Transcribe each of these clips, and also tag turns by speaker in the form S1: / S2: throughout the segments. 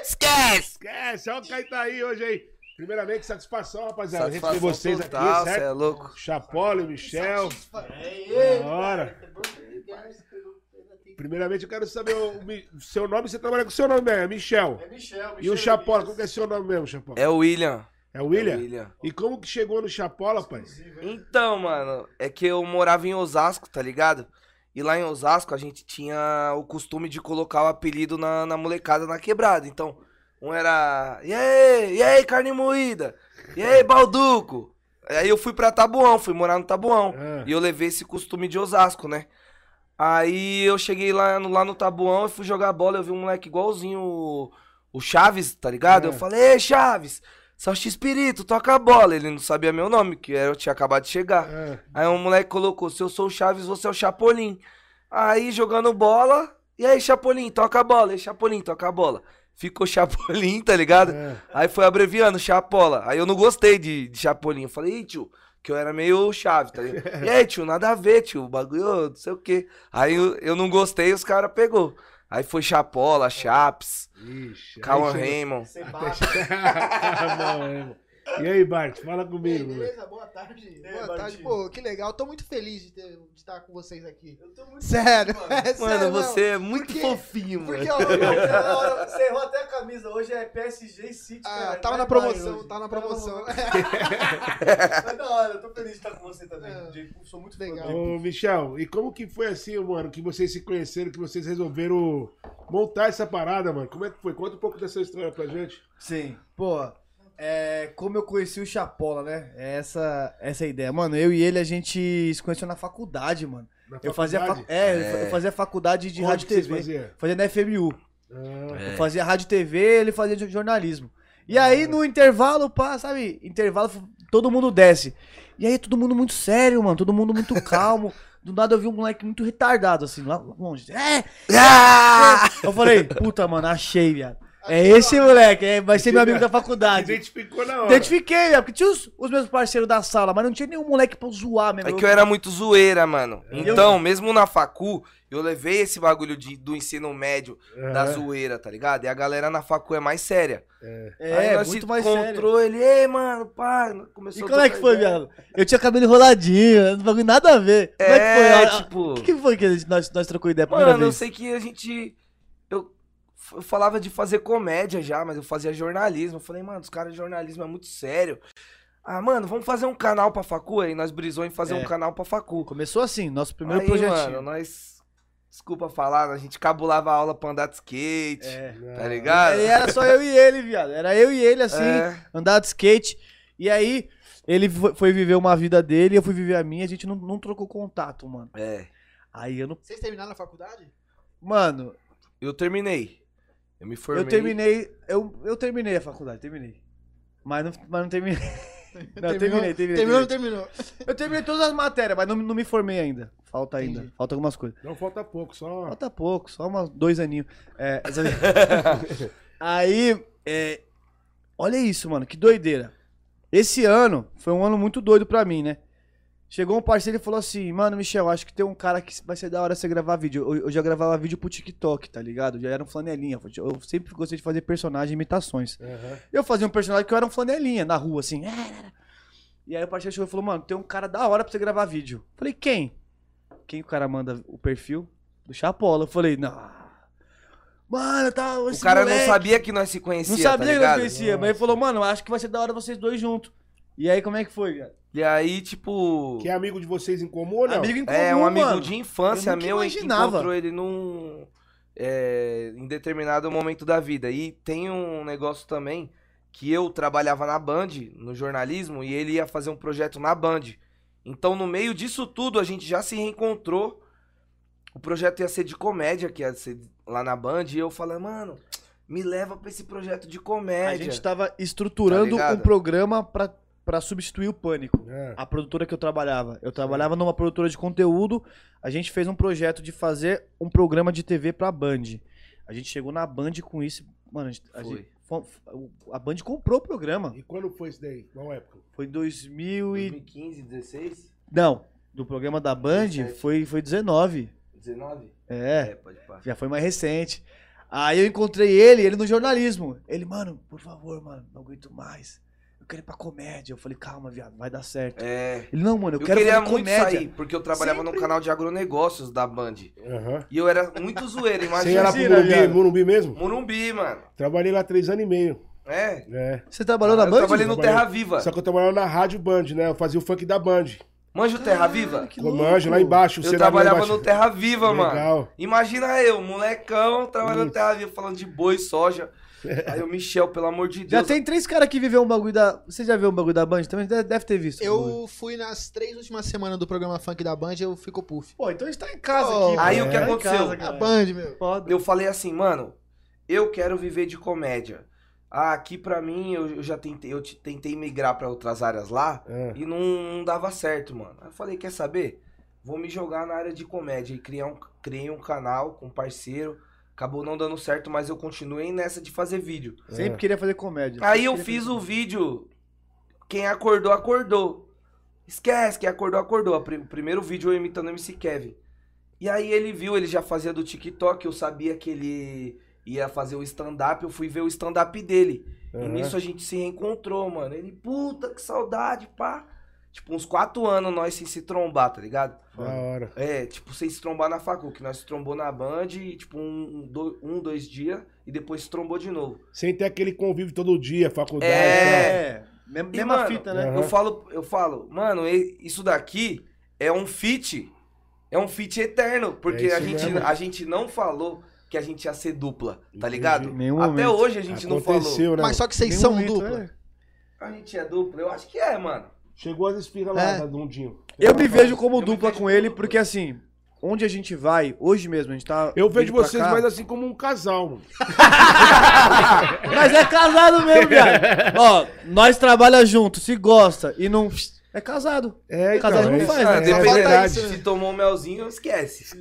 S1: Esquece!
S2: Esquece, olha o Caio tá aí hoje aí. Primeiramente, satisfação, rapaziada.
S1: Satisfação
S2: Receber vocês
S1: total,
S2: aqui,
S1: cê
S2: certo?
S1: é louco.
S2: Chapola e Michel. Da hora. Primeiramente, eu quero saber o, o mi- o seu nome. Você trabalha com o seu nome, né? é Michel.
S3: É Michel, Michel.
S2: E o Chapola, como que é seu nome mesmo, Chapola?
S1: É o William.
S2: É o William?
S1: É o William.
S2: E como que chegou no Chapola, pai?
S1: Então, mano, é que eu morava em Osasco, tá ligado? E lá em Osasco a gente tinha o costume de colocar o apelido na, na molecada na quebrada. Então, um era. E aí, e aí, carne moída? E aí, balduco? Aí eu fui pra Tabuão, fui morar no Tabuão.
S2: Ah.
S1: E eu levei esse costume de Osasco, né? Aí eu cheguei lá no, lá no Tabuão e fui jogar bola. Eu vi um moleque igualzinho o, o Chaves, tá ligado?
S2: É.
S1: Eu falei, ei, Chaves, Salchi Espírito, toca a bola. Ele não sabia meu nome, que era, eu tinha acabado de chegar.
S2: Ah,
S1: Aí um moleque colocou, se eu sou o Chaves, você é o Chapolin. Aí jogando bola, e aí Chapolin, toca a bola, e aí, Chapolin, toca a bola. Ficou Chapolin, tá ligado?
S2: ah.
S1: Aí foi abreviando, Chapola. Aí eu não gostei de, de Chapolin. Eu falei, "Ih, tio, que eu era meio chave, tá ligado? E aí, tio, nada a ver, tio, o bagulho, ô, não sei o quê. Aí eu, eu não gostei, os caras pegou. Aí foi Chapola, Chaps,
S2: Ixi. aí
S1: Cauan
S2: chegou-
S1: Raymond.
S3: Você
S2: Até
S3: bate.
S2: che- Não, é, mano. E aí, Bart, fala comigo. mano.
S3: Beleza, boa tarde.
S4: Né,
S5: Boa tarde, pô, que legal. Tô muito feliz de, ter- de estar com vocês aqui.
S3: Eu tô muito
S5: Sério,
S3: feliz, mano.
S5: é sério.
S1: Mano,
S5: mesmo.
S1: você é muito
S5: Porque-
S1: fofinho, mano.
S5: Porque, ó,
S3: Aquela hora, Você errou até a camisa. Hoje é PSG e City,
S5: ah,
S3: cara.
S5: tava na
S3: Vai, vai
S5: promoção,
S3: hoje.
S5: tava na promoção.
S3: Mas da hora, eu tô feliz de estar com você também.
S5: É.
S3: Jay, sou muito
S5: Legal.
S3: fã dele.
S2: Ô, Michel, e como que foi assim, mano, que vocês se conheceram, que vocês resolveram montar essa parada, mano? Como é que foi? Conta um pouco dessa história pra gente.
S4: Sim, pô. É, como eu conheci o Chapola, né? É essa, essa ideia. Mano, eu e ele, a gente se conheceu na faculdade, mano.
S2: Na
S4: Eu fazia, fa-
S2: faculdade?
S4: é, eu fa- eu fazia faculdade de
S2: Onde
S4: rádio e
S2: que vocês
S4: TV.
S2: faziam?
S4: Fazia na FMU.
S2: Ah,
S1: É.
S4: Eu fazia rádio e TV, ele fazia jo- jornalismo. E aí, no intervalo, pá, sabe? Intervalo, f- todo mundo desce. E aí, todo mundo muito sério, mano. Todo mundo muito calmo. Do nada eu vi um moleque muito retardado, assim, lá longe. É!
S1: Ah!
S4: Eu falei, puta, mano, achei, viado. É esse moleque, é, vai ser meu amigo da faculdade.
S2: identificou na hora.
S4: Identifiquei, velho, porque tinha os, os meus parceiros da sala, mas não tinha nenhum moleque pra eu zoar mesmo.
S1: É que eu era muito zoeira, mano.
S2: É.
S1: Então, mesmo na facu, eu levei esse bagulho de, do ensino médio,
S2: Aham.
S1: da zoeira, tá ligado? E a galera na facu é mais séria.
S4: É,
S1: nós
S4: muito
S1: se
S4: mais sério.
S1: encontrou, ele, ei, mano, pá, começou
S4: E
S1: a
S4: como é que
S1: trocar
S4: foi,
S1: ideia.
S4: viado? Eu tinha cabelo enroladinho, não bagulho nada a ver. Como
S1: É,
S4: é que foi? A-
S1: tipo...
S4: O que, que foi que a gente- nós, nós trocou ideia a primeira
S1: Mano, eu
S4: vez?
S1: sei que a gente... Eu, eu falava de fazer comédia já, mas eu fazia jornalismo. Eu falei, mano, os caras de jornalismo é muito sério. Ah, mano, vamos fazer um canal pra facu? Aí nós brisou em fazer
S4: É.
S1: um canal pra facu.
S4: Começou assim, nosso primeiro
S1: Aí,
S4: projetinho.
S1: mano, nós... Desculpa falar, a gente cabulava a aula pra andar de skate.
S4: É.
S2: Ah,
S1: Tá ligado?
S4: Aí era só eu e ele, viado. Era eu e ele, assim,
S1: É.
S4: andar de skate. E aí, ele fo- foi viver uma vida dele, eu fui viver a minha, a gente não, não trocou contato, mano.
S1: É.
S4: Aí eu não.
S5: Vocês terminaram na faculdade?
S4: Mano,
S1: Eu terminei. Eu me formei.
S4: eu terminei. Eu, eu terminei a faculdade, terminei. Mas não, mas não terminei. Não, eu terminei, terminei.
S5: Terminou ou não
S4: terminei.
S5: terminou?
S4: Eu terminei todas as matérias, mas não, não me formei ainda. Falta ainda.
S5: Entendi.
S4: Falta algumas coisas.
S2: Não falta pouco, só.
S4: Falta pouco, só umas, dois aninhos. É, essa- Aí, é, olha isso, mano, que doideira. Esse ano foi um ano muito doido pra mim, né? Chegou um parceiro e falou assim, mano, Michel, acho que tem um cara que vai ser da hora você gravar vídeo. Eu, eu já gravava vídeo pro TikTok, tá ligado? Já era um flanelinha. Eu sempre gostei de fazer personagem e imitações.
S2: Aham.
S4: Eu fazia um personagem que eu era um flanelinha na rua, assim. E aí o parceiro chegou e falou, mano, tem um cara da hora pra você gravar vídeo. Falei, quem? Quem o cara manda o perfil? Do Chapola. Eu falei, não. Mano, tá.
S1: O cara não sabia que nós se
S4: Não
S1: conhecíamos.
S4: sabia
S1: tá
S4: que nós
S1: ligado?
S4: conhecia, mas ele falou, mano, acho que vai ser da hora vocês dois juntos. E aí, como é que foi, viado?
S1: E aí, tipo.
S2: Que é amigo de vocês em comum ou não?
S4: Amigo em comum,
S1: é, um amigo
S4: mano.
S1: de infância
S4: Eu nunca
S1: meu e
S4: imaginava.
S1: encontrou ele num. é, em determinado momento da vida. E tem um negócio também que eu trabalhava na Band, no jornalismo, e ele ia fazer um projeto na Band. Então, no meio disso tudo, a gente já se reencontrou. O projeto ia ser de comédia, que ia ser lá na Band, e eu falei, mano, me leva pra esse projeto de
S4: A
S1: comédia.
S4: gente tá tava estruturando
S1: Tá ligado?
S4: um programa pra, pra substituir o pânico.
S2: É.
S4: a produtora que eu trabalhava. Eu trabalhava numa produtora de conteúdo. A gente fez um projeto de fazer um programa de TV pra Band. A gente chegou na Band com isso. Mano, a, gente, a,
S1: Foi.
S4: gente- fo- o- a Band comprou o programa.
S2: E quando foi isso daí? Qual época?
S4: Foi em 2000 e...
S1: 2015, 16,
S4: Não, do programa da Band foi, foi 19.
S1: 19?
S4: É,
S1: pode pá. É.
S4: já foi mais recente. Aí eu encontrei ele, ele no jornalismo. Ele, mano, por favor, mano, não aguento mais. Eu quero ir pra comédia. Eu falei, calma, viado, vai dar certo.
S1: É.
S4: Ele, não, mano, eu,
S1: Eu,
S4: quero
S1: queria
S4: fazer
S1: muito
S4: comédia.
S1: sair, porque eu trabalhava num canal de agronegócios da Band.
S2: Aham.
S1: E eu era muito zoeiro,
S2: Você ia
S1: imagina.
S2: lá pro
S4: Imagina,
S2: Morumbi,
S4: viado.
S2: Morumbi mesmo?
S1: Morumbi, mano.
S2: Trabalhei lá três anos e meio.
S1: É.
S2: É.
S4: Você trabalhou na
S1: eu
S4: Band?
S1: trabalhei no
S2: Trabalhei.
S1: Terra Viva.
S2: Só que eu trabalhava na Rádio Band, né? Eu fazia o funk da Band.
S1: Manja o Terra Viva?
S4: Que louco.
S2: Comanjo lá embaixo. o
S1: Eu
S2: cenário lá
S1: trabalhava
S2: embaixo.
S1: no Terra Viva, mano.
S2: Legal.
S1: Imagina eu, molecão, trabalhando no Terra Viva, falando de boi, soja. Aí o Michel, pelo amor de
S4: Já
S1: Deus.
S4: tem três caras que viveu um bagulho da. Você já viu um bagulho da Band também? Deve deve ter visto.
S5: Eu fui nas três últimas semanas do programa funk da Band, eu fico puff.
S4: Pô, então a gente tá em casa
S5: Oh.
S4: aqui.
S1: Aí
S4: mano.
S1: o que
S4: Tá em
S1: aconteceu?
S4: casa,
S5: A
S4: cara.
S5: Band, meu.
S4: Foda.
S1: Eu falei assim, mano, eu quero viver de comédia. Ah, aqui pra mim, eu, eu já tentei, eu te- tentei migrar pra outras áreas lá
S2: É.
S1: e não, não dava certo, mano. Aí eu falei, quer saber? Vou me jogar na área de comédia e criar um, criei um canal com um parceiro. Acabou não dando certo, mas eu continuei nessa de fazer vídeo.
S4: Sempre
S2: É.
S4: queria fazer comédia.
S1: Aí eu
S4: Sempre
S1: fiz
S4: queria
S1: o vídeo. Quem acordou, acordou. Esquece, quem acordou, acordou. A pri- O primeiro vídeo eu imitando o MC Kevin. E aí ele viu, ele já fazia do TikTok, eu sabia que ele ia fazer o stand-up, eu fui ver o stand-up dele. E
S2: é, Aham.
S1: nisso a gente se reencontrou, mano. Ele, puta, que saudade, pá. Tipo, uns quatro anos nós sem se trombar, tá ligado?
S2: Da hora.
S1: É, tipo, sem se trombar na facu, que nós se trombou na Band, e, tipo, um, do- um, dois dias, e depois se trombou de novo.
S2: Sem ter aquele convívio todo dia, faculdade.
S1: É.
S2: tá?
S4: É, mesma,
S1: E,
S4: mesma
S1: mano,
S4: fita, né?
S2: Aham.
S1: Eu falo, eu falo, mano, e- isso daqui é um fit, é um fit eterno, porque
S2: É isso
S1: a, gente,
S2: mesmo.
S1: a gente não falou que a gente ia ser dupla, tá
S2: Entendi.
S1: ligado?
S4: Nenhum
S1: Até
S4: momento.
S1: hoje a gente não falou.
S2: Aconteceu, né?
S5: Mas só que vocês
S4: Nenhum
S5: são
S4: momento,
S5: dupla.
S4: é.
S1: A gente é dupla? Eu acho que é, mano.
S2: Chegou as espirras lá,
S5: É.
S2: da Dundinho.
S4: Eu me vejo como
S1: Eu me
S4: dupla
S1: vejo
S4: com
S1: como
S4: ele,
S1: dupla.
S4: porque assim, onde a gente vai, hoje mesmo, a gente tá.
S2: Eu vejo
S4: vindo pra
S2: vocês
S4: cá.
S2: mais assim como um casal, mano. assim.
S4: Mas é casado mesmo, viado. Ó, nós trabalha junto, se gosta e não. É casado.
S2: É,
S4: Casal
S2: então,
S4: não
S2: é isso.
S4: faz,
S1: Ah,
S4: né?
S2: É,
S1: dependendo-
S5: verdade.
S1: se tomou um melzinho, esquece.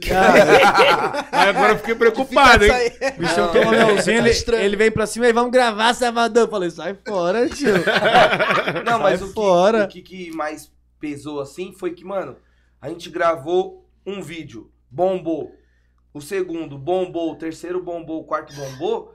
S2: Aí agora eu fiquei preocupado, hein?
S5: Fica essa aí.
S4: O bichão toma melzinho, ele,
S5: Estranho.
S4: ele vem pra cima e vamos gravar Salvador. Eu falei, sai fora, tio.
S1: Não, mas
S4: Sai
S1: o que,
S4: fora.
S1: o que que mais pesou assim foi que, mano, a gente gravou um vídeo, bombou. O segundo bombou, o terceiro bombou, o quarto bombou.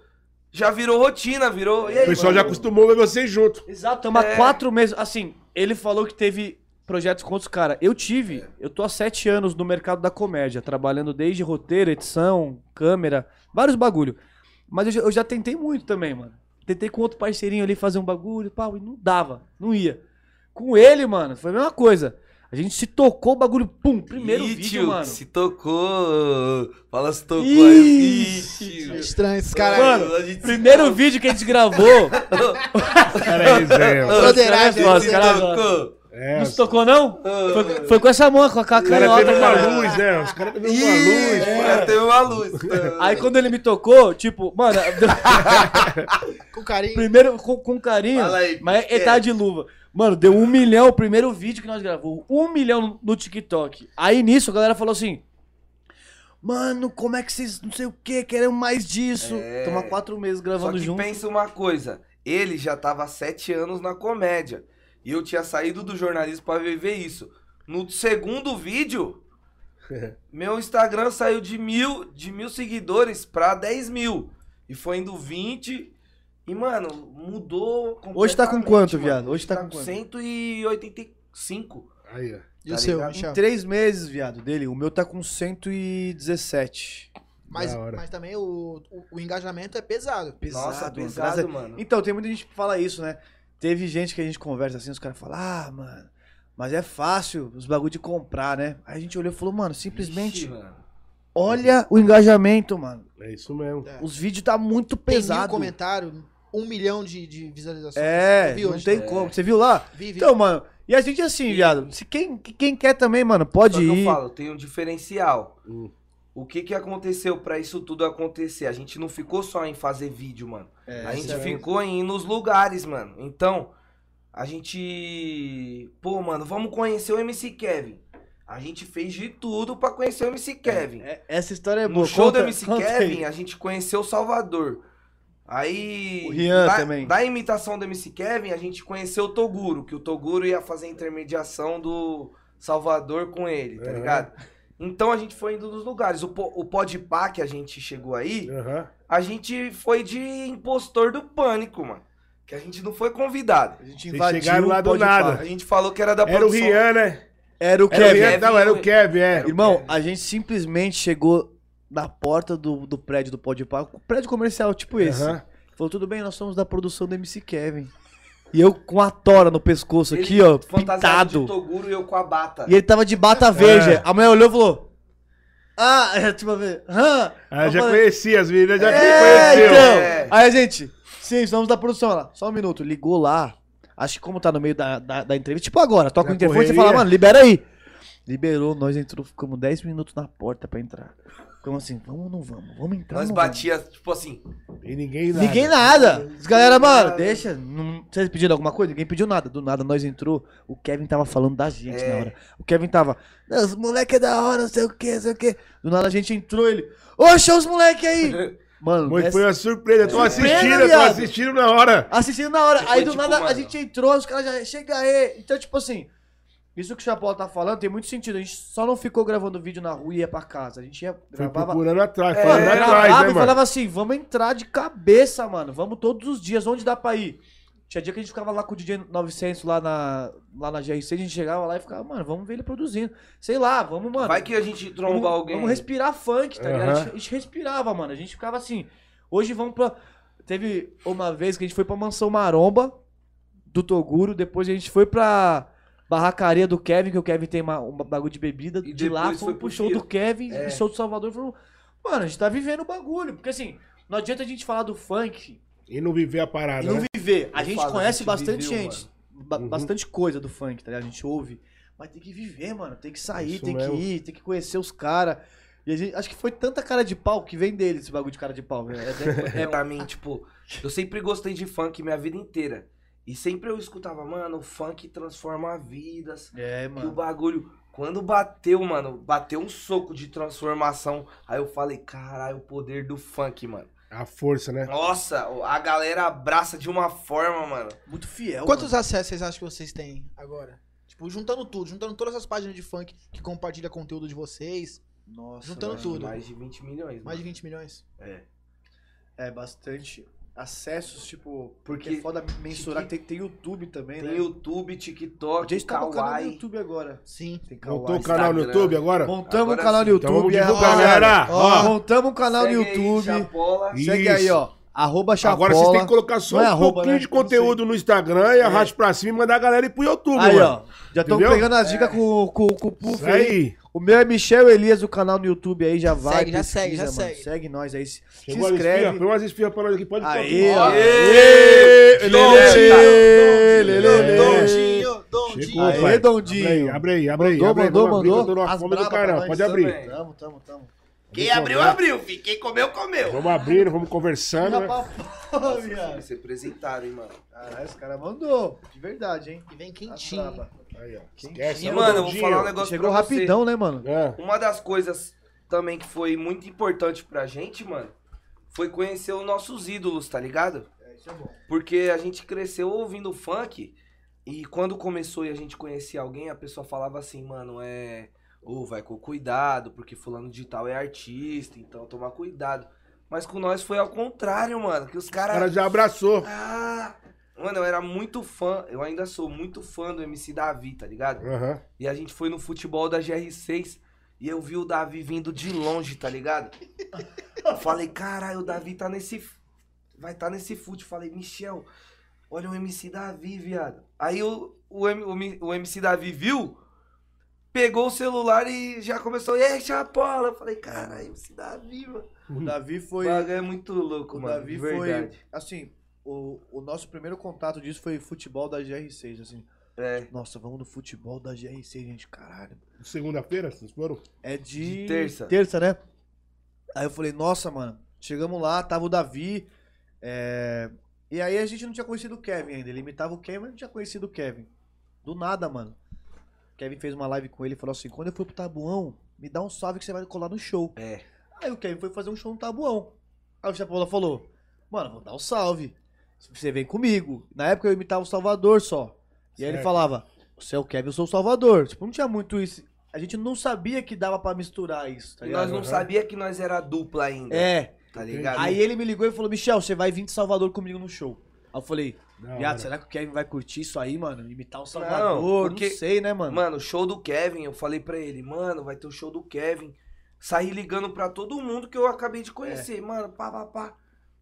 S1: Já virou rotina, virou. E aí,
S2: O pessoal
S1: mano?
S2: já acostumou a ver vocês junto.
S4: Exato, tamo há
S1: É.
S4: quatro meses. Assim, ele falou que teve projetos com outros caras. Eu tive, eu tô há sete anos no mercado da comédia, trabalhando desde roteiro, edição, câmera, vários bagulho. Mas eu, já- eu já tentei muito também, mano. Tentei com outro parceirinho ali fazer um bagulho, pau, e não dava, não ia. Com ele, mano, foi a mesma coisa. A gente se tocou o bagulho, pum, primeiro
S1: Ih,
S4: vídeo,
S1: tio,
S4: mano.
S1: Se tocou. Fala se tocou aí.
S4: Ih,
S1: Ih, tio.
S5: é Estranho esse cara.
S4: Mano,
S1: a gente se
S4: Primeiro vídeo que a gente gravou,
S2: Era isso aí, ó.
S5: Broderagem,
S4: Os caras
S1: se
S5: né?
S4: caras gostam.
S1: tocou.
S2: É,
S4: não
S2: os
S4: se tocou não? Foi, foi com essa mão, com a, com a
S2: caras
S4: canhota,
S2: teve uma
S4: cara.
S2: luz, né? Os caras teve uma
S1: Ih, é.
S2: luz.
S1: já teve uma luz.
S4: Aí quando ele me tocou, tipo, mano,
S5: Com carinho.
S4: primeiro com, com carinho,
S1: Fala aí,
S4: mas
S1: é.
S4: ele tava de luva. Mano, deu um milhão o primeiro vídeo que nós gravou. Um milhão no TikTok. Aí nisso a galera falou assim: Mano, como é que vocês não sei o que, querem mais disso?
S1: É.
S4: Toma quatro meses
S1: Só
S4: gravando
S1: que
S4: junto.
S1: pensa uma coisa, ele já tava há sete anos na comédia. E eu tinha saído do jornalismo pra viver isso. No segundo vídeo, meu Instagram saiu de mil, de mil seguidores pra 10 mil. E foi indo 20. E, mano, mudou completamente.
S4: Hoje tá com quanto,
S1: mano.
S4: viado? Hoje tá com quanto?
S1: 185.
S2: Aí, ó.
S5: E o
S1: Tá
S5: seu,
S1: ligado?
S5: Michel?
S4: Três meses, viado, dele. O meu tá com 117.
S5: Mas,
S2: Da hora.
S5: mas também o, o, o engajamento é pesado.
S1: Nossa,
S4: mano.
S1: pesado, mano.
S4: Então, tem muita gente que fala isso, né? Teve gente que a gente conversa assim, os caras falam, ah, mano, mas é fácil os bagulho de comprar, né? Aí a gente olhou e falou, mano, simplesmente
S1: Ixi, mano.
S4: olha o engajamento, mano.
S2: É isso mesmo.
S5: É.
S4: Os vídeos tá muito
S5: Tem
S4: pesado.
S5: mil comentário, um milhão de, de visualizações.
S4: é,
S5: Eu vi
S4: não
S5: hoje.
S4: tem como. Você viu lá?
S5: Vive.
S4: Então, mano, e a gente assim, viado, se quem, quem quer também, mano, pode
S1: Só que eu
S4: ir.
S1: falo, tem um diferencial.
S2: Hum.
S1: O que que aconteceu pra isso tudo acontecer? A gente não ficou só em fazer vídeo, mano.
S4: É,
S1: a gente
S2: certo.
S1: ficou em ir nos lugares, mano. Então, a gente. Pô, mano, vamos conhecer o MC Kevin. A gente fez de tudo pra conhecer o MC Kevin.
S4: É, essa história é
S1: no
S4: boa.
S1: show
S4: Conta-
S1: do MC
S4: conta aí.
S1: Kevin, a gente conheceu o Salvador. Aí.
S4: O Rian
S1: da,
S4: também.
S1: Da imitação do MC Kevin, a gente conheceu o Toguro, que o Toguro ia fazer a intermediação do Salvador com ele, tá
S2: Aham.
S1: ligado? Então a gente foi indo nos lugares. O, po- o Podpah que a gente chegou aí,
S2: Aham.
S1: a gente foi de impostor do pânico, mano. Que a gente não foi convidado.
S4: A gente
S2: Vocês
S4: invadiu.
S2: chegaram lá do
S4: pode
S2: nada.
S4: falar.
S1: A gente falou que era da
S2: Era o
S1: Tá produção.
S2: Rian, né?
S4: Era o
S1: Era o
S4: Kevin.
S1: Kevin,
S2: Rian, não, era o
S1: né?
S2: Kevin, é.
S4: Irmão, a gente simplesmente chegou na porta do, do prédio do Pode Pago, prédio comercial tipo esse.
S2: Aham.
S4: Falou, tudo bem, nós somos da produção do MC Kevin. E eu com a tora no pescoço
S1: Ele
S4: aqui, ó,
S1: fantasiado de
S4: pintado.
S1: Toguro e eu com a bata.
S4: E ele tava de bata verde.
S2: É.
S4: A mulher olhou e falou. Ah, é, tipo, hã?
S2: Ela
S4: Eu
S2: Ah, já
S4: falei,
S2: conhecia, as meninas já
S4: é,
S2: conheciam.
S4: então.
S1: É.
S4: Aí a gente, sim, somos da produção. Ela, só um minuto, ligou lá. Acho que como tá no meio da, da, da entrevista, tipo agora, toca
S2: Na
S4: o interfone e você
S2: correria.
S4: fala, mano, libera aí. Liberou, nós entrou, ficamos 10 minutos na porta pra entrar. Ficamos assim, vamos ou não vamos? Vamos entrar.
S1: Nós
S4: não
S1: batia, tipo assim,
S2: E ninguém nada.
S4: vamos? Ninguém nada. Os galera, mano, deixa. não- Vocês pediram alguma coisa? Ninguém pediu nada. Do nada nós entrou. O Kevin tava falando da gente
S1: É.
S4: na hora. O Kevin tava, "Não, os moleque é da hora, não sei o que, não sei o que. Do nada a gente entrou, ele, oxa, os moleque aí. Mano,
S2: Mas
S4: essa-
S2: foi uma surpresa. Eu tô
S4: Surpresa,
S2: assistindo, eu tô
S4: viado.
S2: assistindo na hora.
S4: Assistindo na hora.
S1: Foi
S4: Aí do
S1: tipo,
S4: nada a
S1: mano.
S4: gente entrou, os caras já. Chega aí. Então, tipo assim. Isso que o Chapol tá falando tem muito sentido. A gente só não ficou gravando vídeo na rua e ia pra casa. A gente ia
S2: Foi
S4: gravava.
S2: procurando atrás,
S1: É,
S4: Mano,
S2: falando
S4: gravava
S2: atrás, né,
S4: e
S2: mano?
S4: falava assim: vamos entrar de cabeça, mano. Vamos todos os dias, onde dá pra ir. Tinha dia que a gente ficava lá com o DJ 900 lá na, lá na GRC, a gente chegava lá e ficava, mano, vamos ver ele produzindo. Sei lá, vamos, mano.
S1: vai que a gente tromba
S4: Vamos,
S1: alguém.
S4: vamos respirar funk, tá ligado? A
S2: Aham.
S4: gente, a gente respirava, mano. A gente ficava assim. Hoje vamos pra. Teve uma vez que a gente foi pra Mansão Maromba do Toguro, depois a gente foi pra barracaria do Kevin, que o Kevin tem uma, uma bagulho de bebida.
S1: E
S4: de lá
S1: depois foi
S4: fomos pro
S1: pro
S4: show
S1: Giro.
S4: do Kevin
S1: É.
S4: e show do Salvador. Falou, mano, a gente tá vivendo o bagulho. Porque assim, não adianta a gente falar do funk
S2: E não viver a
S4: e
S2: parada,
S4: não
S2: né?
S4: viver. A
S1: Eu
S4: gente
S1: falo,
S4: conhece
S1: a gente
S4: bastante
S1: viveu,
S4: gente, ba-
S2: Uhum.
S4: bastante coisa do funk, tá ligado? A gente ouve. Mas tem que viver, mano. Tem que sair,
S2: Isso
S4: tem
S2: mesmo.
S4: que ir, tem que conhecer os caras. E a gente, acho que foi tanta cara de pau que vem dele esse bagulho de cara de pau. né? É, é,
S1: É pra mim, tipo, eu sempre gostei de funk minha vida inteira. E sempre eu escutava, mano, o funk transforma vidas.
S4: é, é,
S1: E o
S4: mano.
S1: bagulho, quando bateu, mano, bateu um soco de transformação. Aí eu falei, caralho, o poder do funk, mano.
S2: A força, né?
S1: Nossa, a galera abraça de uma forma, mano.
S4: Muito fiel.
S5: Quantos acessos vocês acham que vocês têm agora? Tipo, juntando tudo, juntando todas as páginas de funk que compartilha conteúdo de vocês.
S4: mano. Nossa,
S5: Juntando
S4: mano.
S5: tudo.
S1: Mais de 20 milhões,
S5: Mais
S1: mano.
S5: de 20 milhões.
S4: É, bastante acessos, tipo. Porque
S1: Porque-
S4: é foda mensurar que tem, tem YouTube também,
S1: Tem
S4: né?
S1: YouTube,
S4: A
S1: TikTok,
S4: gente tá com canal no
S1: Kawaii.
S4: YouTube agora.
S5: Sim.
S4: Tem Kawaii.
S2: Voltou o canal no
S1: Instagram.
S2: YouTube agora?
S4: Montamos
S1: Agora
S4: um canal no
S1: sim.
S2: Então
S4: YouTube.
S2: vamos divulgar,
S4: é,
S2: galera.
S4: Ó,
S2: Ó,
S4: montamos um canal no
S1: Segue aí,
S4: YouTube.
S1: Chapola.
S4: Segue aí,
S2: isso.
S4: ó. Arroba Chapola.
S2: Agora vocês têm que colocar só
S4: Não é
S2: um
S4: arroba,
S2: pouquinho
S4: né?
S2: de
S4: Não sei. É.
S2: conteúdo no Instagram e arraste pra cima e mandar a galera ir pro YouTube,
S4: Aí,
S2: mano.
S4: ó. Já estão
S2: Entendeu?
S4: pegando as dicas com, com, com o Puff
S2: Isso
S4: aí.
S2: aí.
S4: O meu é Michel Elias, o canal no YouTube aí já vai.
S5: Segue, já segue, já segue.
S4: Segue nós aí. Se, se
S2: Chegou as esfirras,
S4: inscreve.
S2: põe umas esfirras pra nós aqui, pode
S4: Aí, ó.
S2: pôr.
S4: Aê,
S1: Aê,
S4: lelê, lelê.
S5: Dondinho,
S2: Chegou,
S5: Dondinho.
S4: Aê,
S2: pai.
S4: Dondinho.
S2: Abre aí, abre aí, abre aí.
S4: Mandou,
S2: abre aí,
S4: mandou,
S2: vamos abrir,
S4: mandou.
S2: que Eu tô numa
S4: As
S2: fome do
S4: braba pra
S2: caramba,
S4: nós
S2: pode abrir. Tá,
S1: também.
S4: Tamo, tamo, tamo.
S1: Quem abriu, abriu, fi. Quem comeu, comeu.
S2: Vamos abrindo, vamos conversando, né?
S4: Rapaz, viado.
S1: Você apresentado, hein, mano.
S4: Caralho, esse cara mandou. De verdade, hein?
S5: E vem
S4: As
S5: quentinho.
S4: Tá braba.
S2: Aí, ó.
S1: E,
S2: Esquece,
S1: mano, eu vou
S2: Ronaldinho.
S1: falar um negócio
S4: Chegou
S1: pra você.
S4: rapidão, né, mano?
S2: É.
S1: Uma das coisas também que foi muito importante pra gente, mano, foi conhecer os nossos ídolos, tá ligado?
S4: É, isso é bom.
S1: Porque a gente cresceu ouvindo funk e quando começou e a gente conhecia alguém, a pessoa falava assim, mano, é. Ô, vai com cuidado, porque fulano de tal é artista, então toma cuidado. Mas com nós foi ao contrário, mano, que os
S2: O
S1: caras.
S2: cara já abraçou.
S1: Ah! Mano, eu era muito fã, eu ainda sou muito fã do MC Davi, tá ligado?
S2: Aham.
S1: E a gente foi no futebol da GR6 e eu vi o Davi vindo de longe, tá ligado? Eu falei, caralho, o Davi tá nesse. Vai tá nesse fute. Falei, Michel, olha o MC Davi, viado. Aí o, o, M- o Mi- o MC Davi viu, pegou o celular e já começou, ei, Chapola. Eu falei, caralho, MC Davi, mano.
S4: O Davi
S1: O
S4: foi.
S1: bagulho é muito louco,
S4: O
S1: mano.
S4: Davi
S1: de
S4: foi.
S1: verdade.
S4: Assim, o, o nosso primeiro contato disso foi futebol da GR6, assim.
S1: É.
S4: Nossa, vamos no futebol da GR6, gente. Caralho.
S2: Segunda-feira, vocês foram?
S4: É de,
S1: De terça.
S4: Terça, né? Aí eu falei, nossa, mano. Chegamos lá, tava o Davi. é, E aí a gente não tinha conhecido o Kevin ainda. Ele imitava o Kevin, mas não tinha conhecido o Kevin. Do nada, mano. O Kevin fez uma live com ele e falou assim: quando eu for pro Tabuão, me dá um salve que você vai colar no show.
S1: É.
S4: Aí o Kevin foi fazer um show no Tabuão. Aí o Chapola falou: Mano, vou dar um salve. Você vem comigo. Na época eu imitava o Salvador só. E aí ele
S2: Certo.
S4: falava: Você é o Kevin, eu sou o Salvador. Tipo, não tinha muito isso. A gente não sabia que dava pra misturar isso, tá
S1: E nós
S4: ligado?
S1: não sabia que nós era dupla ainda.
S4: É.
S1: Tá ligado?
S4: Aí ele me ligou e falou: Michel, você vai vir de Salvador comigo no show. Aí eu falei:
S2: Da hora.
S4: Viado, será que o Kevin vai curtir isso aí, mano? Imitar o Salvador? Não,
S1: porque-
S4: sei, né, mano?
S1: Mano, o show do Kevin, eu falei pra ele, mano, vai ter o show do Kevin. Saí ligando pra todo mundo que eu acabei de
S4: É.
S1: conhecer, mano, pá, pá, pá.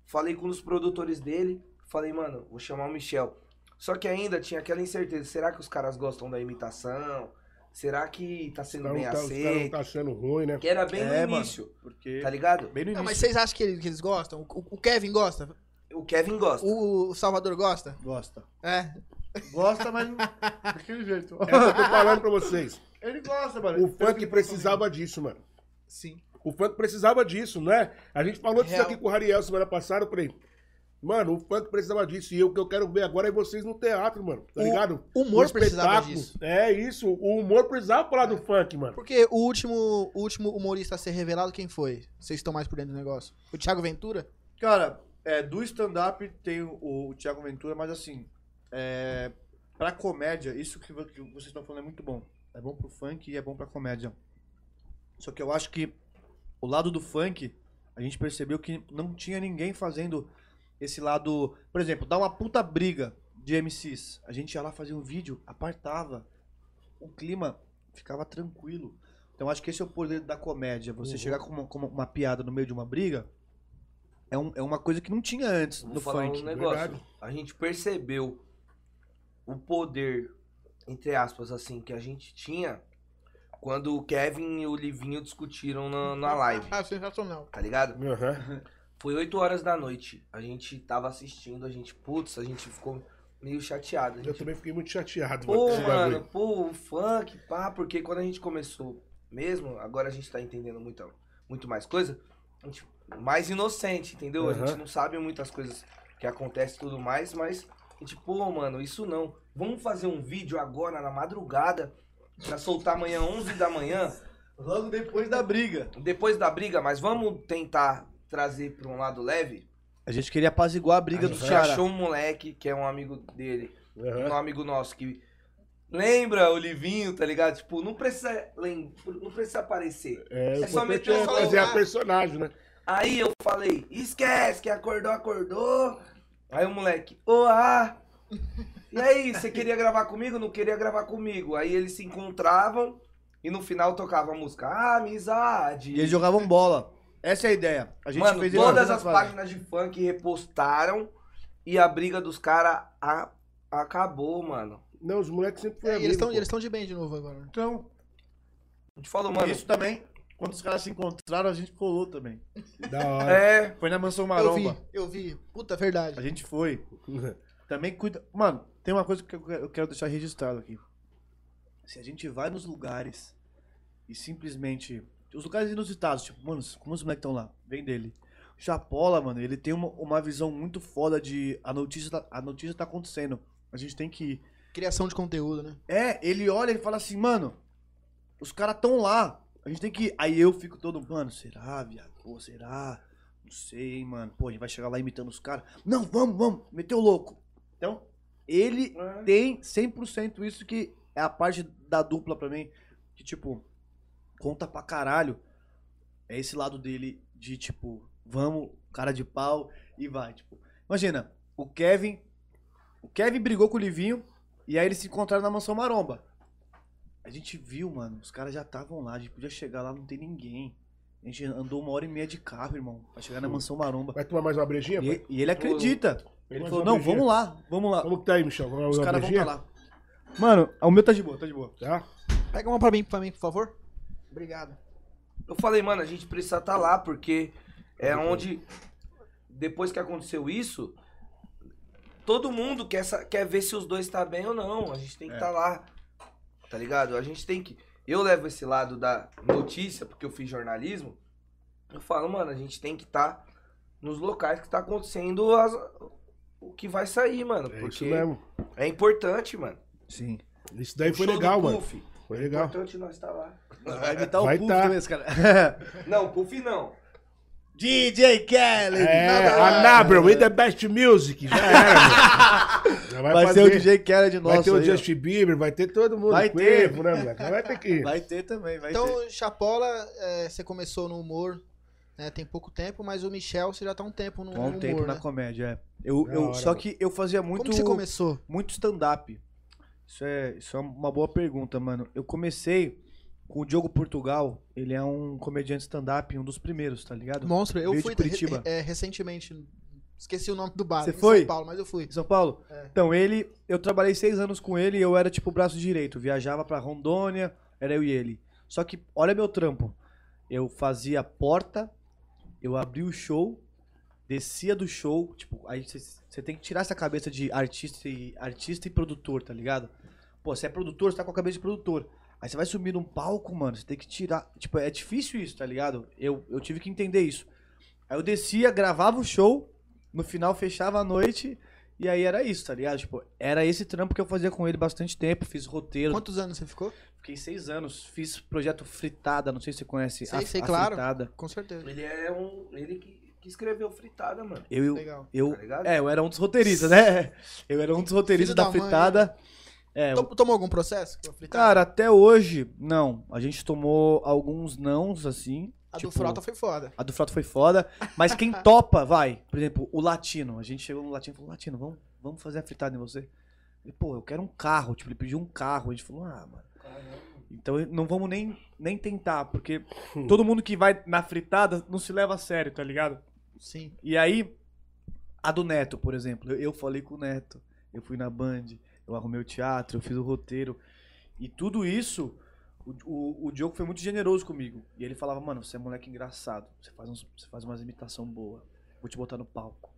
S1: Falei com um dos produtores dele, falei, mano, vou chamar o Michel. Só que ainda tinha aquela incerteza, será que os caras gostam da imitação? Será que tá
S2: Os
S1: sendo
S2: caras
S1: bem
S2: não tá- os caras não
S1: aceito?
S2: tá achando ruim, né?
S1: Que era bem
S4: É,
S1: no
S4: mano.
S1: início,
S4: porque.
S1: tá ligado?
S4: Bem no
S5: Ah,
S4: início.
S5: mas vocês acham que ele- que eles gostam? O, o Kevin gosta?
S1: O Kevin gosta.
S5: O Salvador gosta?
S4: Gosta.
S5: É.
S4: Gosta, mas. não- Daquele jeito.
S2: É o que eu tô falando pra vocês.
S4: Ele gosta, mano.
S2: O funk precisava disso, mano.
S5: Sim.
S2: O funk precisava disso, né? A gente falou disso
S5: Real.
S2: aqui com o Rariel semana passada, eu falei. Mano, o funk precisava disso. E eu- o que eu quero ver agora é vocês no teatro, mano. Tá
S5: O
S2: ligado?
S5: humor
S2: No
S5: precisava
S2: espetáculo.
S5: disso.
S2: É isso. O humor precisava falar do funk, mano.
S5: Porque o último, o último humorista a ser revelado, quem foi? Vocês estão mais por dentro do negócio. O Thiago Ventura?
S4: Cara, é, do stand-up tem o, o Thiago Ventura, mas assim, é, pra comédia, isso que, vo- que vocês estão falando é muito bom. É bom pro funk e é bom pra comédia. Só que eu acho que o lado do funk, a gente percebeu que não tinha ninguém fazendo esse lado. Por exemplo, dá uma puta briga de MCs. A gente ia lá fazer um vídeo, apartava. O clima ficava tranquilo. Então acho que esse é o poder da comédia. Você
S2: Uhum.
S4: chegar com uma, com uma- uma piada no meio de uma briga é, um- é uma coisa que não tinha antes
S1: Vou
S4: no
S1: falar
S4: funk.
S1: um negócio.
S2: verdade.
S1: A gente percebeu o poder, entre aspas, assim, que a gente tinha quando o Kevin e o Livinho discutiram na, na live,
S5: Ah, sensacional.
S1: tá ligado?
S2: Aham.
S1: Foi 8 horas da noite. A gente tava assistindo, a gente, putz, a gente ficou meio chateado. A
S2: Eu
S1: gente,
S2: também fiquei muito chateado, mano. com
S1: pô,
S2: esse bagulho.
S1: mano, pô, o funk, pá, porque quando a gente começou mesmo, agora a gente tá entendendo muito, muito mais coisa, a gente mais inocente, entendeu? A
S2: Aham.
S1: gente não sabe muitas coisas que acontecem e tudo mais, mas a gente, pô, mano, isso não. Vamos fazer um vídeo agora na madrugada pra soltar amanhã 11 da manhã,
S4: Logo depois da briga.
S1: depois da briga, mas vamos tentar trazer pra um lado leve.
S4: A gente queria apaziguar a briga
S1: a
S4: do
S1: gente
S4: Ceará.
S1: achou um moleque que é um amigo dele
S2: Aham.
S1: um amigo nosso que lembra o Livinho, tá ligado? Tipo, não precisa, lem- não precisa aparecer.
S2: É,
S1: É
S2: o
S1: só
S2: importante
S1: meter
S2: é
S1: o
S2: fazer
S1: celular.
S2: a personagem, né?
S1: Aí eu falei, esquece que acordou, acordou. Aí o moleque, ô ah! E aí, você queria gravar comigo? Não queria gravar comigo. Aí eles se encontravam e no final tocava a música Amizade.
S4: E eles jogavam bola. Essa é a ideia. A gente
S1: Mano,
S4: fez né, ele
S1: todas
S4: na
S1: as
S4: fase.
S1: páginas de funk repostaram e a briga dos caras a- acabou, mano.
S2: Não, os moleques sempre
S5: É,
S2: foram
S5: e eles
S2: amigos.
S5: estão
S2: pô.
S5: eles tão de bem de novo agora.
S4: Então,
S1: A gente falou, mano.
S4: isso também, quando os caras se encontraram, a gente colou também.
S2: Da hora.
S1: É,
S4: Foi na Mansão
S5: Eu
S4: Maromba.
S5: vi, eu vi. Puta, verdade.
S4: A gente foi. Também cuida. Mano, tem uma coisa que eu que- eu quero deixar registrado aqui. Se a gente vai nos lugares e simplesmente. Os lugares inusitados, tipo, mano, como os moleques estão lá? Vem dele. Chapola, mano, ele tem uma, uma visão muito foda de. A notícia, tá, a notícia tá acontecendo. A gente tem que ir.
S5: Criação de conteúdo, né?
S4: É, ele olha e fala assim, mano, os caras tão lá. A gente tem que ir. Aí eu fico todo, mano, será, viado? Pô, será? Não sei, hein, mano. Pô, a gente vai chegar lá imitando os caras. Não, vamos, vamos. Meteu o louco. Então, ele tem 100% isso que é a parte da dupla pra mim. Que, tipo, conta pra caralho. É esse lado dele de, tipo, vamos, cara de pau e vai. Tipo, imagina, o Kevin. O Kevin brigou com o Livinho. E aí eles se encontraram na Mansão Maromba. A gente viu, mano, os caras já estavam lá, a gente podia chegar lá, não tem ninguém. A gente andou uma hora e meia de carro, irmão, pra chegar na Mansão Maromba.
S2: Vai tomar mais uma brejinha? pai?
S4: E, e ele acredita. Ele
S2: Mais
S4: falou,
S2: uma
S4: não,
S2: brejinha?
S4: vamos lá, vamos lá.
S2: Como que tá aí, Michel? Vamos
S4: Os
S2: uma
S4: caras vão
S2: brejinha?
S4: pra lá. Mano, o meu tá de boa, tá de boa.
S2: Tá?
S5: Pega uma pra mim, pra mim, por favor. Obrigado.
S1: Eu falei, mano, a gente precisa estar lá, porque é
S2: Uhum.
S1: onde. Depois que aconteceu isso, todo mundo quer, sa- quer ver se os dois tá bem ou não. A gente tem que
S4: É.
S1: estar lá. Tá ligado? A gente tem que. Eu levo esse lado da notícia, porque eu fiz jornalismo. Eu falo, mano, a gente tem que estar nos locais que tá acontecendo as- o que vai sair, mano.
S2: É isso
S1: porque
S2: mesmo.
S1: é importante, mano.
S4: Sim.
S2: Isso daí
S1: O
S2: foi
S1: show do
S2: legal, mano.
S1: Puff,
S2: Foi
S1: É
S2: legal.
S1: importante nós estar lá.
S4: Vai imitar o
S2: Vai
S4: puff
S2: tá.
S4: também, esse cara.
S1: Não, Puff não.
S4: DJ Kelly!
S2: É,
S4: nada lá.
S2: Anabra, with the best music. Já era, mano. Já
S4: Vai ser o DJ Kelly de nós.
S2: Vai ter o
S4: aí, ó.
S2: Justin Bieber, vai ter todo mundo.
S4: Vai ter.
S2: Quavo, né, moleque? Vai ter que ir.
S4: Vai ter também, vai ter.
S5: Então, Chapola, é, você começou no humor. né? Tem pouco tempo, mas o Michel você já tá um tempo no,
S4: Há um
S5: no
S4: tempo
S5: humor,
S4: na
S5: né?
S4: comédia, é. Eu,
S2: Da
S4: eu,
S2: hora,
S4: só que eu fazia muito.
S5: Como que você começou?
S4: muito stand-up. Isso é, isso é uma boa pergunta, mano. Eu comecei com o Diogo Portugal. Ele é um comediante stand-up, um dos primeiros, tá ligado?
S5: Monstro, eu
S4: Veio de
S5: fui
S4: Curitiba.
S5: re- é, recentemente. Esqueci o nome do bar.
S4: Você
S5: em
S4: foi?
S5: São Paulo, mas eu fui.
S4: Em São Paulo?
S5: É.
S4: Então, ele. Eu trabalhei seis anos com ele e eu era tipo o braço direito. Viajava pra Rondônia, era eu e ele. Só que, olha meu trampo. Eu fazia a porta, eu abria o show, descia do show. Tipo, aí você tem que tirar essa cabeça de artista e, artista e produtor, tá ligado? Pô, você é produtor, você tá com a cabeça de produtor. Aí você vai subir num palco, mano, você tem que tirar. Tipo, é difícil isso, tá ligado? Eu, eu tive que entender isso. Aí eu descia, gravava o show, no final fechava a noite, e aí era isso, tá ligado? Tipo, era esse trampo que eu fazia com ele bastante tempo, fiz roteiro.
S5: Quantos anos você ficou?
S4: Fiquei seis anos, fiz projeto Fritada, não sei se você conhece
S5: Sei,
S4: a,
S5: sei,
S4: a
S5: claro.
S4: Fritada.
S5: Com certeza.
S1: Ele é um. Ele que, que escreveu fritada, mano.
S4: Eu, eu,
S5: Legal.
S1: Tá
S4: eu,
S1: ligado?
S4: é, eu era um dos roteiristas, né? Eu era um dos roteiristas
S5: Filho
S4: da,
S5: da mãe. né? Tá.
S4: Fritada. É,
S5: Tom- Tomou algum processo?
S4: Cara, até hoje, não. A gente tomou alguns nãos, assim.
S5: a
S4: tipo-
S5: do Frota foi foda.
S4: A do Frota foi foda. Mas quem topa, vai. Por exemplo, o Latino. A gente chegou no Latino e falou, Latino, vamos, vamos fazer a fritada em você? Ele, pô, eu quero um carro. Tipo, ele pediu um carro. A gente falou, ah, mano. Então não vamos nem, nem tentar, porque todo mundo que vai na fritada não se leva a sério, tá ligado?
S5: Sim.
S4: E aí, a do Neto, por exemplo. Eu, eu falei com o Neto. Eu fui na Band, eu arrumei o teatro, eu fiz o roteiro. E tudo isso, o, o, o Diogo foi muito generoso comigo. E ele falava, mano, você é moleque engraçado. Você faz, uns, você faz umas imitação boa. Vou te botar no palco.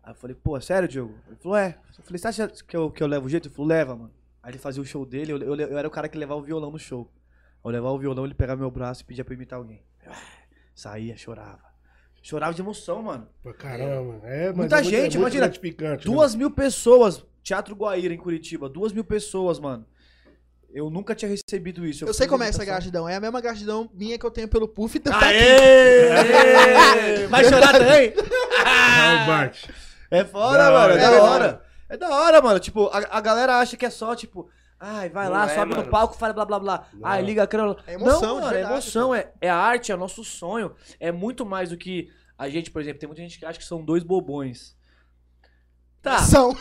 S4: Aí eu falei, pô, é sério, Diogo? Ele falou, é. Eu falei, você acha que eu, que eu levo o jeito? Ele falou, leva, mano. Aí ele fazia o show dele, eu, eu, eu era o cara que levava o violão no show. Eu levava o violão, ele pegava meu braço e pedia pra eu imitar alguém. Saía, chorava. Chorava de emoção, mano.
S2: Pra caramba. É, mas
S4: Muita
S2: é muito- é
S4: gente,
S2: muito
S4: imagina,
S2: gratificante, né,
S4: Duas mil pessoas, Teatro Guaíra, em Curitiba. Duas mil pessoas, mano. Eu nunca tinha recebido isso.
S5: Eu, sei
S4: fiz
S5: como é essa
S4: apresentação.
S5: gratidão. É a mesma gratidão minha que eu tenho pelo Puff. Então tá aqui.
S4: Aê! Vai chorar também?
S2: mano? Não, Bart.
S4: É foda,
S2: Da
S4: mano.
S2: hora,
S4: É
S2: é
S4: da
S2: da
S4: hora. É da hora, mano. Tipo, a, a galera acha que é só, tipo, ai, vai
S1: Não
S4: lá,
S1: é,
S4: sobe no
S1: mano.
S4: palco, fala blá blá blá.
S2: Não.
S4: Ai, liga a câmera.
S5: É
S4: Não,
S5: emoção, de
S4: mano, é
S5: verdade,
S4: emoção, é, é arte, é nosso sonho. É muito mais do que a gente, por exemplo, tem muita gente que acha que são dois bobões. Tá.
S5: São.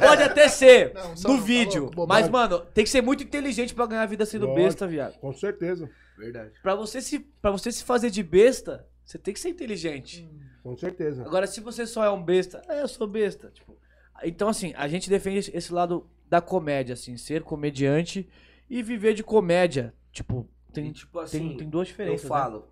S4: Pode até ser
S5: Não, só
S4: no
S5: não, tá
S4: vídeo.
S5: louco,
S4: mas,
S5: bobagem.
S4: mano, tem que ser muito inteligente pra ganhar a vida sendo
S2: Lógico.
S4: besta, viado.
S2: Com certeza.
S1: Verdade.
S4: Pra você, se, pra você se fazer de besta, você tem que ser inteligente.
S2: Com certeza.
S4: Agora, se você só é um besta, é, eu sou besta. Tipo, então, assim, a gente defende esse- esse lado da comédia, assim, ser comediante e viver de comédia. Tipo,
S1: E,
S4: tem,
S1: tipo
S4: tem,
S1: assim,
S4: tem duas
S1: eu
S4: diferenças. né?
S1: falo,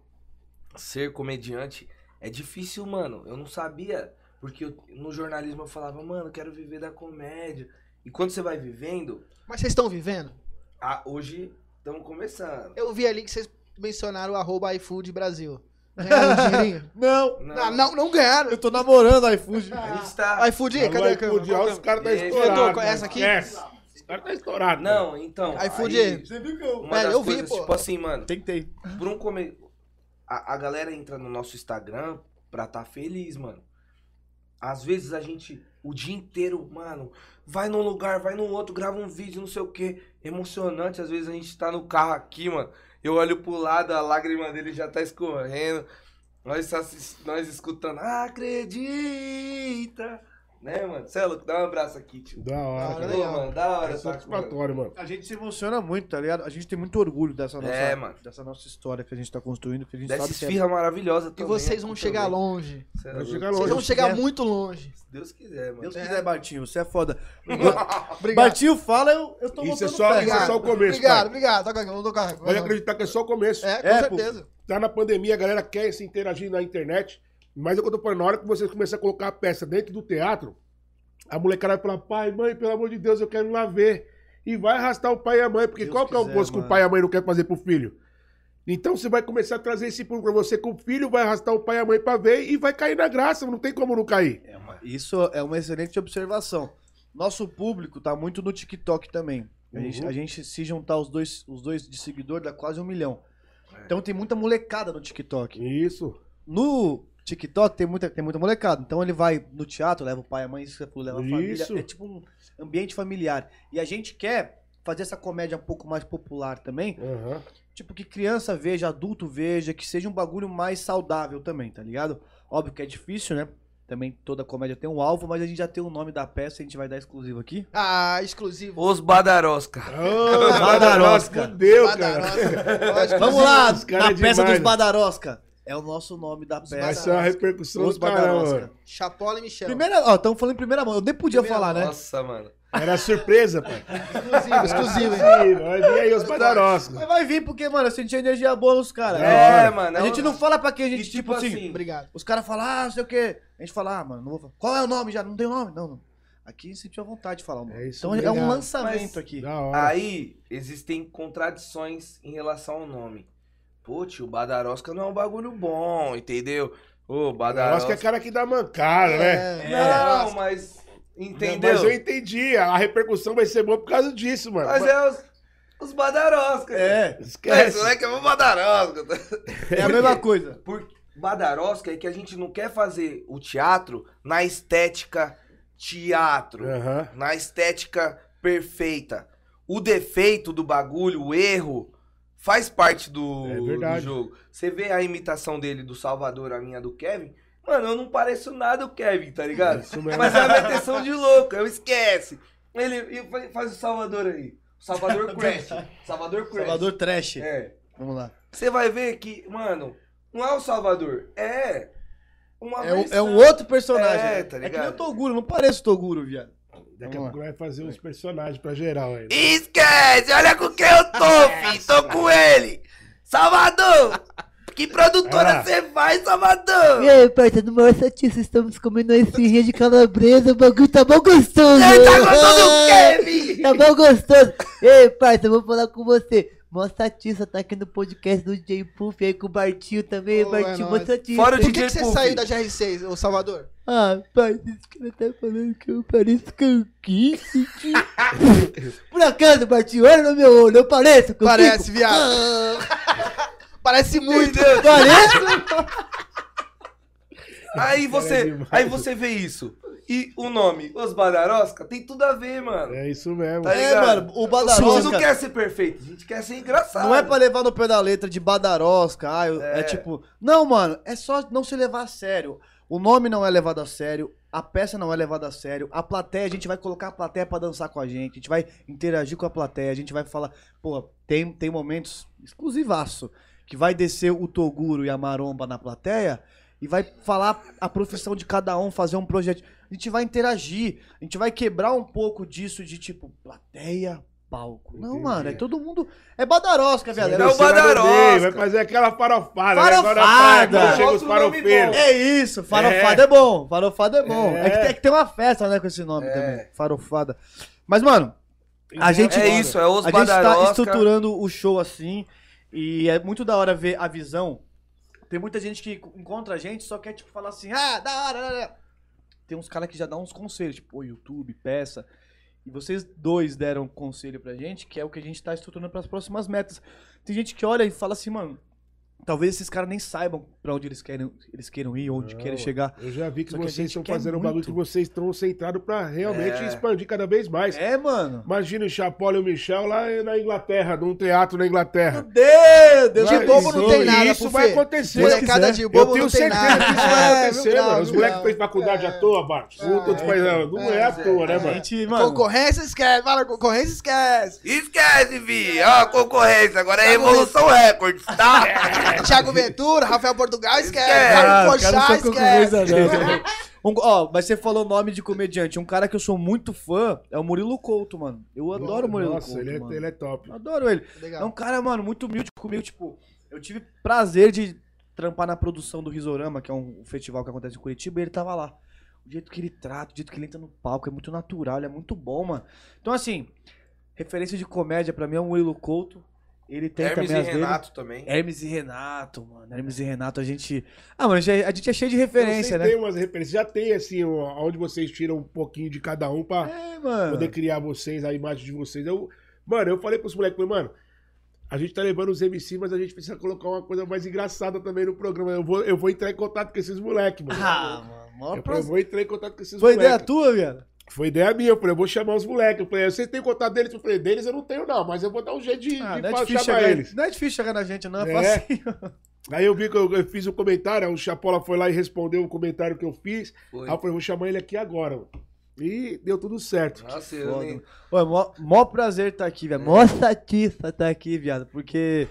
S1: ser comediante é difícil, mano. Eu não sabia, porque eu- no jornalismo eu falava, mano, eu quero viver da comédia. E quando você vai vivendo,
S5: Mas vocês estão vivendo?
S1: ah, hoje estamos começando.
S5: Eu vi ali que vocês mencionaram o arroba iFood Brasil. Ganharam um dinheirinho?
S4: Não,
S5: Não, Ah, não, não ganharam.
S4: eu tô namorando iFood.
S1: A gente tá.
S5: iFood,
S2: Alô,
S5: cadê a
S2: iFood,
S5: câmera?
S2: ó, os caras tá
S1: Esse-
S2: estourado.
S5: Doutor, essa aqui?
S2: Essa. Os caras tá estourado.
S1: Não, então.
S5: iFood,
S1: aí,
S2: Você viu que eu...
S1: uma
S5: é,
S1: das
S5: eu vi,
S1: coisas,
S5: pô.
S1: tipo assim, mano,
S4: Tentei.
S1: por um come... a, a galera entra no nosso Instagram pra tá feliz, mano. Às vezes a gente, o dia inteiro, mano, vai num lugar, vai num outro, grava um vídeo, não sei o que. Emocionante, às vezes a gente tá no carro aqui, mano. Eu olho pro lado, a lágrima dele já tá escorrendo. Nós, tá assis- nós escutando, acredita! Né, mano? Cê é louco, dá um abraço aqui, tio.
S2: Da
S5: Da
S2: hora.
S5: hora.
S1: Pô, mano, da
S2: É
S1: hora, tá com-
S2: satisfatório, mano.
S4: A gente se emociona muito, tá ligado? A gente tem muito orgulho dessa nossa,
S1: É, mano.
S4: dessa nossa história que a gente tá construindo, que a gente
S1: Dessa
S4: sabe que é
S1: esfirra maravilhosa
S5: E
S1: também.
S5: vocês vão
S1: aqui
S5: chegar
S1: também.
S5: longe.
S1: Cê é
S2: Vai
S1: louco.
S2: chegar
S5: Vocês
S2: Tá longe. né?
S5: vão chegar
S4: quiser.
S5: muito longe.
S1: Se Deus quiser, mano.
S4: Deus quiser, Bartinho, você é foda.
S5: Obrigado.
S4: Bartinho fala, eu, eu tô
S2: Isso é
S4: botando
S2: só,
S4: fé.
S2: isso é só o começo,
S5: Obrigado,
S2: pai.
S5: obrigado. Toca aqui, vamos tocar.
S2: Pode acreditar que é só o começo.
S5: É, com
S4: É, pô.
S5: certeza.
S2: Tá na pandemia, a galera quer se interagir na internet. Mas é o que eu tô falando, na hora que você começar a colocar a peça dentro do teatro, a molecada vai falar, pai, mãe, pelo amor de Deus, eu quero ir lá ver. E vai arrastar o pai e a mãe, porque
S4: Deus
S2: qual que é o
S4: quiser,
S2: posto que
S4: mano.
S2: o pai e a mãe não quer fazer pro filho? Então você vai começar a trazer esse público pra você com o filho, vai arrastar o pai e a mãe pra ver e vai cair na graça, não tem como não cair.
S4: É uma- isso é uma excelente observação. Nosso público tá muito no TikTok também. A, gente,
S2: Uhum.
S4: a gente, se juntar os dois, os dois de seguidor, dá quase um milhão.
S1: É.
S4: Então tem muita molecada no TikTok.
S2: Isso.
S4: No TikTok tem muita, tem muita molecada. Então ele vai no teatro, leva o pai, a mãe, isso que você falou, leva a família.
S2: Isso.
S4: É tipo um ambiente familiar. E a gente quer fazer essa comédia um pouco mais popular também,
S2: Aham.
S4: tipo, que criança veja, adulto veja, que seja um bagulho mais saudável também, tá ligado? Óbvio que é difícil, né? Também toda comédia tem um alvo, mas a gente já tem o nome da peça, a gente vai dar exclusivo aqui.
S5: Ah, exclusivo.
S1: Os Badarosca.
S2: Ô,
S4: Badarosca.
S2: Ah, Fudeu, cara.
S5: Badarosca.
S4: Vamos lá,
S2: Os cara é
S4: a peça
S2: demais,
S4: dos Badarosca. É o nosso nome da
S2: Vai
S4: peça.
S2: ser uma repercussão
S4: Os
S2: do caramba.
S4: Badarosca.
S2: mano.
S5: Chapola e Michel.
S4: Primeira, ó, estamos falando em primeira mão. Eu nem podia
S5: Primeira
S4: falar, né?
S1: Nossa, mano.
S2: Era surpresa, pai.
S5: Exclusivo, exclusivo, hein?
S2: Sim, vai vir aí os Badarosca.
S4: Mas vai vir porque, mano, eu senti energia boa nos caras.
S1: É, mano.
S4: A
S1: é
S4: gente
S1: um-
S4: não fala pra quem a gente,
S1: E
S4: tipo, assim,
S5: Obrigado.
S4: Os caras falam, ah, não sei o quê. A gente fala, ah, mano, não vou falar. Qual é o nome já? Não tem o nome? Não, não. Aqui sentiu a vontade de falar, mano.
S2: É isso
S4: então é
S5: mesmo.
S4: um lançamento
S1: Mas-
S4: aqui.
S2: Da hora.
S1: Aí existem contradições em relação ao nome. Pô, tio, Badarosca não é um bagulho bom, entendeu? Ô,
S2: Badarosca
S1: Badarosca.
S2: é cara que dá mancada, né?
S5: É,
S4: é
S1: Não, mas. É, Entendeu?
S2: Mas eu entendi. A repercussão vai ser boa por causa disso, mano.
S1: Mas é os, os Badarosca.
S4: É,
S1: Mas
S2: Esquece.
S1: não é que é um Badarosca.
S4: é a mesma coisa.
S1: Por Badarosca é que a gente não quer fazer o teatro na estética teatro.
S2: Aham.
S1: na estética perfeita. O defeito do bagulho, o erro, faz parte do,
S2: É verdade.
S1: do jogo. Você vê a imitação dele do Salvador, a minha do Kevin. Mano, eu não pareço nada o Kevin, tá ligado?
S2: Isso mesmo.
S1: Mas é uma intenção de louco, eu esquece. Ele e fa- faz o Salvador aí. O Salvador Crash. Salvador Crash.
S4: Salvador Trash.
S1: É.
S4: Vamos lá.
S1: Você vai ver que, mano, não é o Salvador, é uma
S4: É, um- é um
S1: versão.
S4: outro personagem.
S1: É,
S4: né?
S1: tá
S4: É que nem
S1: ligado?
S4: o Toguro, não parece o Toguro, viado.
S2: Daqui a
S4: Vamos lá.
S2: pouco vai fazer uns personagens pra geral aí.
S1: Esquece, olha com quem eu tô, filho. Tô com ele. Salvador, que
S2: Vai
S1: produtora
S4: Ah.
S2: lá.
S1: você vai,
S5: é.
S1: Salvador?
S6: E aí, parça, numa hora disso, estamos comendo uma esfirrinha de calabresa, o bagulho tá bom gostoso!
S1: Ele tá gostando do quê, filho?
S6: Tá bom gostoso! Ei, parça, vou falar com você. Mó statista tá aqui no podcast do DJ Puff, aí com o Bartinho também,
S5: Ô, é
S6: Bartinho, mó
S5: nóis.
S6: statista.
S1: Fora o
S5: Por que,
S1: DJ
S5: que você
S1: Puff.
S5: saiu da GR6, ô Salvador?
S6: Ah, parça, esse cara tá falando que eu pareço canquice, tio. Por acaso, Bartinho, olha no meu olho, eu pareço com
S5: Parece, viado.
S4: "Ah."
S5: Parece muito.
S6: Parece?
S1: Aí
S2: É
S1: você,
S2: demais.
S1: aí você vê isso. E o nome, Os Badarosca, tem tudo a ver, mano.
S2: É isso mesmo.
S1: Tá
S4: é,
S1: ligado?
S4: mano, o
S1: A gente não
S4: Badarosca.
S1: quer ser perfeito, a gente quer ser engraçado.
S4: Não é pra levar no pé da letra de Badarosca. Ah, eu- é.
S1: É.
S4: tipo. Não, mano, é só não se levar a sério. O nome não é levado a sério. A peça não é levada a sério. A plateia, a gente vai colocar a plateia pra dançar com a gente. A gente vai interagir com a plateia. A gente vai falar. Porra, tem, tem momentos exclusivaço. Que vai descer o Toguro e a Maromba na plateia. E vai falar a profissão de cada um, fazer um projeto. A gente vai interagir. A gente vai quebrar um pouco disso de tipo, plateia, palco. Não,
S2: Entendi.
S4: mano, é todo mundo. É badarosca, velho.
S1: É o
S2: Você vai beber,
S1: Badarosca.
S2: Vai fazer aquela farofada.
S4: Farofada.
S2: Né? Farofada, quando Chega os
S1: Outro nome
S2: farofeiros.
S1: bom.
S4: É isso, farofada é, bom, farofada é bom. É.
S2: É.
S4: que tem, é que tem uma festa, né, com esse nome
S1: É.
S4: também, farofada. Mas, mano, a gente,
S1: É isso, é Os
S4: a gente tá
S1: Badarosca.
S4: estruturando o show assim e é muito da hora ver a visão. Tem muita gente que encontra a gente e só quer, tipo, falar assim, ah, da hora, da hora. Tem uns caras que já dão uns conselhos, tipo, o YouTube, peça. E vocês dois deram um conselho pra gente, que é o que a gente tá estruturando pras próximas metas. Tem gente que olha e fala assim, mano, talvez esses caras nem saibam pra onde eles querem, eles queiram ir, onde
S2: Não,
S4: querem chegar.
S2: Eu já vi que
S4: Só que a
S2: vocês
S4: gente
S2: estão
S4: quer
S2: fazendo um
S4: muito.
S2: bagulho que vocês estão centrados pra realmente
S1: É.
S2: expandir cada vez mais.
S4: É, mano.
S2: Imagina o Chapola e o Michel lá na Inglaterra, num teatro na Inglaterra.
S4: Meu Deus, Deus né,
S2: Vai-
S4: do
S5: de bobo não tem
S2: e
S5: nada,
S2: é Isso
S5: Pufê.
S2: vai acontecer.
S5: Molecada
S4: quiser.
S5: de
S2: Eu
S5: bobo
S2: tenho
S5: não tem
S2: certeza que
S5: nada. É,
S2: isso vai acontecer,
S5: Não,
S2: mano. Os
S5: não,
S2: moleques
S5: não.
S2: fez faculdade
S5: É.
S2: à toa, Bart. Puta, os pais- não, não é à toa, né, mano?
S4: gente, mano.
S5: Concorrência esquece, fala, concorrência esquece.
S1: Esquece, vi. Ó, a concorrência, agora é Revolução Records, tá?
S5: Thiago Ventura, Rafael Portugal esquece.
S1: Esquece.
S4: Ah,
S5: Carlos
S4: o cara não
S5: Pochá
S4: foi
S5: esquece.
S4: concorrência, não. Um- ó, mas você falou nome de comediante. Um cara que eu sou muito fã é o Murilo Couto, mano. Eu adoro o Murilo
S2: Nossa,
S4: Couto.
S2: ele
S4: mano.
S2: é, ele é top.
S4: Eu adoro ele. É um
S5: Legal.
S4: cara, mano, muito humilde comigo. Tipo, eu tive prazer de trampar na produção do Risorama, que é um festival que acontece em Curitiba, e ele tava lá. O jeito que ele trata, o jeito que ele entra no palco, é muito natural, ele é muito bom, mano. Então, assim, referência de comédia pra mim é o Murilo Couto. Ele tem
S1: Hermes
S4: também
S1: e
S4: as dele.
S1: Renato também.
S4: Hermes e Renato, mano. Hermes e Renato, a gente. Ah, mano, a gente é- a gente é cheio de referência,
S2: vocês
S4: né?
S2: têm umas referências. Já tem, assim, um- onde vocês tiram um pouquinho de cada um pra
S4: É, mano.
S2: poder criar vocês, a imagem de vocês. Eu, mano, eu falei pros moleques, falei, mano, a gente tá levando os MC, mas a gente precisa colocar uma coisa mais engraçada também no programa. Eu vou, eu vou entrar em contato com esses moleques, mano.
S4: Ah, mano. maior
S2: eu, falei, eu
S4: prazer.
S2: vou entrar em contato com esses
S4: Foi
S2: moleques.
S4: ideia tua, velho?
S2: Foi ideia minha, eu falei, eu vou chamar os moleques. Eu falei, vocês têm contato deles? Eu falei, deles eu não tenho, não, mas eu vou dar um jeito de,
S4: Ah,
S2: de
S4: não, é
S2: fa-
S4: difícil
S2: chamar
S4: chegar,
S2: eles.
S4: não é difícil chegar na gente, não. É,
S2: É.
S4: facinho.
S2: Aí eu vi que eu, eu fiz um comentário, o Chapola foi lá e respondeu o comentário que eu fiz.
S1: Foi.
S2: Aí eu falei, vou chamar ele aqui agora. mano. E deu tudo certo.
S1: Nossa, eu nem...
S4: Pô, é mó, mó prazer estar aqui, velho. É Mó satisfa estar aqui, viado. Porque,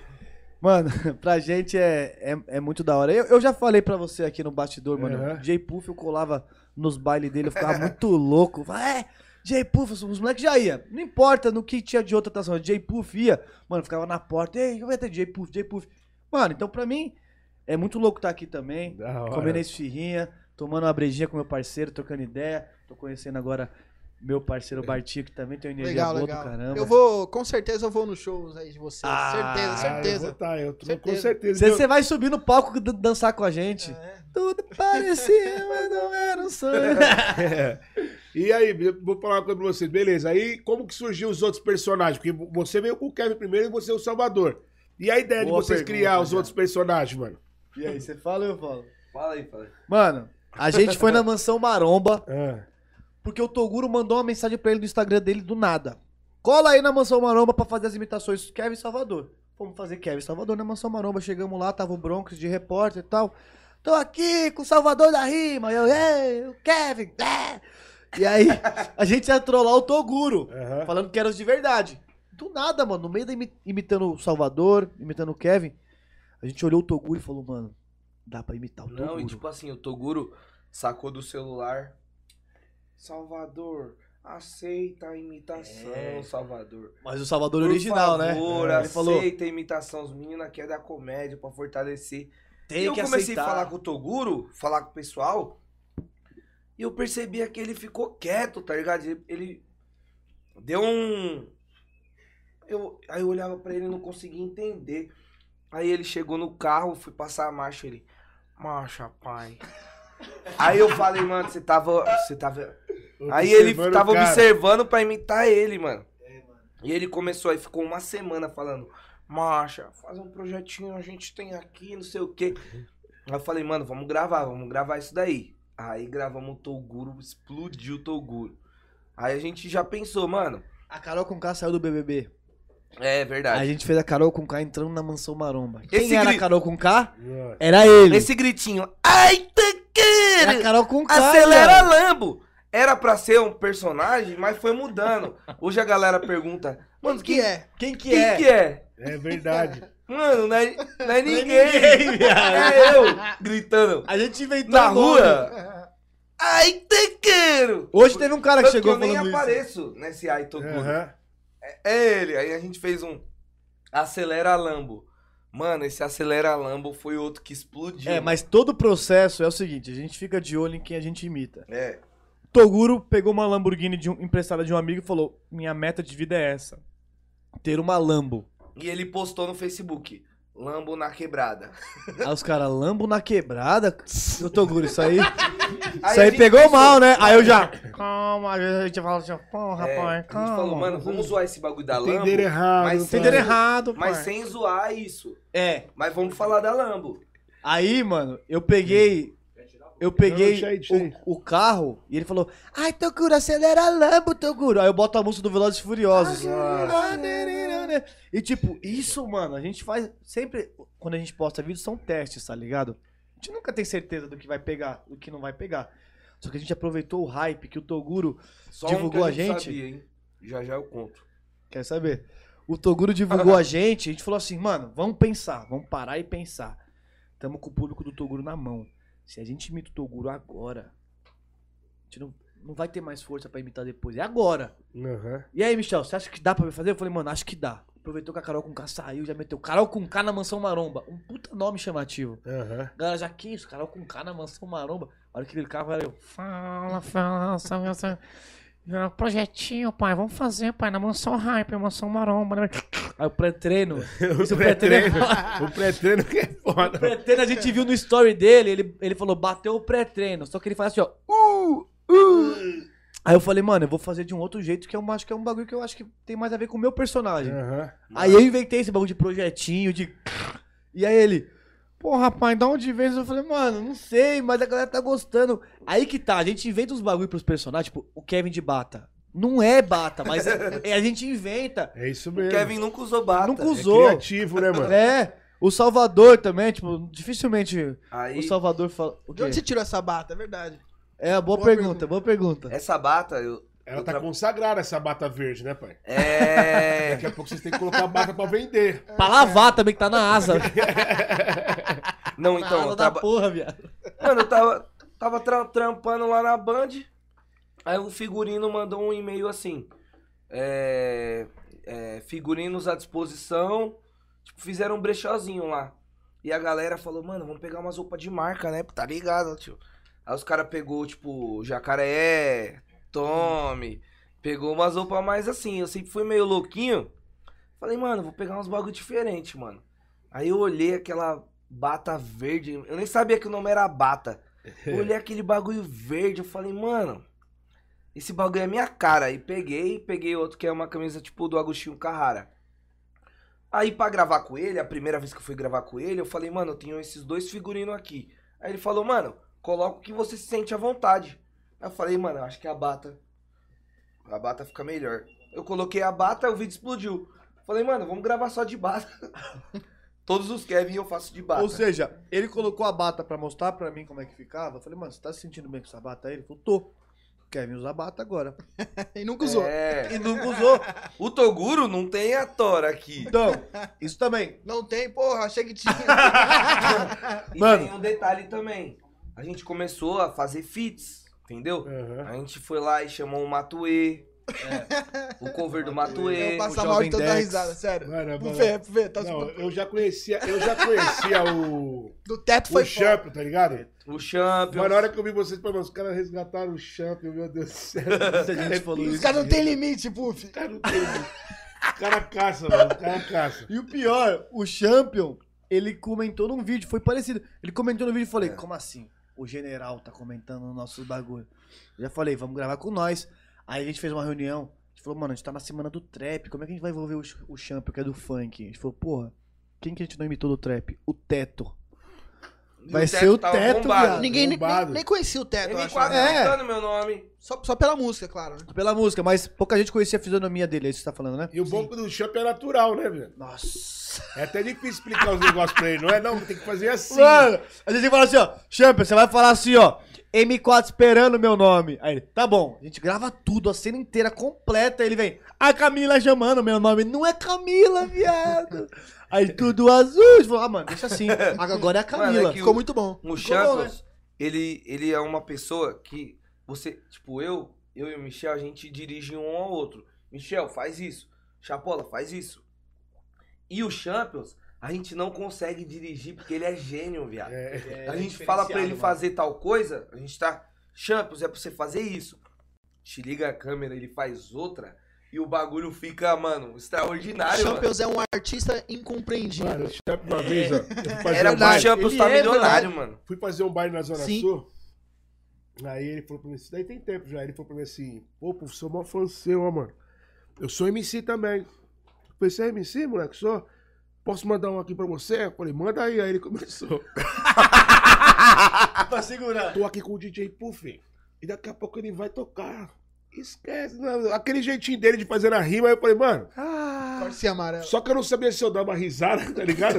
S4: mano, pra gente é, é, é muito da hora. Eu, eu já falei pra você aqui no bastidor, mano.
S2: Aham.
S4: Jay Puff, eu colava nos bailes dele, eu ficava muito louco. Vai, é, Jay Puff, os- os moleques já iam. Não importa no que tinha de outra atração. Jay Puff ia, mano, ficava na porta. Ei, vai ter Jay Puff, Jay Puff. Mano, então pra mim é muito louco estar aqui também
S2: Da hora.
S4: comendo esfirrinha, tomando uma brejinha com meu parceiro, trocando ideia. Tô conhecendo agora meu parceiro Bartinho, que também tem uma energia
S5: Legal,
S4: boa
S5: legal.
S4: do caramba.
S5: Eu vou, com certeza eu vou nos shows aí de vocês.
S4: Ah,
S5: certeza,
S2: Ah, eu vou
S5: certeza.
S2: tá, eu tô- com
S5: Certeza.
S2: certeza.
S4: Você
S2: Deu-
S4: você vai subir no palco dan- dançar com a gente.
S5: É.
S4: Tudo parecia, mas não era um sonho.
S2: É. E aí, eu vou falar uma coisa pra vocês. Beleza, aí como que surgiu os outros personagens? Porque você veio com o Kevin primeiro e você é o Salvador. E a ideia
S4: Boa
S2: de vocês
S4: pergunta,
S2: criar os
S4: cara.
S2: outros personagens, mano?
S4: E aí, você fala ou eu falo?
S1: Fala aí, fala aí.
S4: Mano, a gente foi na mansão Maromba,
S2: Ah,
S4: porque o Toguro mandou uma mensagem pra ele no Instagram dele do nada. Cola aí na Mansão Maromba pra fazer as imitações Kevin Salvador. Vamos fazer Kevin Salvador na Mansão Maromba. Chegamos lá, tava o Bronx de repórter e tal. Tô aqui com o Salvador da Rima. Eu, ei, o Kevin. é." E aí, a gente ia trollar o Toguro,
S2: aham.
S4: falando que era os de verdade. Do nada, mano, no meio da imi- imitando o Salvador, imitando o Kevin, a gente olhou o Toguro e falou, mano, dá pra imitar o Toguro.
S1: Não, e tipo assim, o Toguro sacou do celular. Salvador, aceita a imitação, Salvador.
S4: Mas o Salvador
S1: Por
S4: original, né?
S1: favor,
S4: Ele falou,
S1: aceita a imitação. Os meninos aqui é da comédia pra fortalecer.
S4: tem
S1: e eu
S4: que
S1: comecei
S4: aceitar.
S1: a falar com o Toguro, falar com o pessoal. E eu percebia que ele ficou quieto, tá ligado? Ele- Ele deu um. Eu, aí eu olhava pra ele e não conseguia entender. Aí ele chegou no carro, fui passar a marcha, ele. Marcha, pai. Aí eu falei, mano, você tava. Você tava. Aí ele
S2: Observando o
S1: tava
S2: cara.
S1: observando pra imitar ele, mano. E ele começou aí, ficou uma semana falando, marcha, faz um projetinho, a gente tem aqui, não sei o quê. Aí eu falei, mano, vamos gravar, vamos gravar isso daí. Aí gravamos o Toguro, explodiu o Toguro. Aí a gente já pensou, mano,
S4: A Carol Conká saiu do BBB.
S1: é
S4: A
S1: verdade.
S4: gente fez a Carol Conká entrando na Mansão Maromba. Quem
S1: Esse
S4: era
S1: gri-
S4: a Carol Conká?
S2: Ah,
S4: Era ele.
S1: Esse gritinho, ai,
S4: Era
S1: Toguro!
S4: a Carol Conká.
S1: Acelera
S4: velho.
S1: Lambo! Era pra ser um personagem, mas foi mudando. Hoje a galera pergunta, mano,
S5: Que é?
S4: Quem que
S1: Quem
S4: é?
S1: que é?
S2: É verdade.
S1: Mano, não é, não é ninguém.
S4: ninguém, viado. Então
S1: é eu gritando.
S4: A gente inventou
S1: Na
S4: o nome.
S1: rua. Ai, tequeiro!
S4: Hoje teve um cara que
S1: Tanto
S4: chegou
S1: que eu nem
S4: falando isso.
S1: apareço nesse ai, tô gordo.
S2: Aham.
S1: É ele. Aí a gente fez um Acelera Lambo. Mano, esse Acelera Lambo foi outro que explodiu.
S4: É, mas todo o processo é o seguinte, a gente fica de olho em quem a gente imita.
S1: É.
S4: Toguro pegou uma Lamborghini de um- emprestada de um amigo e falou: "Minha meta de vida é essa. Ter uma Lambo".
S1: E ele postou no Facebook. Lambo na quebrada.
S4: Aí Ah, os caras, lambo na quebrada? Eu tô guro, isso aí. isso
S1: a
S4: aí
S1: gente
S4: pegou
S1: pensou-
S4: mal, né? Aí eu já. Calma, às vezes a gente fala assim, pô,
S1: É,
S4: rapaz,
S1: a gente
S4: calma.
S1: falou, mano, vamos zoar esse bagulho da Lambo.
S2: Entenderam errado.
S1: mas
S2: tá?
S4: Entenderam errado,
S1: Mas
S4: pai.
S1: sem zoar isso.
S4: É.
S1: Mas vamos falar da Lambo.
S4: Aí, mano, eu peguei. Eu
S2: Não,
S4: peguei
S2: deixa aí, deixa aí.
S4: o, o carro e ele falou: Ai, Toguro, acelera a Lambo, Toguro. Aí eu boto a música do Velozes e Furiosos. Ah, né, E tipo, isso, mano, a gente faz. Sempre quando a gente posta vídeo, são testes, tá ligado? A gente nunca tem certeza do que vai pegar, do que não vai pegar. Só que a gente aproveitou o hype que o Toguro.
S1: Só um que
S4: Divulgou a
S1: eu não
S4: gente?
S1: sabia, hein? Já já eu conto.
S4: Quer saber? O Toguro divulgou a gente, a gente falou assim, mano, vamos pensar, vamos parar e pensar. Tamo com o público do Toguro na mão. Se a gente imita o Toguro agora, a gente não, não vai ter mais força pra imitar depois. É agora.
S2: Aham.
S4: E aí, Michel, você acha que dá pra fazer? Eu falei, mano, acho que dá. Aproveitou que a Carol com K saiu, já meteu Carol com K na Mansão Maromba. Um puta nome chamativo.
S2: Aham.
S4: A galera já, que isso? Carol com K na Mansão Maromba. A hora que ele cava, era eu. Fala, fala, salve, salve. Não, Projetinho, pai, vamos fazer, pai, na mansão hype, na mansão maromba. né? Aí o pré-treino. Isso o pré-treino.
S2: O pré-treino que é
S4: O
S2: foda.
S4: pré-treino a gente viu no story dele, ele, ele falou, bateu o pré-treino. Só que ele faz assim, ó. Uh, uh. Aí eu falei, mano, eu vou fazer de um outro jeito, que eu acho que é um bagulho que eu acho que tem mais a ver com o meu personagem.
S2: Aham.
S4: Aí eu inventei esse bagulho de projetinho, de. E aí ele. Pô, rapaz, da onde vem isso? Eu falei, mano, não sei, mas a galera tá gostando. Aí que tá, a gente inventa uns bagulho pros personagens, tipo, o Kevin de Bata. Não é Bata, mas é- é a gente inventa.
S2: É isso
S1: O
S2: mesmo.
S1: Kevin nunca usou bata.
S4: Nunca
S2: é
S4: usou.
S2: criativo, né, mano?
S4: É. O Salvador também, tipo, dificilmente
S1: Aí,
S4: o Salvador fala. O
S5: De
S4: quê?
S5: onde você tirou essa bata? É verdade.
S4: É, boa,
S5: Boa
S4: pergunta,
S5: pergunta.
S4: boa pergunta.
S1: essa bata, eu...
S2: Ela tá consagrada, essa bata verde, né, pai?
S1: É...
S2: Daqui a pouco vocês têm que colocar a bata pra vender.
S4: Pra lavar também, que tá na asa. na
S1: Não, então,
S4: asa
S1: eu
S4: da
S1: tava...
S4: porra, viado.
S1: Mano, eu tava, tava tra- trampando lá na Band. Aí o figurino mandou um e-mail assim. É, é, figurinos à disposição. Tipo, fizeram um brechózinho lá. E a galera falou, mano, vamos pegar umas roupas de marca, né? Tá ligado, tio. Aí os caras pegou, tipo, jacaré, tome. Pegou umas roupas mais assim. Eu sempre fui meio louquinho. Falei, mano, vou pegar uns bagulho diferente, mano. Aí eu olhei aquela bata verde. Eu nem sabia que o nome era bata. Eu olhei aquele bagulho verde. Eu falei, mano, esse bagulho é minha cara. E peguei, peguei outro que é uma camisa tipo do Agostinho Carrara. Aí pra gravar com ele, a primeira vez que eu fui gravar com ele, eu falei, mano, eu tenho esses dois figurinos aqui. Aí ele falou, mano, coloca o que você se sente à vontade. Aí eu falei, mano, eu acho que a bata. A bata fica melhor. Eu coloquei a bata, o vídeo explodiu. Falei, mano, vamos gravar só de bata. Todos os Kevin eu faço de bata.
S4: Ou seja, ele colocou a bata pra mostrar pra mim como é que ficava. Eu falei, mano, você tá se sentindo bem com essa bata aí? Ele falou, tô. Kevin usa bata agora.
S5: E nunca usou.
S1: É.
S4: E nunca usou.
S1: O Toguro não tem a Tora aqui.
S4: Então, isso também.
S5: Não tem, porra, achei que tinha.
S1: E
S4: Mano.
S1: tem um detalhe também. A gente começou a fazer fits, entendeu?
S2: Aham.
S1: A gente foi lá e chamou o Matuê. É. O cover do Matuê.
S5: eu passo
S4: o
S5: mal
S4: Jovem
S5: de toda
S4: Dex.
S5: risada, sério.
S2: Mano,
S5: Pro
S2: mano.
S5: Fê, pro Fê, tá
S2: Não,
S5: super...
S2: eu já conhecia, eu já conhecia o,
S5: Do teto
S2: o
S5: foi foda.
S2: Champ, tá ligado?
S1: O Champions.
S2: Mas na hora que eu vi vocês, eu falei, mano, os caras resgataram o Champ, meu Deus do céu.
S4: Se a gente falou
S5: Os
S4: isso.
S5: caras não tem limite, Puff.
S2: cara não tem. Os caras caçam, mano. Os caras caçam.
S4: E o pior, o Champion, ele comentou num vídeo, foi parecido. Ele comentou no vídeo e falei, como assim? O general tá comentando o nosso bagulho. Eu já falei, vamos gravar com nós. Aí a gente fez uma reunião. A gente falou, mano, a gente tá na semana do trap. Como é que a gente vai envolver o, Ch- o Champion, que é do funk? A gente falou, porra, quem que a gente não imitou do trap? O Teto.
S1: E
S4: vai ser o
S1: tava
S4: teto, viado.
S5: Ninguém nem,
S2: Bombado.
S5: nem conhecia o
S1: tá
S5: teto, eu acho.
S1: M4
S4: É.
S5: né?
S1: gritando meu nome.
S5: Só, só pela música, claro, né?
S4: Pela música, mas pouca gente conhecia a fisionomia dele, é isso que você tá falando, né?
S2: E o bom do Champ é natural, né, velho?
S4: Nossa.
S2: É até difícil explicar os negócios pra ele, não é? Não, tem que fazer assim.
S4: Mano, a gente fala assim, ó, Champion, você vai falar assim, ó, M4 esperando o meu nome. Aí ele, tá bom, a gente grava tudo, a cena inteira completa, aí ele vem, a Camila chamando o meu nome, não é Camila, viado. Aí tudo azul, a gente falou, ah, mano, deixa assim, agora é a Camila.
S1: Mano, é que
S5: Ficou
S1: o-
S5: muito bom.
S4: Ficou
S1: O
S4: bom,
S1: Champions, ele, ele é uma pessoa que você, tipo, eu, eu e o Michel, a gente dirige um ao outro. Michel, faz isso. Chapola, faz isso. E o Champions, a gente não consegue dirigir porque ele é gênio, viado.
S2: É,
S1: a gente fala pra ele fazer tal coisa, a gente tá. Champions, é pra você fazer isso. Te liga a câmera, ele faz outra. E o bagulho fica, mano, extraordinário. mano.
S5: Champions é um artista incompreendido.
S2: mano, o Champ uma vez, ó. eu fui fazer
S1: Era
S2: um
S1: pro
S2: baile-
S1: Champions
S4: Ele
S1: tá
S4: é
S1: milionário, mano.
S2: fui fazer um baile na Zona
S5: Sim.
S2: Sul. Aí ele falou pra mim, isso daí tem tempo já. Ele falou pra mim assim, pô, pô, sou mó fã seu, ó, mano. Eu sou MC também. Eu falei, você é MC, moleque? Sou? Posso mandar um aqui pra você? Eu falei, manda aí. Aí ele começou.
S4: pra segurar.
S2: Tô aqui com o DJ Puff. E daqui a pouco ele vai tocar. Esquece. não. Aquele jeitinho dele de fazer a rima, aí eu falei, mano. Ah.
S5: Corte amarelo.
S2: Só que eu não sabia se eu dava risada, tá ligado?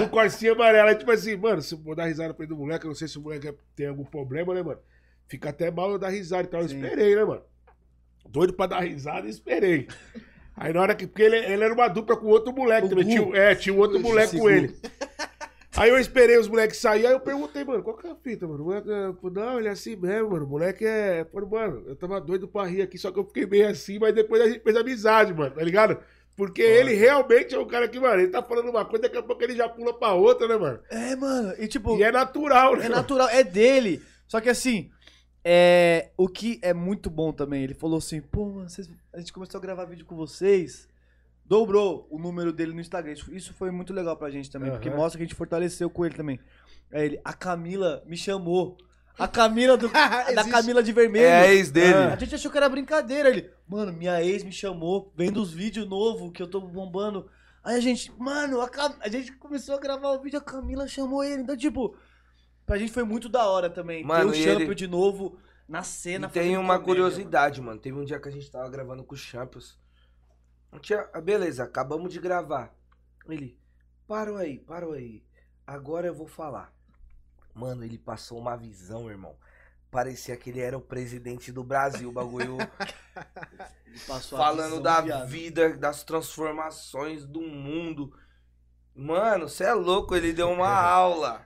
S2: Do corcinho amarelo. Aí, tipo assim, mano, se eu vou dar risada pra ele do moleque, eu não sei se o moleque tem algum problema, né, mano? Fica até mal eu dar risada e tal. Eu
S4: Sim.
S2: esperei, né, mano? Doido pra dar risada, eu esperei. Aí na hora que. Porque ele, ele era uma dupla com outro moleque
S4: O
S2: também.
S4: Gu.
S2: Tinha, um- é, tinha um outro
S4: Gu,
S2: moleque
S4: esse
S2: com
S4: Gu.
S2: ele. Aí eu esperei os moleques sair, aí eu perguntei, mano, qual que é a fita, mano? O moleque, eh, falou, não, ele é assim mesmo, mano. O moleque é. Falei, mano, eu tava doido pra rir aqui, só que eu fiquei meio assim, mas depois a gente fez amizade, mano, tá ligado? Porque ele realmente é um cara que, mano, ele tá falando uma coisa, daqui a pouco ele já pula pra outra, né, mano?
S4: É, mano, e tipo,
S2: E é natural, né?
S4: É
S2: mano?
S4: natural, é dele. Só que assim, é, o que é muito bom também, ele falou assim, pô, mano, vocês- a gente começou a gravar vídeo com vocês, dobrou o número dele no Instagram. Isso, isso foi muito legal pra gente também, porque
S2: Aham.
S4: mostra que a gente fortaleceu com ele também. Aí ele, a Camila me chamou. A Camila do, da
S5: Existe.
S4: Camila de Vermelho.
S1: É a ex dele.
S4: Ah, A gente achou que era brincadeira. Ele, mano, minha ex me chamou, vendo os vídeos novos que eu tô bombando. Aí a gente, mano, a, Cam- a gente começou a gravar o vídeo, a Camila chamou ele. Então, tipo, pra gente foi muito da hora também.
S1: Mano,
S4: ter
S1: e
S4: o Champion
S1: ele-
S4: de novo na né?
S1: E
S4: cena.
S1: tem
S4: fazendo
S1: uma
S4: comédia,
S1: curiosidade, mano. Teve um dia que a gente tava gravando com o Champions. Não tinha... ah, Beleza, acabamos de gravar. Ele, parou aí, parou aí. Agora eu vou falar. Mano, ele passou uma visão, irmão. Parecia que ele era o presidente do Brasil, o bagulho.
S4: mano. Passou a
S1: falando
S4: visão,
S1: da
S4: viado.
S1: vida, das transformações do mundo. Mano, você é louco, ele deu uma
S2: É.
S1: aula.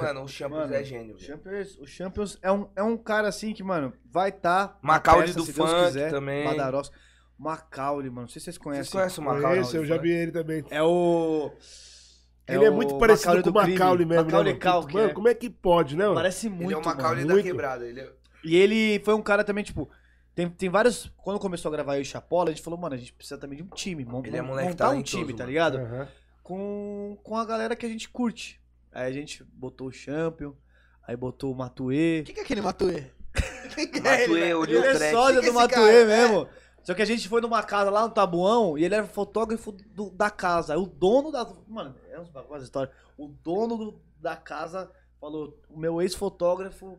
S1: Mano, o Champions
S4: Mano,
S1: é gênio,
S4: O
S1: velho.
S4: Champions, o Champions é, um, é um cara assim que, mano, vai tá estar.
S2: é
S1: Macaulay é do funk também.
S4: Badarosca. Macaulay, mano. Não sei se vocês conhecem.
S1: Vocês conhecem o Macaulay?
S2: Esse, eu já vi ele também.
S4: É o.
S2: ele é
S4: o
S2: muito parecido
S4: Macaulay
S2: com o
S4: do crime.
S2: Macaulay mesmo.
S4: Macaulay
S2: né, mano?
S4: Culkin,
S2: mano,
S4: é.
S2: como é que pode, né? mano?
S4: Parece muito.
S1: ele é o Macaulay
S4: mano,
S1: da
S4: muito.
S1: quebrada. Ele é...
S4: um E ele foi um cara também, tipo. Tem, tem vários. Quando começou a gravar eu e o Chapola, a gente falou, mano, a gente precisa também de um time. mon-
S1: Ele é moleque
S4: montar um
S1: talentoso,
S4: time, tá
S1: mano.
S4: ligado?
S2: Aham.
S4: com, com a galera que a gente curte. Aí a gente botou o Champion, aí botou o Matuê.
S5: O que, que é aquele Matuê? Quem que é ele,
S1: Matuê,
S5: velho?
S1: olhou
S4: Ele
S1: o
S4: é
S1: track.
S4: sósia
S5: Quem que é
S4: do
S5: esse
S4: Matuê
S5: cara?
S4: mesmo. Só que a gente foi numa casa lá no Tabuão e ele era fotógrafo do- da casa. Aí O dono da. Mano, é uns bagulhos história. O dono do- da casa falou: o meu ex-fotógrafo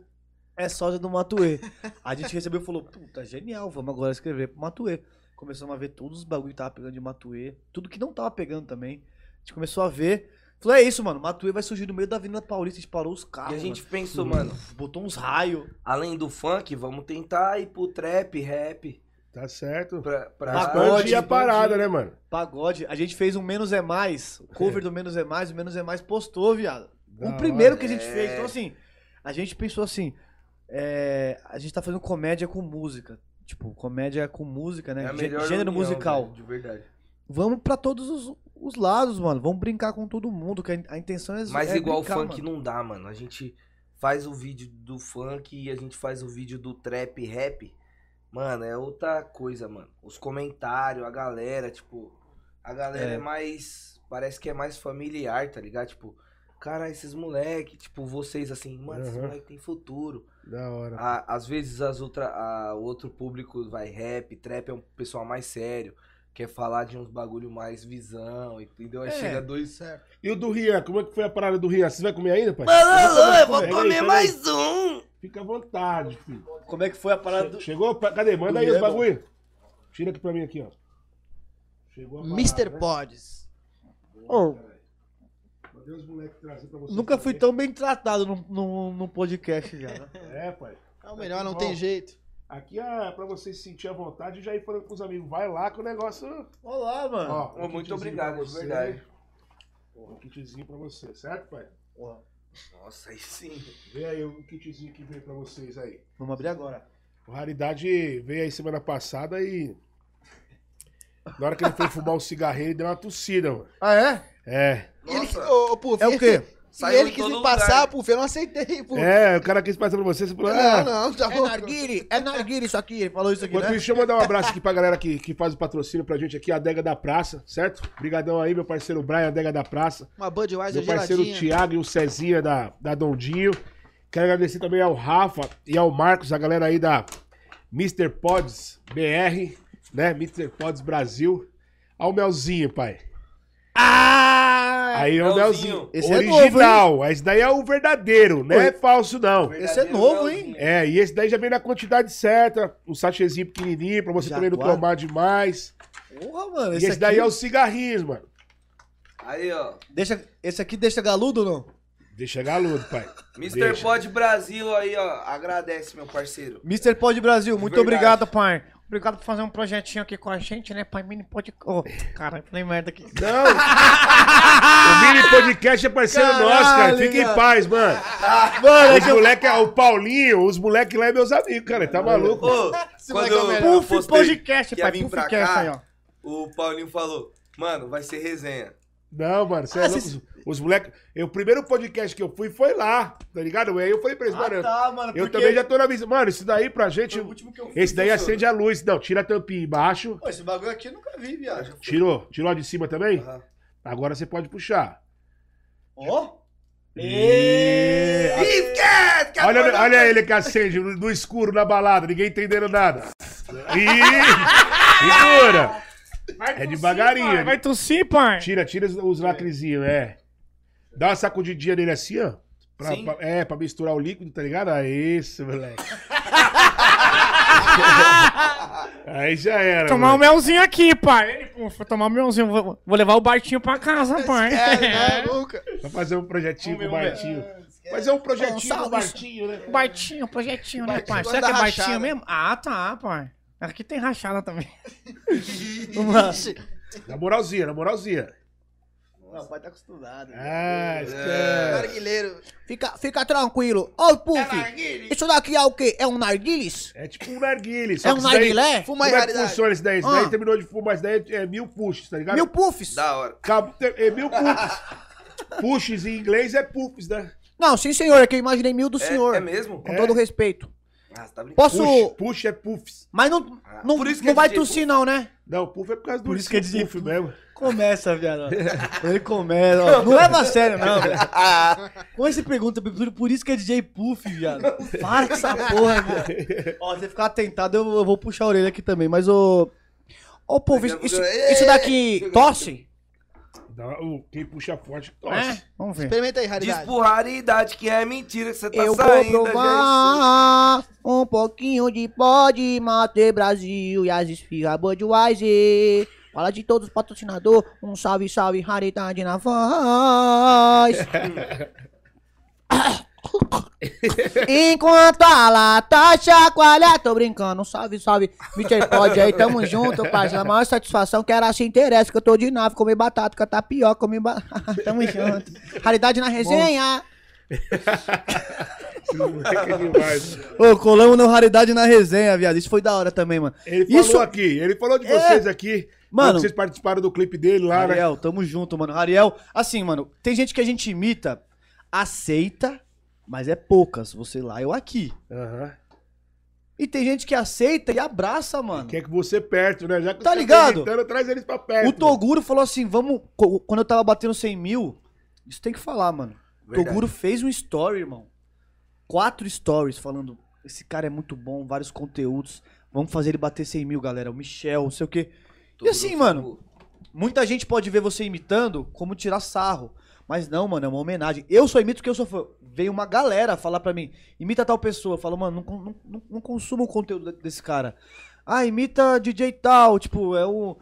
S4: é sósia do Matuê. a gente recebeu e falou: puta, genial, vamos agora escrever pro Matuê. Começamos a ver todos os bagulho que tava pegando de Matuê, tudo que não tava pegando também. A gente começou a ver. Falou, é isso, mano. Matuê vai surgir no meio da Avenida Paulista. A gente parou os carros.
S1: E a gente
S4: mano.
S1: pensou, mano,
S4: Botou uns raios.
S1: além do funk, vamos tentar ir pro trap, rap.
S2: Tá certo.
S1: Pra, pra...
S4: Mas
S2: Expandir
S4: pode,
S2: a
S4: pode.
S2: parada, né, mano?
S4: Pagode. A gente fez um Menos é Mais, o cover do Menos é Mais, o Menos é Mais postou, viado.
S2: Da
S4: o primeiro
S2: hora.
S4: que a gente
S1: É.
S4: fez. Então, assim, a gente pensou assim, é, a gente tá fazendo comédia com música. Tipo, comédia com música, né?
S1: é a
S4: Gê-
S1: melhor
S4: Gênero
S1: união,
S4: musical.
S1: velho, de verdade.
S4: Vamos pra todos os, os lados, mano. Vamos brincar com todo mundo, que a, a intenção é
S1: Mas
S4: é
S1: igual o
S4: brincar,
S1: funk
S4: mano.
S1: não dá, mano. A gente faz o vídeo do funk e a gente faz o vídeo do trap, rap. Mano, é outra coisa, mano. Os comentários, a galera, tipo... A galera
S4: É.
S1: é, mais... Parece que é mais familiar, tá ligado? Tipo, cara, esses moleque, tipo, vocês assim, mano, esse
S4: Uhum.
S2: Aham.
S1: moleque tem futuro.
S2: Da hora.
S1: A- às vezes as outra, a- o outro público vai rap, trap é um pessoal mais sério, quer falar de uns bagulho mais visão, entendeu? Aí
S4: É.
S1: chega dois.
S5: Certo.
S2: E o do Rian, como é que foi a parada do Rian? Você vai comer ainda, pai?
S1: eu
S2: vou Peraí, comer peraí. mais
S1: um!
S2: Fica à vontade, filho.
S4: Como é que foi a parada do...
S2: Chegou? Pa- Cadê? Manda
S4: do
S2: aí os
S4: Rian,
S2: bagulho. Tira aqui pra mim aqui, ó. Chegou a parada,
S5: Mr.
S2: né?
S5: Pods.
S4: Ô,
S2: Mandei os moleques trazer pra você.
S4: nunca fui tão bem tratado num, num, num podcast, já. né?
S2: É, pai.
S5: É o melhor, não tem jeito.
S2: Aqui é pra você se sentir à vontade e já ir falando com os amigos. Vai lá que o negócio.
S4: Olá, mano.
S2: Ó, um
S1: muito
S2: kitzinho
S1: obrigado,
S2: pra
S1: de
S2: você.
S1: verdade.
S2: Um kitzinho pra você, certo, pai?
S1: Nossa, aí sim.
S2: Vê aí o kitzinho que veio pra vocês aí.
S4: Vamos abrir agora.
S2: O Raridade veio aí semana passada e. Na hora que ele foi fumar um cigarrinho, ele deu uma tossida, mano.
S4: Ah, é?
S2: É.
S5: E Ele,
S1: Nossa,
S5: ô, ô, Puff,
S4: É o quê?
S5: E
S1: Saiu
S5: ele
S1: em
S5: quis
S1: todo
S5: me passar,
S1: lugar.
S5: Puff, eu não aceitei, Puff.
S2: É, o cara quis passar pra você, você falou.
S5: Não,
S2: Ah,
S5: não, tá
S4: É
S5: bom.
S4: narguile, é narguile isso aqui. Ele falou isso aqui,
S2: enquanto
S4: né?
S2: isso, deixa eu mandar um abraço aqui pra galera que, que faz o patrocínio pra gente aqui, a Adega da Praça, certo? Obrigadão aí, meu parceiro Brian, Adega da Praça.
S5: Uma Budweiser
S2: meu parceiro
S5: geladinha.
S2: Thiago e o Cezinha da, da Dondinho. Quero agradecer também ao Rafa e ao Marcos, a galera aí da Mr. Pods BR, né? Mr. Pods Brasil. Ao Melzinho, pai. Ah! Aí é o
S1: Melzinho.
S2: Melzinho.
S4: Esse é
S2: Original. Esse daí é o verdadeiro, não é falso, não.
S4: Esse é novo, hein?
S2: É, e esse daí já vem na quantidade certa, um sachêzinho pequenininho, pra você também não
S4: Jaguar.
S2: tomar demais.
S4: Porra, mano.
S2: E
S4: Esse,
S2: esse daí é
S4: aqui,
S2: os cigarrinhos, mano.
S1: Aí, ó.
S4: deixa, esse aqui deixa galudo ou não?
S2: Deixa galudo, pai.
S1: Mr.
S2: Deixa.
S1: Pod Brasil aí, ó. Agradece, meu parceiro.
S4: Mr. Pod Brasil, muito
S1: Verdade.
S4: obrigado, pai. Obrigado por fazer um projetinho aqui com a gente, né, pai? Mini Pod... Ô, cara, falei merda aqui.
S2: Não! o Mini Podcast é parceiro
S4: Caralho,
S2: nosso, cara. Fica
S4: cara.
S2: em paz, mano.
S4: Mano,
S2: Os moleque, é o Paulinho, os moleques lá é meus amigos, cara. Tá maluco?
S1: Ô, quando eu, eu
S4: Puff
S1: postei,
S4: Podcast,
S1: que ia
S4: pai.
S1: vir
S4: Puff
S1: pra
S4: Cast
S1: cá.
S4: aí, ó.
S1: o Paulinho falou, mano, vai ser resenha.
S2: Não, mano, você é
S4: Ah,
S2: louco.
S4: cês-
S2: Os- Os moleques. O primeiro podcast que eu fui foi lá, tá ligado? Aí eu falei pra eles, mano, eu-
S4: tá, mano.
S2: eu também já tô na visão. Mano, isso daí pra gente.
S4: último que eu né,
S2: Esse daí acende a luz. Não, tira a tampinha embaixo.
S4: Pô, esse bagulho aqui eu nunca vi, viado.
S2: Tirou? Tirou a de cima também?
S1: Aham.
S2: Agora você pode puxar.
S4: Ó.
S2: E-
S1: Ih, esquece, que
S2: Olha,
S1: agora-
S2: olha ele que acende no, no escuro na balada, ninguém entendendo nada. E. Segura! É devagarinho.
S7: Vai tossir, pai.
S2: Tira, tira os, os lacrezinhos, é. Dá uma sacudidinha nele assim, ó. Pra-
S1: Sim.
S2: pra- é, pra misturar o líquido, tá ligado? Ah, isso, moleque. Aí já era.
S7: Tomar um
S2: moleque.
S7: melzinho aqui, pai. Ele, pô, Vou tomar um melzinho. Vou, vou levar o Bartinho pra casa, pai.
S5: É, nunca.
S2: Pra fazer um projetinho
S7: Vamos
S2: pro
S7: ver,
S2: Bartinho. Mas é um projetinho pro
S5: Gonçalo,
S2: Bartinho, né?
S7: Bartinho, projetinho, né, pai?
S5: Bartinho
S7: Será que é
S5: gosta da
S7: Bartinho
S5: rachada.
S7: mesmo? Ah, tá, pai. Aqui tem rachada também.
S5: Ixi.
S2: Na moralzinha, na moralzinha.
S4: Não, pai tá acostumado.
S2: Ah,
S5: É. Narguileiro.
S6: Fica, fica tranquilo. Ó, o Puff. isso daqui é o quê? É um narguilis?
S2: é tipo um narguile.
S6: É um
S5: Fuma
S6: narguilé?
S2: Como
S5: aí,
S2: é que
S5: raridade.
S2: funciona esse daí? Esse
S6: Ah.
S2: daí terminou de fumar, esse daí é mil puxos, tá ligado?
S6: Mil puffs?
S1: Da hora.
S2: Acabou- é mil puffs. puffs em inglês é puffs, né?
S6: Não, sim, senhor. É que eu imaginei mil do
S1: É,
S6: senhor.
S1: é mesmo?
S6: Com
S2: É.
S6: todo respeito.
S1: Ah, você tá brincando.
S6: Posso.
S2: Push, push é puffs.
S6: Mas não, não,
S1: por isso que
S6: não
S1: é
S6: vai
S1: DJ,
S6: tossir, não, né?
S2: Não, puff é por causa do
S4: Por isso que é
S2: puff
S4: de-
S2: mesmo.
S4: Começa, viado. Ele começa. ó. Não leva a sério, não, velho. Quando você pergunta, por- por isso que é DJ Puff, viado. Para com essa porra, viado. Ó, se você ficar atentado, eu, eu vou puxar a orelha aqui também. Mas, ô.
S6: Ô, Puff, isso, isso-
S1: É.
S6: isso daqui tosse?
S2: Dá- o- Quem puxa forte tosse.
S7: É? Vamos ver.
S5: Experimenta aí,
S1: Diz
S5: raridade.
S1: por raridade que é mentira que você tá
S6: Eu vou
S1: saindo. gente.
S6: provar um pouquinho de pó de Mate Brasil e as esfirras Budweiser. Fala de todos os patrocinadores. Um salve, salve, raridade na voz. Enquanto a lata chacoalha, tô brincando, Um salve, salve, Mr. Pod aí, tamo junto, parceiro, a maior satisfação que era se interessa, que eu tô de nave, comi batata, tá com tapioca, comi batata, tamo junto. Raridade na resenha.
S2: Esse moleque é demais.
S4: Ô, colamos no Raridade na resenha, viado. Isso foi da hora também, mano.
S2: Ele falou
S4: Isso-
S2: aqui, ele falou de vocês aqui.
S4: Mano-
S2: que Vocês participaram do clipe dele lá, né?
S4: Ariel, tamo junto, mano. Ariel, assim, mano, tem gente que a gente imita, aceita, mas é poucas. Você lá, eu aqui.
S2: Aham.
S4: E tem gente que aceita e abraça, mano.
S2: Quer que você perto, né? Já que
S4: Tá
S2: você
S4: ligado?
S2: editando, traz eles pra perto.
S4: O Toguro falou assim, vamos... co- Quando eu tava batendo 100 mil, isso tem que falar, mano. O
S1: Verdade.
S4: Toguro fez um story, irmão. Quatro stories falando, esse cara é muito bom, vários conteúdos. Vamos fazer ele bater 100 mil, galera. O Michel, não sei o quê. E assim, mano, muita gente pode ver você imitando como tirar sarro. Mas não, mano, é uma homenagem. Eu só imito porque eu sou fã. Veio uma galera falar pra mim, imita tal pessoa. Falou, mano, não, con- não, não, não consuma o conteúdo de- desse cara. Ah, imita DJ tal. Tipo, é o.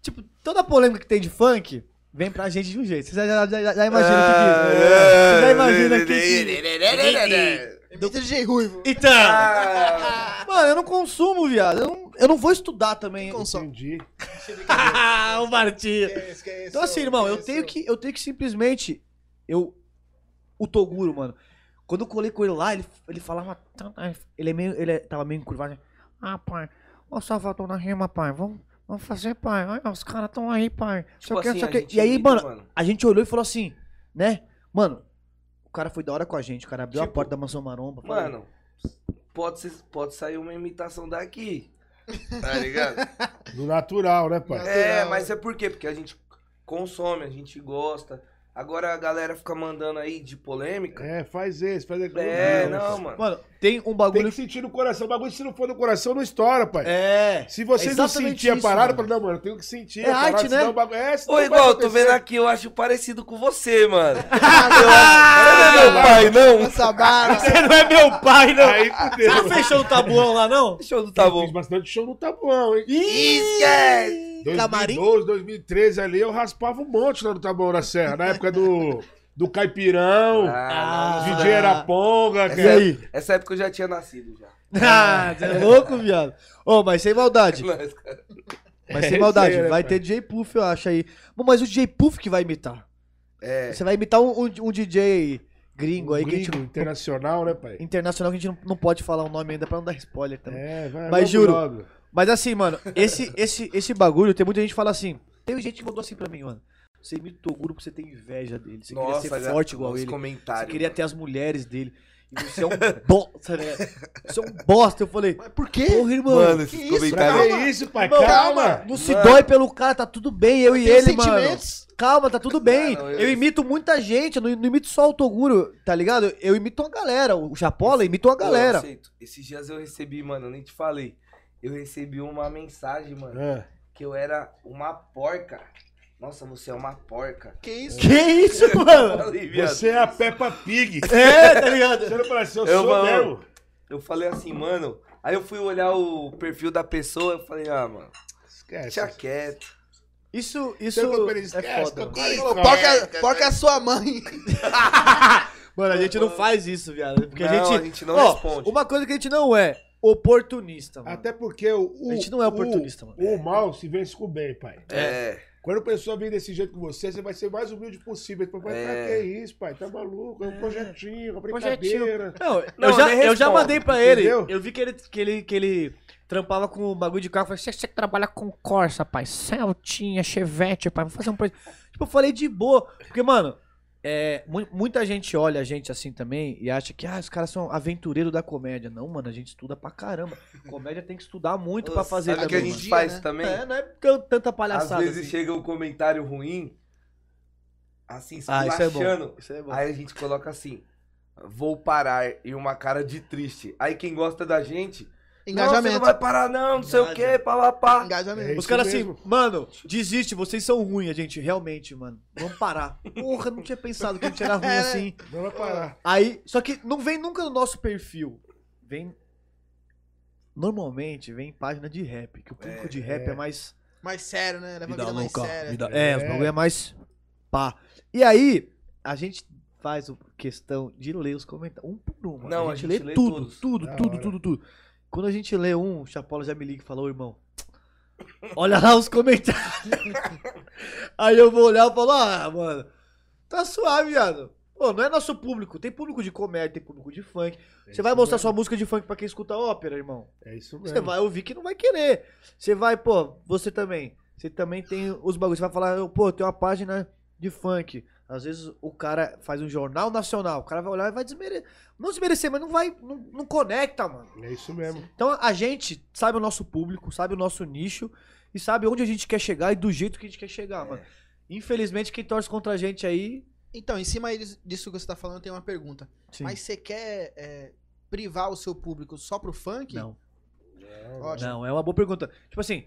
S4: Tipo, toda a polêmica que tem de funk vem pra gente de um jeito. Vocês já, já, já, já imaginam o que. que-
S1: É,
S4: Vocês já imaginam o que.
S5: Imita DJ Ruivo.
S4: que- Então!
S1: Ah,
S4: Mano, eu não consumo, viado. Eu não, eu não vou estudar também.
S5: Consome.
S2: Entendi.
S4: Ah, o Martinho. Então
S5: Então
S4: assim, irmão, eu tenho que, eu tenho que simplesmente eu o Toguro, mano. Quando eu colei com ele lá, ele, ele falava tanto, ele é meio, ele é- tava meio encurvado. né?
S7: Ah, pai. Ô, Salvador na rima, pai. Vamos, vamos fazer, pai. Olha, os caras tão aí, pai.
S1: tipo
S4: Só que-
S1: assim,
S4: só
S1: a
S4: que-
S1: gente
S4: e aí,
S1: imita,
S4: mano, A gente olhou e falou assim, né? Mano, o cara foi da hora com a gente, o cara abriu a
S1: Tipo,
S4: porta da mansão maromba. falou,
S1: Mano, pode, ser- pode sair uma imitação daqui. Tá ligado?
S2: Do natural, né, pai?
S1: É, mas é por quê? Porque a gente consome, a gente gosta. Agora a galera fica mandando aí de polêmica.
S2: É, faz esse, faz aquele.
S1: É, não, mano.
S4: Mano, tem um
S2: Tem
S4: bagulho
S2: que sentir no coração. O bagulho, se não for no coração, não estoura, pai.
S4: É.
S2: Se você
S4: É
S2: não
S4: exatamente
S2: sentir a
S4: isso,
S2: parada,
S4: mano.
S2: mano. não, mano, eu tenho que sentir.
S4: É
S2: a parada,
S4: arte, né?
S2: senão o bagulho- É, senão
S1: Ô,
S2: vai
S1: igual, tô
S2: acontecer.
S1: vendo aqui, eu acho parecido com você, mano.
S5: pai, não. Essa barra.
S4: Você não é meu pai, não.
S2: Aí fudeu.
S4: Você não fechou o tabuão lá, não?
S1: Show do tá
S2: Eu Fiz
S1: bom.
S2: bastante show no Tabuão, hein?
S1: Esquece!
S2: 2012, 2013 ali, eu raspava um monte lá no Tabuão da Serra. Na época do, do Caipirão,
S1: Ah, não, não,
S2: DJ
S1: não.
S4: é
S2: Araponga,
S1: Essa,
S2: cara.
S1: época- essa época eu já tinha nascido já.
S4: Ah, você é louco, viado. Ô, mas sem maldade.
S1: Mas,
S4: Mas
S2: É
S4: sem
S2: isso
S4: maldade,
S2: aí, né,
S4: vai
S2: pai?
S4: ter DJ Puff, eu acho aí. Bom, mas o DJ Puff que vai imitar.
S1: É.
S4: Você vai imitar um, um- um DJ gringo aí,
S2: Gringo,
S4: que a gente,
S2: internacional, né, pai?
S4: internacional, que a gente não, não pode falar o nome ainda pra não dar spoiler também.
S2: É, vai
S4: Então, Mas
S2: logo,
S4: juro.
S2: logo.
S4: Mas assim, mano, esse, esse, esse bagulho, tem muita gente que fala assim. Tem gente que mandou assim pra mim, mano. Você imita o Toguro porque você tem inveja dele. Você queria ser
S1: já-
S4: forte igual
S1: os
S4: ele. Você
S1: comentários.
S4: queria ter as mulheres dele. E você é um bosta, né? Você é um bosta. Eu falei,
S5: Mas por quê?
S4: porra, irmão.
S1: Mano, esses
S5: Que isso,
S1: comentários.
S2: Pra
S5: Calma.
S2: que isso, pai?
S4: Irmão,
S2: Calma!
S4: Não se
S1: Mano.
S4: dói pelo cara, tá tudo bem, eu e
S5: tenho
S4: ele, mano.
S5: sentimentos.
S4: Calma, tá tudo bem.
S1: Ah, não,
S4: eu...
S1: eu-
S4: imito muita gente, eu não, não imito só o Toguro, tá ligado? Eu imito uma galera. O Chapola imita uma
S1: Pô, eu
S4: galera.
S1: aceito. Esses dias eu recebi, mano, eu nem te falei. Eu recebi uma mensagem, mano,
S2: Ah,
S1: que eu era uma porca. Nossa, você é uma porca.
S5: Que isso?
S4: Que isso, mano?
S1: Falei, viado.
S2: Você é a Peppa Pig.
S4: É, tá ligado?
S2: Você não parece, eu,
S1: Eu,
S2: sou
S1: mano.
S2: mesmo.
S1: Eu falei assim, mano. Aí eu fui olhar o perfil da pessoa, eu falei, ah, mano,
S4: É,
S2: Esquece.
S1: deixa quieto.
S4: Isso,
S2: Você
S4: isso
S2: não compra,
S4: é
S2: esquece,
S4: foda.
S2: tô
S4: mano.
S2: quase
S5: Pô,
S2: com-
S5: Porca, porca é sua mãe.
S4: Mano, a gente não faz isso, viado. Porque a
S1: Não,
S4: gente...
S1: a gente não
S4: Ó,
S1: responde.
S4: Uma coisa que a gente não é, oportunista, mano.
S2: Até porque o, o-
S4: A gente não é oportunista,
S2: o,
S4: mano.
S2: o mal se vence com o bem, pai.
S1: É.
S2: Quando a pessoa vem desse jeito com você, você vai ser mais humilde possível. Ele fala, Mas
S1: É.
S2: pra que isso, pai? Tá maluco? É um projetinho, uma
S4: Projetinho.
S2: brincadeira.
S4: Não,
S1: Não,
S4: eu, já,
S1: nem
S4: eu já
S1: respondo,
S4: mandei pra ele.
S2: entendeu?
S4: Eu vi que ele, que, ele, que ele trampava com o bagulho de carro. Eu Falei,
S7: Você, você que trabalha com Corsa, pai. Celtinha, Chevette, pai. Vou fazer um projeto.
S4: tipo, eu falei de boa. Porque, mano, é, mu- muita gente olha a gente assim também e acha que, ah, os caras são aventureiros da comédia. Não, mano, a gente estuda pra caramba. Comédia tem que estudar muito pra fazer
S1: Sabe o que a
S4: também,
S1: gente faz
S5: né?
S1: também?
S4: mano. É, não é can- tanta
S1: Às
S4: palhaçada.
S1: vezes
S4: assim.
S1: chega um comentário ruim, assim,
S4: Ah, isso é bom.
S1: esculachando.
S4: Isso é bom.
S1: Aí a gente coloca assim, vou parar e uma cara de triste. Aí quem gosta da gente, não, você
S5: Engajamento.
S1: não vai parar não, não sei o que, pá, pá, pá.
S5: Engajamento.
S2: É
S4: Os
S2: isso
S4: caras assim,
S2: mesmo.
S4: mano, desiste, vocês são ruins, a gente, realmente, mano. Vamos parar. Porra, não tinha pensado que a gente era ruim
S5: É, né?
S4: assim.
S2: Não vai parar.
S4: Aí, só que não vem nunca no nosso perfil. Vem. Normalmente vem em página de rap, que o público de rap é, mais.
S5: Mais sério, né? Leva a vida mais séria.
S4: vida- é, os
S2: É.
S4: bagulho é mais. pá. E aí, a gente faz o- questão de ler os comentários, um por um. mano.
S1: Não, a gente lê
S4: tudo,
S1: todos.
S4: tudo,
S2: Da
S4: tudo,
S2: hora.
S4: tudo, tudo. Quando a gente lê um, o Chapola já me liga e fala, ô irmão, olha lá os comentários. aí eu vou olhar e falo, ah, mano, tá suave, viado. Pô, não é nosso público. Tem público de comédia, tem público de funk.
S2: É
S4: Você vai
S2: isso
S4: mostrar
S2: mesmo.
S4: sua música de funk pra quem escuta ópera, irmão.
S2: É isso
S4: Você
S2: mesmo.
S4: vai ouvir que não vai querer. Você vai, pô, você também. Você também tem os bagulhos. Você vai falar, eu, pô, tem uma página de funk. Às vezes o cara faz um jornal nacional. O cara vai olhar e vai desmerecer. Não desmerecer, mas não vai. Não, não conecta, mano.
S2: É isso mesmo.
S4: Então a gente sabe o nosso público, sabe o nosso nicho e sabe onde a gente quer chegar e do jeito que a gente quer chegar, mano. Infelizmente, quem torce contra a gente aí.
S5: Então, em cima disso- disso que você tá falando, tem uma pergunta.
S4: Sim.
S5: Mas você quer é, privar o seu público só pro funk?
S4: Não.
S5: Ótimo.
S4: Não, é uma boa pergunta. Tipo assim,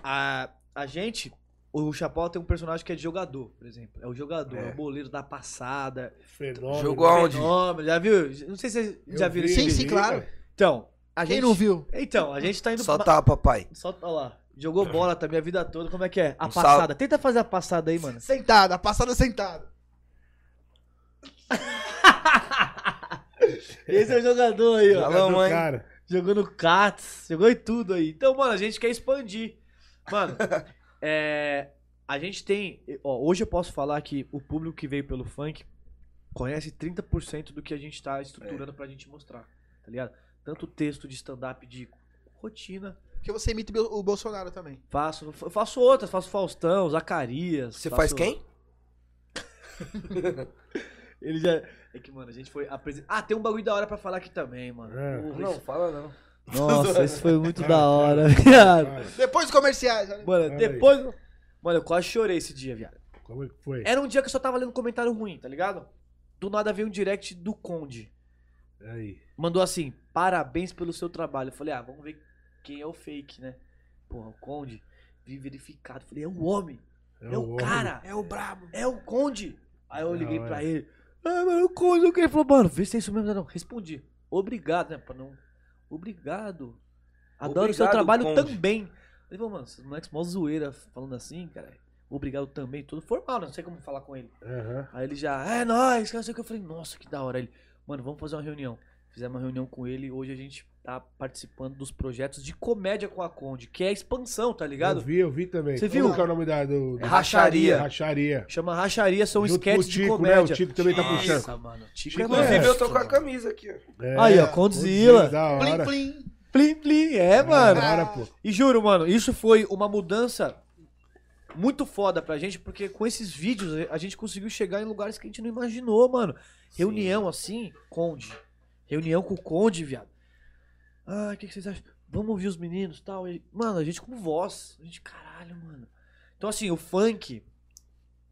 S4: a, a gente, o Chapola tem um personagem que é de jogador, por exemplo. É o jogador, é,
S1: É.
S4: o boleiro da passada.
S2: Fenômeno.
S1: Jogou aonde?
S4: Fenômeno, já viu? Não sei se vocês
S2: Eu
S4: já viram
S2: vi,
S4: esse
S5: Sim,
S4: vídeo.
S5: sim, claro.
S4: Então, a
S5: Quem
S4: gente.
S5: não viu?
S4: Então, a gente tá indo
S1: Só
S4: pra-
S1: tá, papai.
S4: Só, olha lá. Jogou bola também a vida toda. Como é que é? A
S1: Um salve.
S4: passada. Tenta fazer a passada aí, mano.
S5: Sentada, passada sentada.
S4: Esse é o jogador aí, ó.
S1: Alô,
S2: Jogador,
S1: mãe.
S2: Cara.
S4: Jogou no Cats, jogou em tudo aí. Então, mano, a gente quer expandir. Mano, é, a gente tem. ó, hoje eu posso falar que o público que veio pelo funk conhece 30% do que a gente tá
S1: É.
S4: estruturando pra gente mostrar, tá ligado? Tanto texto de stand-up de rotina.
S5: Porque você imita o Bel- o Bolsonaro também.
S4: Faço, eu faço outras, faço Faustão, Zacarias.
S1: Você
S4: faço-
S1: faz quem?
S4: Ele já. É que, mano, a gente foi apresentar. Ah, tem um bagulho da hora pra falar aqui também, mano.
S2: É.
S4: Porra,
S1: Não, fala não.
S4: esse- Nossa, isso foi muito da hora, viado.
S2: Cara,
S5: Depois dos comerciais. olha.
S4: Mano,
S2: Olha
S4: depois. Mano, eu quase chorei esse dia, viado.
S2: como é que foi?
S4: Era um dia que eu só tava lendo comentário ruim, tá ligado? Do nada veio um direct do Conde.
S2: Aí.
S4: Mandou assim: parabéns pelo seu trabalho. Eu falei: ah, vamos ver quem é o fake, né? Porra, o Conde. Vi verificado. Eu Falei: é o homem. É, o
S2: um homem.
S4: cara. É o brabo. É o Conde. Aí eu liguei
S2: Da
S4: pra
S1: é.
S2: hora.
S4: ele: ah, mano, o Conde. o quê?" Ele falou: mano, vê se é isso mesmo. Não, respondi: obrigado, né? Pra não. Obrigado. Adoro o seu
S1: Obrigado,
S4: trabalho
S1: Conde."
S4: também. Ele falou: mano, esses moleques mó zoeira falando assim, cara. Obrigado também. Tudo formal, né? Não sei como falar com ele.
S2: Aham.
S4: Aí ele já, é nóis, que não sei o que. Eu falei, nossa, que da hora. Ele, mano, vamos fazer uma reunião. Fizemos uma reunião com ele e hoje a gente tá participando dos projetos de comédia com a Conde, que é a expansão, tá
S2: Eu
S4: ligado?
S2: vi, eu vi também.
S4: Você
S2: Como
S4: viu?
S2: que é o nome da, do, do...
S1: Racharia.
S2: Racharia.
S4: Chama Racharia, são
S2: Junto com o
S4: esquetes de
S2: Tico, né? O
S4: comédia.
S2: Tico também tá puxando.
S4: Nossa, mano, Tico
S2: Tico
S4: é
S1: Inclusive,
S4: monstro,
S1: eu tô com a
S4: mano.
S1: camisa aqui, ó.
S2: É,
S4: Aí, ó, Condzilla.
S2: Da
S5: Plim,
S2: hora.
S5: plim.
S4: Plim, plim, é, mano.
S2: Da hora, pô.
S4: E juro, mano, isso foi uma mudança muito foda pra gente, porque com esses vídeos a gente conseguiu chegar em lugares que a gente não imaginou, mano. Reunião assim, Conde. Reunião com o Conde, viado. Ah, o que, que vocês acham? Vamos ouvir os meninos e tal. E, mano, a gente com voz. A gente, caralho, mano. Então, assim, o funk.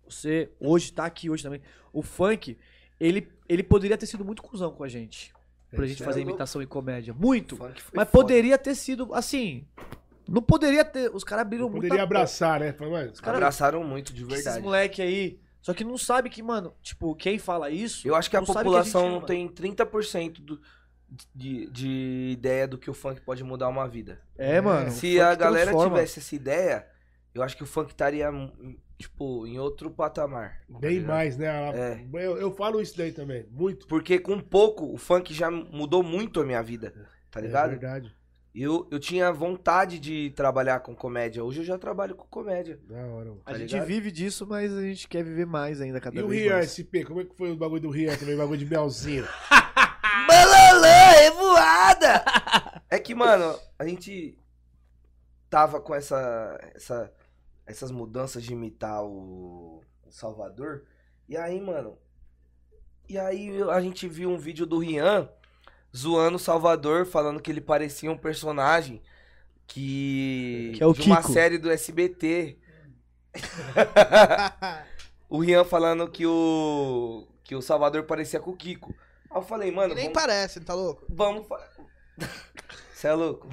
S4: Você hoje tá aqui hoje também. O funk, ele, ele poderia ter sido muito cuzão com a gente. Pra gente
S1: é
S4: fazer
S1: louco.
S4: imitação e comédia. Muito.
S1: Funk foi
S4: Mas
S1: foda.
S4: poderia ter sido, assim, Não poderia ter. Os caras abriram muito.
S2: Poderia abraçar, né? Fala, mas-
S4: Cara,
S1: Abraçaram muito, de
S4: Esses
S1: verdade.
S4: moleque aí. Só que não sabe que, mano, tipo, quem fala isso.
S1: Eu acho que a
S4: não sabe
S1: população
S4: gente
S1: não
S4: ama.
S1: tem 30% do, de, de ideia do que o funk pode mudar uma vida.
S4: É,
S2: um
S4: mano. o
S1: Se
S4: funk
S1: a galera
S4: transforma.
S1: tivesse essa ideia, eu acho que o funk estaria, hum, tipo, em outro patamar. tá
S2: Bem
S1: ligado?
S2: mais, né?
S1: É.
S2: Eu, eu falo isso daí também, muito.
S1: Porque com pouco, o funk já mudou muito a minha vida, tá
S2: É
S1: ligado?
S2: verdade.
S1: eu, eu tinha vontade de trabalhar com comédia. Hoje eu já trabalho com comédia.
S2: Da hora. mano.
S4: A
S1: tá
S4: gente
S1: ligado?
S4: vive disso, mas a gente quer viver mais ainda cada
S2: E o
S4: vez
S2: Rian
S4: Tá mais.
S2: SP, como é que foi o bagulho do Rian também, o bagulho de Belzinho?
S1: Balalã, revoada! É que, mano, a gente tava com essa, essa essas mudanças de imitar o, o Salvador. E aí, mano, e aí eu- a gente viu um vídeo do Rian zoando o Salvador, falando que ele parecia um personagem que,
S4: Que é o
S1: de uma
S4: Kiko.
S1: série do SBT. o Rian falando que o que o Salvador parecia com o Kiko. Aí eu falei, mano,
S5: E nem
S1: vamos-
S5: parece, tá louco?
S1: Vamos. Você é louco?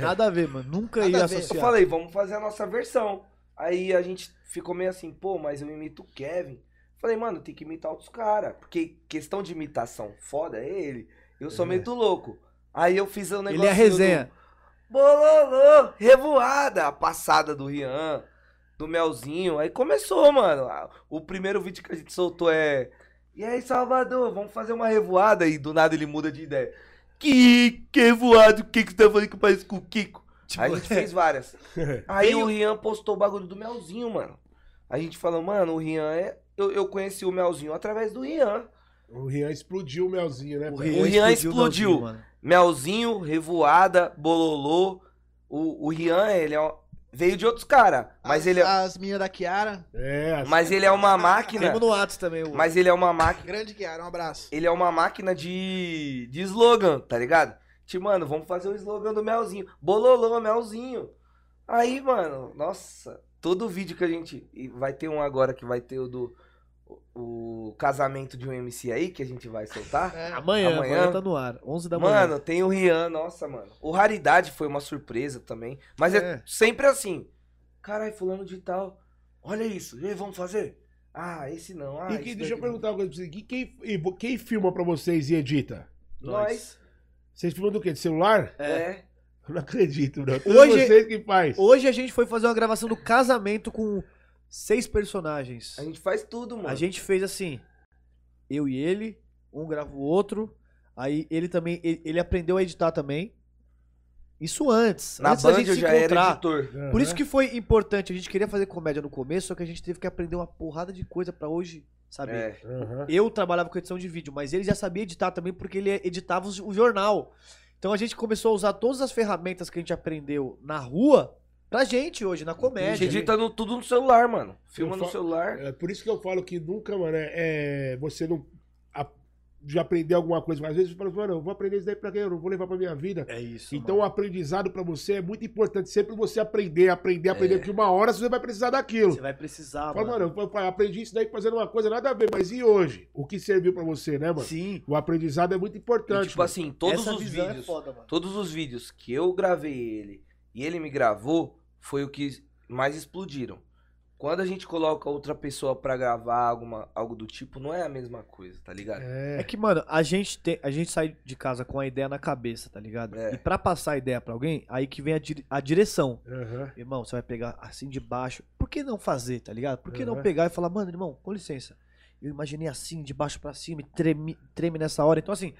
S4: Nada a ver, mano. Nunca
S5: Nada
S4: ia
S5: a ver.
S1: Eu
S4: associar.
S1: falei, vamos fazer a nossa versão. Aí a gente ficou meio assim, pô, mas eu imito o Kevin. Falei, mano, tem que imitar outros caras. Porque questão de imitação foda é ele. Eu sou meio do louco. Aí eu fiz o um negócio.
S4: Ele é resenha.
S1: Bololô, revoada, a passada do Rian, do Melzinho. Aí começou, mano. A- O primeiro vídeo que a gente soltou é. E aí, Salvador, vamos fazer uma revoada? E do nada ele muda de ideia. Que, que revoado, o que que você tá falando que parece com o Kiko?
S4: Tipo,
S1: Aí a gente fez várias. Aí o Rian postou o bagulho do Melzinho, mano. A gente falou, mano, o Rian é. Eu, eu conheci o Melzinho através do Rian.
S2: O Rian explodiu o Melzinho, né?
S4: O
S2: pai?
S4: Rian,
S1: O Rian
S4: explodiu.
S1: explodiu.
S4: mano.
S1: Melzinho, Revoada, Bololô. O, o Rian, ele é um- veio de outros caras, mas
S5: as,
S1: ele é,
S5: As meninas da Kiara,
S2: É,
S4: Ah,
S2: assim,
S1: mas ele é uma máquina,
S4: Temos no Atos também. O...
S1: mas ele é uma máquina,
S5: grande Kiara, um abraço.
S1: ele é uma máquina de de slogan, tá ligado? Tipo, mano, vamos fazer o slogan do Melzinho. Bololô, Melzinho. Aí, mano, nossa, todo vídeo que a gente e vai ter um agora que vai ter o do o, o casamento de um MC aí que a gente vai soltar.
S5: É,
S4: Amanhã,
S1: Amanhã.
S4: amanhã, tá no ar. 11 da manhã.
S1: Mano, tem o Rian, nossa, mano. O Raridade foi uma surpresa também. Mas é,
S4: É.
S1: sempre assim. Caralho, fulano de tal. Olha isso. E aí, vamos fazer? Ah, esse não. Ah,
S2: E
S1: esse
S2: que-
S1: daqui
S2: deixa eu
S1: não.
S2: perguntar uma coisa pra vocês. E Quem, e vo- quem filma pra vocês e edita?
S1: Nós.
S2: Vocês filmam do quê? De celular?
S1: É.
S2: Eu não acredito, não.
S4: Hoje-
S2: Hoje... vocês que faz.
S4: Hoje a gente foi fazer uma gravação do casamento com seis personagens.
S1: A gente faz tudo, mano.
S4: A gente fez assim, eu e ele, um grava o outro, aí ele também, ele, ele aprendeu a editar também. Isso antes,
S1: Na
S4: antes da
S1: Band
S4: gente
S1: eu
S4: se
S1: já era
S4: encontrar.
S1: editor.
S4: Por isso que foi importante, a gente queria fazer comédia no começo, só que a gente teve que aprender uma porrada de coisa pra hoje, sabe?
S1: É.
S2: Aham.
S4: Eu trabalhava com edição de vídeo, mas ele já sabia editar também porque ele editava os- o jornal. Então a gente começou a usar todas as ferramentas que a gente aprendeu na rua pra gente hoje, na
S1: A gente
S4: comédia.
S1: edita no- tudo no celular, mano. Filma
S2: Eu
S1: no
S2: fa-
S1: celular.
S2: É por isso que eu falo que nunca, mano, é, é, você não a- já aprendeu alguma coisa. Mas às vezes você fala, mano, eu vou aprender isso daí pra quê? Eu não vou levar pra minha vida.
S4: É isso.
S2: Então o aprendizado pra você é muito importante. Sempre você aprender, aprender, aprender, porque uma hora você vai precisar daquilo.
S4: Você vai precisar,
S2: Fala,
S4: mano.
S2: mano, eu eu aprendi isso daí fazendo uma coisa nada a ver, mas e hoje? O que serviu pra você, né, mano?
S4: Sim.
S2: O aprendizado é muito
S1: E,
S2: importante.
S1: tipo assim, todos
S4: Essa
S1: os
S4: visão
S1: vídeos.
S4: é foda, mano.
S1: Todos os vídeos que eu gravei ele e ele me gravou foi o que mais explodiram. Quando a gente coloca outra pessoa pra gravar alguma, algo do tipo, não é a mesma coisa, tá ligado?
S4: É que, mano, a gente, tem, a gente sai de casa com a ideia na cabeça, tá ligado?
S1: É.
S4: E pra passar a ideia pra alguém, aí que vem a, dire- a direção.
S2: Aham.
S4: Irmão, você vai pegar assim de baixo. Por que não fazer, tá ligado? Por que não
S2: Uhum.
S4: pegar e falar, mano, irmão, com licença. Eu imaginei assim, de baixo pra cima, e treme, treme nessa hora. Então, assim,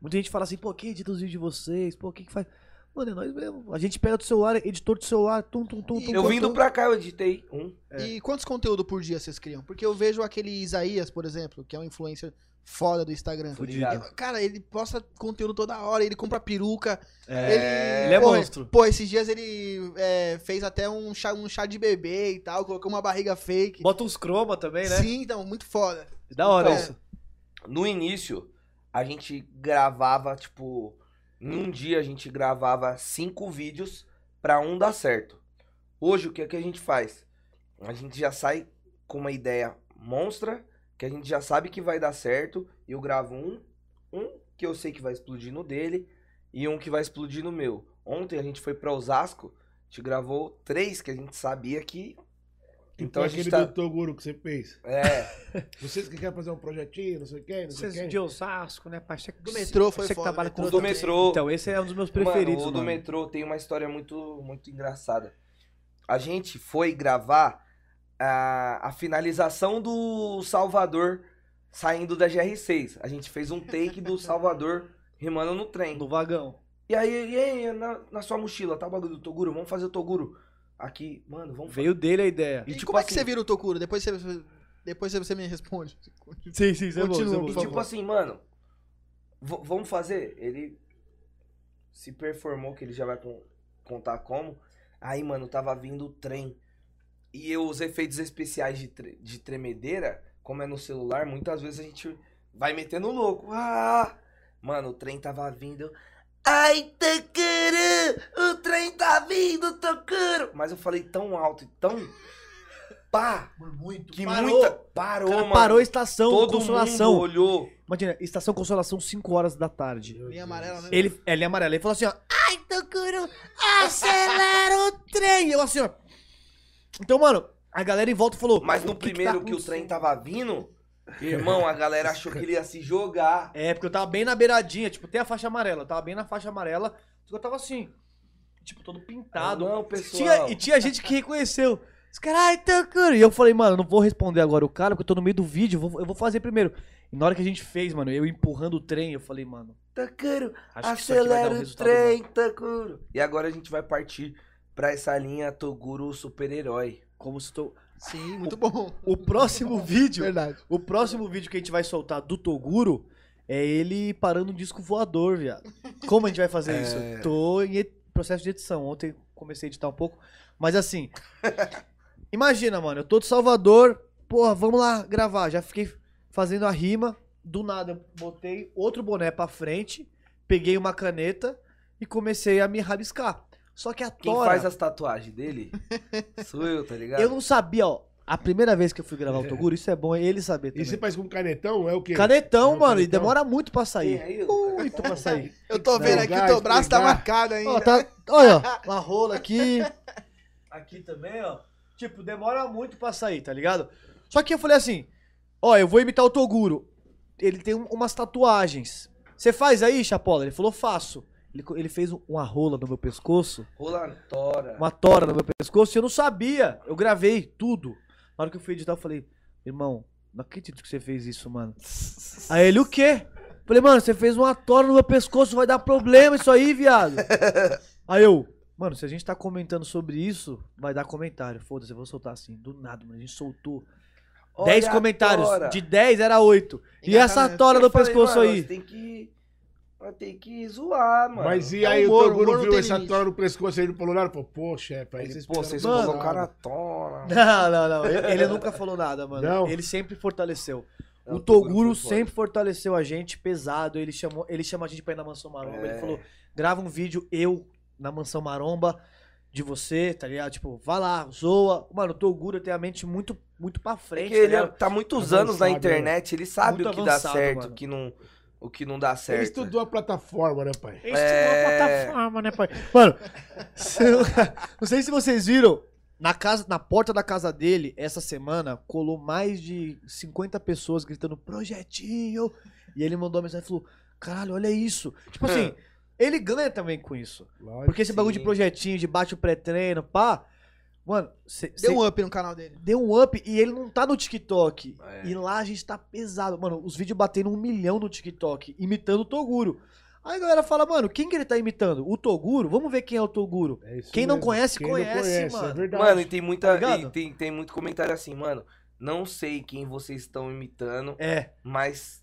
S4: muita gente fala assim, pô, quem edita os vídeos de vocês? Pô, quem que faz? Mano, é nós mesmo. A gente pega do celular, editor do celular, tum, tum, tum, tum.
S1: Eu
S4: tum,
S1: vindo
S4: tum.
S1: pra cá, eu editei um.
S5: E quantos conteúdos por dia vocês criam? Porque eu vejo aquele Isaías, por exemplo, que é um influencer foda do Instagram.
S1: Tô ligado.
S5: Eu- Cara, ele posta conteúdo toda hora, ele compra peruca.
S4: É,
S5: Ele,
S4: ele é
S5: pô,
S4: monstro.
S5: Pô, esses dias ele é, fez até um chá, um chá de bebê e tal, colocou uma barriga fake.
S4: Bota uns croma também, né?
S5: Sim, então, muito foda.
S4: Da hora
S5: Então,
S4: isso.
S1: No início, a gente gravava, tipo, em um dia a gente gravava cinco vídeos pra um dar certo. Hoje, o que é que a gente faz? A gente já sai com uma ideia monstra, que a gente já sabe que vai dar certo, e eu gravo um, um que eu sei que vai explodir no dele, e um que vai explodir no meu. Ontem a gente foi pra Osasco, gente gravou três que a gente sabia que. Então a
S2: aquele
S1: gente tá.
S2: do Toguro que você fez.
S1: É,
S2: Vocês que querem fazer um projetinho, não sei o quê, não sei o
S7: Vocês
S2: quê.
S7: de Osasco, né, pai? Você,
S5: Do metrô foi
S7: você que
S5: foda,
S7: trabalha
S5: né?
S7: com
S1: o do metrô.
S4: Então, esse é um dos meus preferidos,
S1: mano, o
S4: mano.
S1: do metrô tem uma história muito, muito engraçada. A gente foi gravar a, a finalização do Salvador saindo da GR6. A gente fez um take do Salvador remando no trem.
S4: Do vagão.
S1: E aí, e aí, na, na sua mochila, tá o bagulho do Toguro? Vamos fazer o Toguro aqui. Mano, vamos
S4: Veio dele a ideia.
S5: E,
S1: E tipo
S5: como é que
S1: assim-
S5: você vira o Tokuro? Depois você, depois você me responde.
S4: Sim, sim,
S5: isso é bom, isso é bom.
S1: E
S5: Por
S1: tipo
S5: favor.
S1: assim, mano, v- vamos fazer? Ele se performou que ele já vai con- contar como. Aí, mano, tava vindo o trem. E eu, os efeitos especiais de, tre- de tremedeira, como é no celular, muitas vezes a gente vai metendo o louco. Ah! Mano, o trem tava vindo. Ai, Tokuro! O trem tá vindo, Tokuro! Mas eu falei tão alto e tão. Pá!
S5: Muito.
S1: Que
S5: Parou.
S1: muita. Parou,
S4: Cara,
S1: mano.
S4: parou a estação
S1: Todo
S4: consolação.
S1: mundo olhou.
S4: Imagina, estação consolação 5 horas da tarde.
S5: Linha amarela, né?
S4: Ele, é, ele é amarelo. Ele falou assim, ó. Ai, Tokuro, acelera o trem. E eu assim, ó. Então, mano, a galera em volta falou.
S1: Mas no
S4: "O que
S1: primeiro
S4: tá
S1: que o trem
S4: acontecendo?"
S1: tava vindo, irmão, a galera achou que ele ia se jogar.
S4: É, porque eu tava bem na beiradinha, tipo, tem a faixa amarela, eu tava bem na faixa amarela, só que eu tava assim, tipo, todo pintado.
S1: Não, pessoal.
S4: Tinha- e tinha gente que reconheceu. Os caras, "Ai, Tokuro. E eu falei, mano, eu não vou responder agora o cara, porque eu tô no meio do vídeo, eu vou, eu vou fazer primeiro. E na hora que a gente fez, mano, eu empurrando o trem, eu falei, mano,
S1: Takuro,
S4: acho que isso aqui vai dar
S1: acelera
S4: um
S1: o
S4: resultado bom.
S1: trem, Takuro. E agora a gente vai partir pra essa linha Toguro super-herói.
S4: Como se tô...
S5: Sim, muito bom.
S4: O próximo vídeo,
S5: Verdade.
S4: o próximo vídeo que a gente vai soltar do Toguro é ele parando um disco voador, viado. Como a gente vai fazer
S1: É.
S4: isso? Tô em e- processo de edição. Ontem comecei a editar um pouco, mas assim, imagina, mano, eu tô de Salvador, porra, vamos lá gravar. Já fiquei fazendo a rima, do nada eu botei outro boné pra frente, peguei uma caneta e comecei a me rabiscar. Só que a
S1: Quem
S4: tora,
S1: faz as tatuagens dele sou eu, tá ligado?
S4: eu não sabia, ó. A primeira vez que eu fui gravar o Toguro, isso é bom ele saber
S2: E
S4: também.
S2: você faz com canetão? É o quê?
S4: Canetão,
S2: É um
S4: mano, e
S2: canetão.
S4: demora muito pra
S1: Quem
S4: sair.
S1: é eu?
S4: Muito pra sair.
S5: Eu tô vendo aqui, o
S2: Gás,
S5: teu braço tá
S2: pegar.
S5: marcado ainda.
S4: Ó, tá, olha, ó, uma rola aqui. Aqui também, ó. Tipo, demora muito pra sair, tá ligado? Só que eu falei assim, ó, eu vou imitar o Toguro. Ele tem um- umas tatuagens. Você faz aí, Chapola? Ele falou, faço. Ele, co- ele fez um- uma rola no meu pescoço,
S1: Rolantora.
S4: uma tora no meu pescoço, e eu não sabia. Eu gravei tudo. Na hora que eu fui editar, eu falei, irmão, não acredito que você fez isso, mano. Aí ele, o quê? Falei, mano, você fez uma tora no meu pescoço, vai dar problema isso aí, viado. Aí eu, mano, se a gente tá comentando sobre isso, vai dar comentário. Foda-se, eu vou soltar assim. Do nada, mano, a gente soltou.
S1: Olha
S4: 10
S1: a
S4: comentários.
S1: tora.
S4: De 10 era 8. E
S5: Engraçado,
S4: essa
S5: né?
S4: tora
S1: Eu
S4: no
S1: falei,
S4: pescoço
S1: mano,
S4: aí?
S1: nós Tem que. nós Tem que zoar, mano.
S2: Mas e
S5: É
S4: um
S2: aí, o
S5: humor,
S2: Toguro
S5: humor não
S2: viu
S5: tem
S2: essa
S5: limite.
S2: tora no pescoço aí no falou nada? Falou, pô, chefe, aí vocês
S1: Pô, vocês
S4: Mano.
S1: colocaram a tona.
S4: Não, não, não. Ele, ele nunca falou nada, mano.
S2: Não?
S4: Ele sempre fortaleceu.
S1: Não,
S4: É, o Toguro
S1: É, foi foda.
S4: sempre fortaleceu a gente, pesado. Ele, chamou, ele chama a gente pra ir na Mansão Maromba.
S1: É.
S4: Ele falou: grava um vídeo, eu na Mansão Maromba, de você, tá ligado? Tipo, vai lá, zoa. Mano, o Toguro tem a mente muito, muito pra
S1: É
S4: frente.
S1: que ele
S4: tá ligado?
S1: tá muitos
S2: Avançado,
S1: anos na internet, ele sabe
S4: Muito
S1: o que dá
S4: avançado,
S1: certo,
S4: mano.
S1: o que não, o que não dá certo.
S2: Ele estudou a plataforma, né, pai?
S7: Isso
S1: É.
S7: é uma plataforma, né, pai?
S4: Mano, se- não sei se vocês viram. Na, casa, na porta da casa dele, essa semana, colou mais de 50 pessoas gritando projetinho. E ele mandou uma mensagem e falou: caralho, olha isso. Tipo
S1: É.
S4: assim, ele ganha também com isso.
S2: Lógico.
S4: Porque esse bagulho de
S1: Sim.
S4: projetinho, de bate o pré-treino, pá. Mano, cê,
S5: Deu
S4: cê-
S5: um up no canal dele.
S4: deu um up e ele não tá no TikTok.
S1: É.
S4: E lá a gente tá pesado. Mano, os vídeos batendo um milhão no TikTok, imitando o Toguro. Aí a galera fala, mano, quem que ele tá imitando? O Toguro? Vamos ver quem é o Toguro.
S2: É isso
S4: Quem não
S2: mesmo.
S4: conhece, conhece,
S2: É
S4: mano.
S2: verdade.
S1: Mano, então- e tem muita
S4: Tá ligado?
S1: e tem, tem muito comentário assim, mano. Não sei quem vocês estão imitando,
S4: É,
S1: mas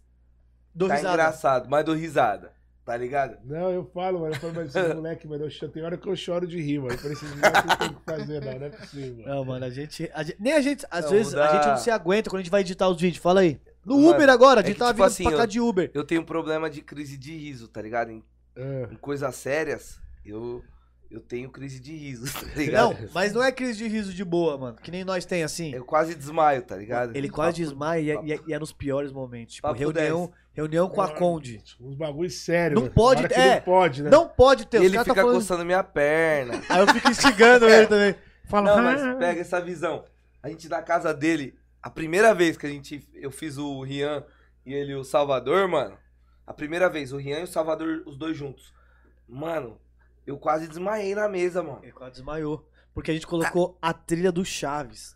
S4: do
S1: tá
S4: risada.
S1: engraçado, mas dou risada. Tá ligado?
S2: Não, eu falo, mano. Eu falo, mas esse moleque, mano, eu choro. Tem hora que eu choro de rir, mano. Eu falei, esses moleques não tem o que fazer, não. Não é possível.
S4: Não, mano, a gente, a gente- Nem a gente. Às
S1: Não,
S4: vezes
S1: dá.
S4: a gente não se aguenta quando a gente vai editar os vídeos. Fala aí. No
S1: Mano,
S4: Uber agora,
S1: é que,
S4: a gente tava
S1: tipo
S4: vindo
S1: assim,
S4: pra cá
S1: eu-
S4: de Uber. É.
S1: Eu tenho problema de crise de riso, tá ligado? Em,
S2: Ah,
S1: em coisas sérias, eu eu tenho crise de riso, tá ligado?
S4: Não, mas não é crise de riso de boa, mano. Que nem nós tem assim.
S1: Eu quase desmaio, tá ligado?
S4: Ele quase desmaia e é- e, é- e é nos piores momentos. Tipo,
S1: Papo É.
S4: reunião, reunião com a Conde.
S2: Uns bagulho sério.
S4: Não
S2: mano.
S4: pode-
S2: Hora que
S4: é,
S2: Não pode, né?
S4: Não pode ter,
S1: E
S4: os
S1: ele
S4: caras
S1: fica
S4: tá falando...
S1: coçando minha perna.
S4: Aí eu fico instigando ele também.
S7: Fala,
S1: Não,
S7: "Ah,
S1: mas pega essa visão. A gente na casa dele, a primeira vez que a gente eu fiz o Rian e ele o Salvador, mano. A primeira vez, o Rian e o Salvador, os dois juntos. Mano, eu quase desmaiei na mesa, mano.
S4: Ele quase desmaiou. Porque a gente colocou a trilha do Chaves.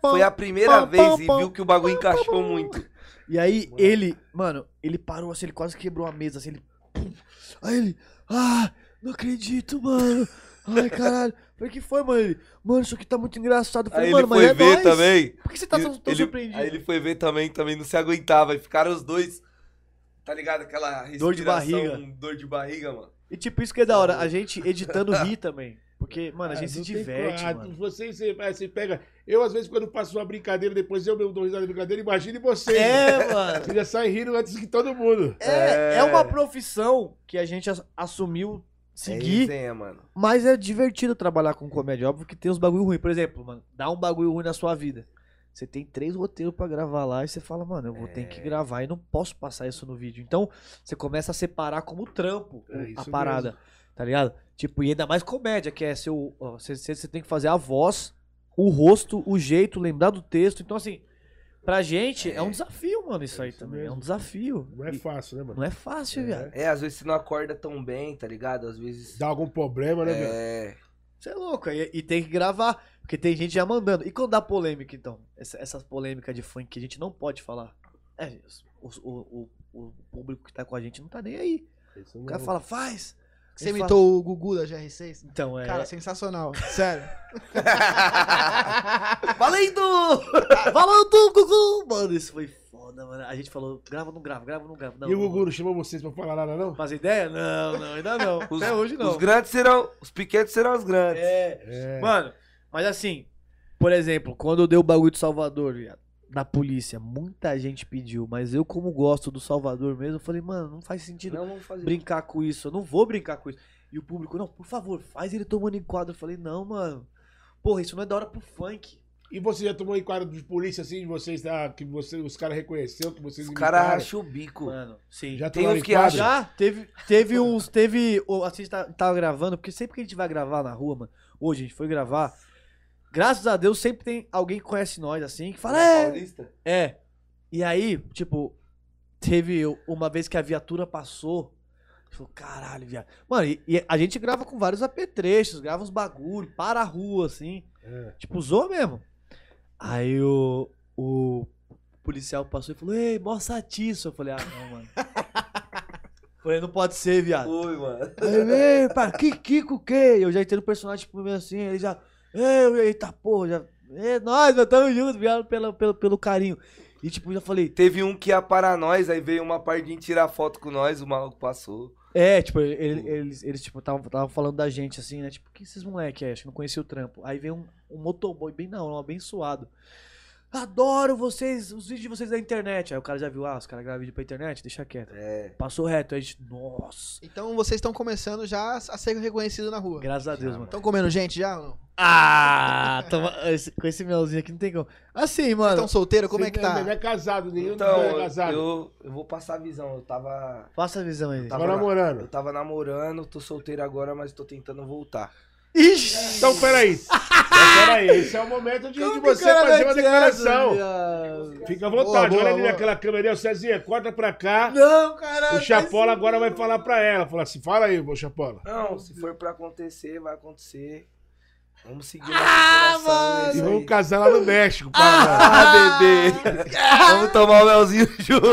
S1: Foi a primeira
S4: pom,
S1: vez
S4: pom,
S1: e
S4: pom,
S1: viu que o bagulho encaixou muito.
S4: E aí
S1: Mano.
S4: ele, mano, ele parou assim, ele quase quebrou a mesa, assim, ele. pum. Aí ele, ah, não acredito, mano. Ai, caralho. Falei, o que foi, mano? Ele, mano, isso aqui tá muito engraçado. Eu Falei,
S1: Aí ele
S4: mano, mas
S1: foi
S4: é
S1: ver
S4: nóis.
S1: também.
S4: Por que você tá
S1: E
S4: tão, tão
S1: ele-
S4: surpreendido?
S1: Aí ele foi ver também, também não se aguentava. E ficaram os dois, tá ligado? Aquela respiração,
S4: Dor de barriga.
S1: dor de barriga, mano.
S4: E tipo, isso que é da hora, a gente editando ri também. Porque, mano, a gente
S2: Ah,
S4: se
S2: não tem
S4: diverte,
S2: como. Ah,
S4: mano.
S2: Você, você, você pega. Eu, às vezes, quando faço uma brincadeira, depois eu mesmo dou risada da brincadeira, imagine você.
S4: É, mano.
S2: Você já sai rindo antes que todo mundo.
S4: É, é uma profissão que a gente as- assumiu seguir.
S1: É resenha, mano.
S4: Mas é divertido trabalhar com comédia. Óbvio que tem uns bagulho ruim. Por exemplo, mano, dá um bagulho ruim na sua vida. Você tem três roteiros pra gravar lá e você fala, mano, eu vou ter
S2: É.
S4: que gravar e não posso passar isso no vídeo. Então, você começa a separar como trampo
S2: É isso
S4: a parada, tá ligado? Tipo, e ainda mais comédia, que é seu. ó, Você você- você tem que fazer a voz, o rosto, o jeito, lembrar do texto. Então, assim, pra gente é, um desafio, mano, isso
S2: É
S4: aí
S2: isso
S4: também. É
S2: mesmo.
S4: um desafio.
S2: Não é
S4: E-
S2: fácil, né, mano?
S4: Não é fácil,
S2: É.
S4: viado.
S1: É, às vezes você não acorda tão bem, tá ligado? Às vezes.
S2: Dá algum problema, né, velho?
S1: É.
S4: Você é louco, e, e tem que gravar, porque tem gente já mandando. E quando dá polêmica, então? Essa, essa polêmica de funk que a gente não pode falar. É, o, o- o- o público que tá com a gente não tá nem aí.
S2: Isso é
S4: O
S2: mesmo.
S4: cara fala, faz.
S5: Você imitou o Gugu da GR6?
S4: Então, é.
S5: Cara, sensacional. Sério.
S4: valendo! Valendo, Gugu! Mano, isso foi foda, mano. A gente falou, grava, não grava, grava, não grava. Não,
S2: E o Gugu não chamou vocês pra falar nada, não?
S4: Faz ideia? Não, não, ainda não.
S1: Os-
S4: Até hoje
S1: Os
S4: não.
S1: grandes serão. Os pequenos serão os grandes.
S4: É.
S2: É.
S4: Mano, mas assim, por exemplo, quando eu dei o bagulho do Salvador viado, da polícia, muita gente pediu, mas eu, como gosto do Salvador mesmo, eu falei, mano, não faz sentido
S1: Não vamos fazer.
S4: brincar com isso, eu não vou brincar com isso. E o público, não, por favor, faz ele tomando em quadro. Eu falei, não, mano, porra, isso não é da hora pro funk.
S2: E você já tomou enquadro de polícia assim, de vocês, ah, que você, os caras reconheceu, que vocês
S1: Os caras
S2: imitaram?
S1: racham o bico.
S4: Mano, sim.
S2: Já
S1: Tem
S2: tomaram
S1: uns que
S2: enquadro?
S1: acham-
S4: Já teve, teve uns. Teve. o- A gente tá- tava gravando, porque sempre que a gente vai gravar na rua, mano. Hoje a gente foi gravar. Graças a Deus, sempre tem alguém que conhece nós, assim, que fala, é,
S1: Paulista?
S4: É. E aí, tipo, teve uma vez que a viatura passou. Falou, caralho, viado. Mano, e, e a gente grava com vários apetrechos, grava uns bagulho, para a rua, assim.
S2: É.
S4: Tipo, zoa mesmo. Aí o, o policial passou e falou, ei, mostra tiça. Eu falei, ah, não, mano. falei, não pode ser, viado.
S1: Oi, mano.
S4: Aí, ei, pá, que Kiko que? Eu já entrei no personagem tipo meio assim, ele já. Ei, eita porra, já. É nós, nós tamo juntos, viado, pelo, pelo, pelo carinho. E tipo, já falei,
S1: Teve um que ia parar nós, aí veio uma parte de tirar foto com nós, o maluco passou.
S4: é, tipo, ele- eles, eles tipo, estavam tavam falando da gente assim, né? Tipo, que esses moleque é? Acho que não conhecia o trampo. Aí vem um, um motoboy bem na hora, um abençoado. Adoro vocês, os vídeos de vocês da internet. Aí o cara já viu, ah, os caras gravam vídeo pra internet, deixa quieto.
S1: É.
S4: Passou reto, aí a gente, nossa.
S5: Então vocês estão começando já a ser reconhecido na rua.
S4: Graças a Deus, mano.
S5: Estão comendo gente já ou não?
S4: Ah, toma- esse- com esse melzinho aqui não tem como. Assim, mano,
S5: Estão solteiros? Como é
S2: Você
S5: que
S2: Não
S5: tá?
S2: é casado, nenhum
S1: Então,
S2: é casado.
S1: eu, eu vou passar a visão. Eu tava.
S4: faça a visão aí.
S1: Tá.
S2: Tava
S1: Tava
S2: namorando.
S1: Eu tava namorando, tô solteiro agora, mas tô tentando voltar.
S4: Ixi!
S2: Então, peraí. Então, peraí, esse é o momento de, de você fazer uma declaração. Fica à vontade,
S5: Boa, boa,
S2: olha ali
S5: boa.
S2: naquela câmera ali, ó, Cezinha, corta pra cá.
S4: Não, caralho.
S2: o Chapola agora vai falar pra ela. Fala assim, fala aí, ô Chapola.
S1: Não, se for pra acontecer, vai acontecer. Vamos seguir nossa coração, é
S2: E
S1: isso
S2: vamos
S1: aí.
S2: casar lá no México, para.
S1: Ah, bebê! Vamos tomar o melzinho junto!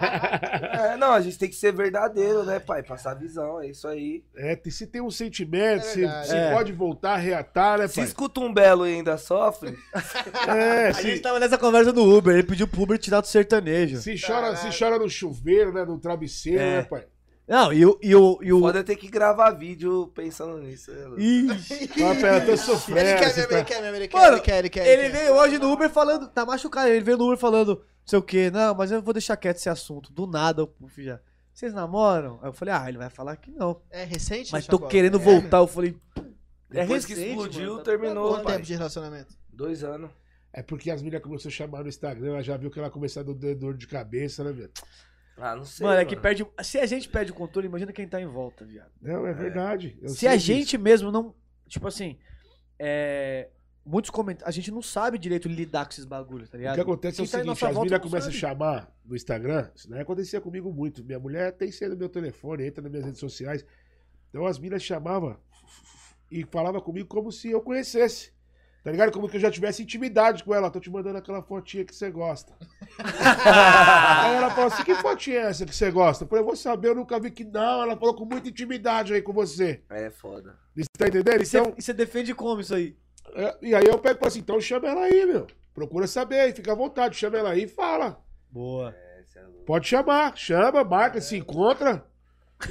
S1: É, não, a gente tem que ser verdadeiro, né, pai? Passar a visão, é isso aí.
S2: É, te- se tem um sentimento,
S5: É
S2: se,
S5: verdade.
S2: se
S4: É.
S2: pode voltar, reatar, né,
S1: Se
S2: pai?
S1: escuta um belo e ainda sofre,
S2: É,
S4: A gente
S2: se,
S4: tava nessa conversa do Uber, ele pediu pro Uber tirar do sertanejo.
S2: se chora, se chora no chuveiro, né, no travesseiro,
S4: É.
S2: né, pai?
S4: Não, e o. E o, e o...
S1: foda ter que gravar vídeo pensando nisso. é louco.
S4: Ixi.
S2: Fala pra ela, tô
S5: Ele
S2: sofrendo.
S5: quer
S2: você
S5: mesmo,
S2: tá-
S5: ele quer mesmo, ele quer,
S4: Mano,
S5: ele quer, ele quer.
S4: Ele
S5: quer.
S4: veio hoje no Uber falando, tá machucado, ele veio no Uber falando, não sei o quê, não, mas eu vou deixar quieto esse assunto. Do nada, o Puff já. vocês namoram? Aí eu falei, ah, ele vai falar que não.
S5: É recente?
S4: Mas
S5: né,
S4: tô
S5: Chacoalha?
S4: querendo
S5: É,
S4: voltar. Eu falei,
S1: Depois que
S4: é recente,
S1: explodiu,
S4: mano, tá-
S1: terminou,
S5: Quanto
S1: pai.
S5: tempo de relacionamento?
S1: Dois anos.
S2: É porque as meninas começaram a chamar no Instagram, ela já viu que ela começou a dar um dor de cabeça, né, velho?
S1: Ah, não sei,
S4: mano, é que perde. Se a gente perde o controle, imagina quem tá em volta, viado.
S2: Não, é, verdade. eu
S4: Se
S2: sei
S4: a
S2: disso.
S4: gente mesmo não. Tipo assim. É, muitos comentários. A gente não sabe direito lidar com esses bagulhos, tá
S2: O
S4: ligado?
S2: que acontece é o
S4: Quem tá em
S2: seguinte,
S4: nossa
S2: as
S4: volta
S2: meninas
S4: não
S2: começam a
S4: sabe.
S2: chamar no Instagram, isso daí acontecia comigo muito. Minha mulher tem senha no meu telefone, entra nas minhas redes sociais. Então as meninas chamavam e falavam comigo como se eu conhecesse. Tá ligado? Como que eu já tivesse intimidade com ela. Tô te mandando aquela fotinha que você gosta. aí ela falou assim, que fotinha é essa que você gosta? Eu falei, eu vou saber, eu nunca vi que não. Ela falou com muita intimidade aí com você.
S1: É foda.
S2: Você tá entendendo?
S4: E você
S2: Então,
S4: defende como isso aí?
S2: é, e aí eu pego e falo assim, então chama ela aí, meu. Procura saber aí, fica à vontade. Chama ela aí e fala.
S4: Boa.
S1: É,
S2: Pode chamar, chama, marca, se encontra.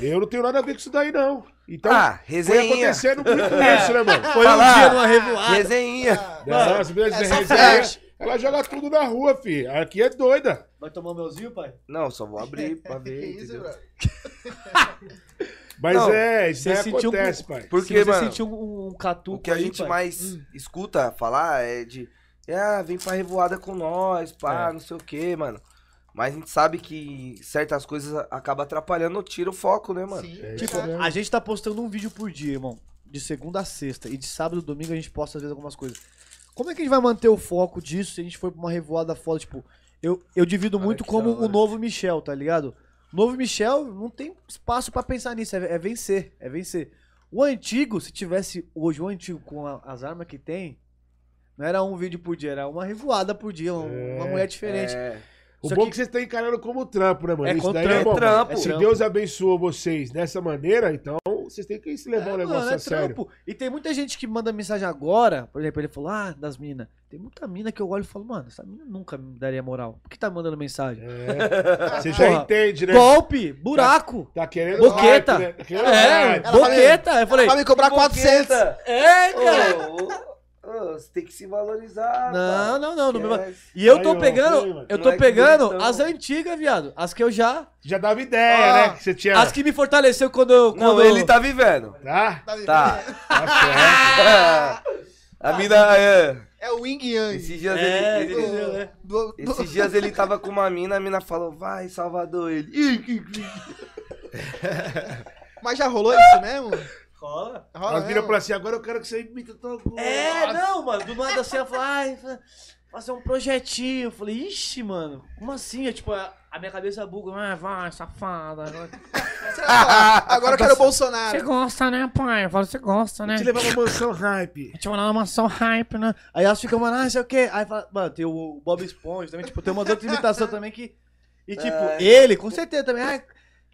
S2: Eu não tenho nada a ver com isso daí, não. Então,
S1: ah,
S2: foi
S1: resenha.
S2: acontecendo muito isso, né, mano?
S4: Foi um
S1: Fala.
S4: dia numa revoada.
S1: Resenha.
S5: Ah,
S2: Não, as
S4: é
S2: minhas
S5: essa
S2: resenhas- ela joga tudo na rua, fi. Aqui é doida.
S4: Vai tomar um melzinho, pai?
S1: Não, só vou abrir pra
S5: Que
S1: ver,
S4: É
S5: isso,
S1: entendeu?
S5: bro?
S2: Mas
S1: Não,
S2: é, isso
S4: você
S2: daí
S4: sentiu
S2: acontece, pai.
S1: Porque,
S4: Se você
S1: mano,
S4: sentiu um, um catuco
S1: o que a
S4: aí,
S1: gente
S4: pai,
S1: mais escuta falar é de. Ah, vem pra revoada com nós, pá,
S4: É.
S1: não sei o quê, mano. Mas a gente sabe que certas coisas acabam atrapalhando, tira o foco, né, mano?
S5: Sim.
S2: É
S4: Tipo,
S2: isso mesmo.
S4: a gente tá postando um vídeo por dia, irmão. De segunda a sexta. E de sábado e domingo a gente posta, às vezes, algumas coisas. Como é que a gente vai manter o foco disso se a gente for pra uma revoada foda? Tipo, eu, eu divido muito
S1: que
S4: como
S1: da hora.
S4: o novo Michel, tá ligado? O novo Michel não tem espaço pra pensar nisso. É, é vencer. É vencer. O antigo, se tivesse hoje o antigo com a- as armas que tem, não era um vídeo por dia, era uma revoada por dia, um- uma mulher diferente.
S1: É,
S2: O
S4: isso
S2: bom é
S4: aqui-
S2: que vocês estão encarando como trampo, né, mano?
S4: É,
S2: isso
S4: com
S2: daí é
S4: trampo,
S2: bom.
S1: é trampo.
S4: É
S2: Se
S4: trampo.
S2: Deus um abençoou vocês dessa maneira, então vocês têm que se levar um
S4: É,
S2: negócio
S4: mano, é
S2: a sério.
S4: trampo. E tem muita gente que manda mensagem agora, por exemplo, ele falou, ah, das minas. Tem muita mina que eu olho e falo, mano, essa mina nunca me daria moral. Por que tá mandando mensagem?
S2: É. Você já
S4: Porra.
S2: entende, né?
S4: Golpe, buraco.
S2: Tá querendo
S4: Boqueta.
S2: hype, né? Tá querendo
S4: É,
S2: hype.
S5: Ela
S4: boqueta. eu falei,
S5: Vai me cobrar 400.
S4: é, cara.
S1: Ô, ô, ô, você tem que se valorizar.
S4: Não, não, não. no meu-
S1: mano. Esquece.
S4: E eu tô
S2: Aí, ó, foi,
S4: pegando,
S2: mano.
S4: eu tô
S1: Moleque
S4: pegando
S1: bonitão.
S4: as antigas, viado. As que eu já.
S2: Já dava ideia,
S5: Ah,
S2: né? Que você tinha.
S4: As que me fortaleceu quando eu.
S1: Não,
S4: Quando
S1: ele tá vivendo.
S2: Tá?
S1: Tá.
S2: Tá certo.
S4: Ah!
S1: a mina. É,
S5: É o Wing Yang.
S1: esses dias
S4: É,
S1: ele. ele-
S4: entendeu, né?
S5: Do- do-
S1: Esses dias ele tava com uma mina, a mina falou, vai, Salvador. Ele. "Ih, que- que-".
S5: Mas já rolou isso mesmo?
S4: Rola.
S5: Rola
S2: Elas viram e
S5: mesmo?
S2: falam assim, agora eu quero que você imita tal coisa.
S4: É, não, mano. Do nada assim, ela falou, ai, fa- fazer um projetinho. Eu falei, ixi, mano, como assim? Eu, tipo, a, a minha cabeça buga, ah, vai, safada.
S5: Você vai falar, Agora eu quero o Bolsonaro.
S7: Você gosta, né, pai? Eu falo, você gosta, né?
S2: Te levar uma mansão hype.
S7: Te mandar uma mansão hype, né?
S4: Aí elas ficam, mano, ah, sei o quê. Aí fala, mano, tem o Bob Esponja também, tipo, tem umas outras imitações também que. E tipo, ele, com certeza também, ah,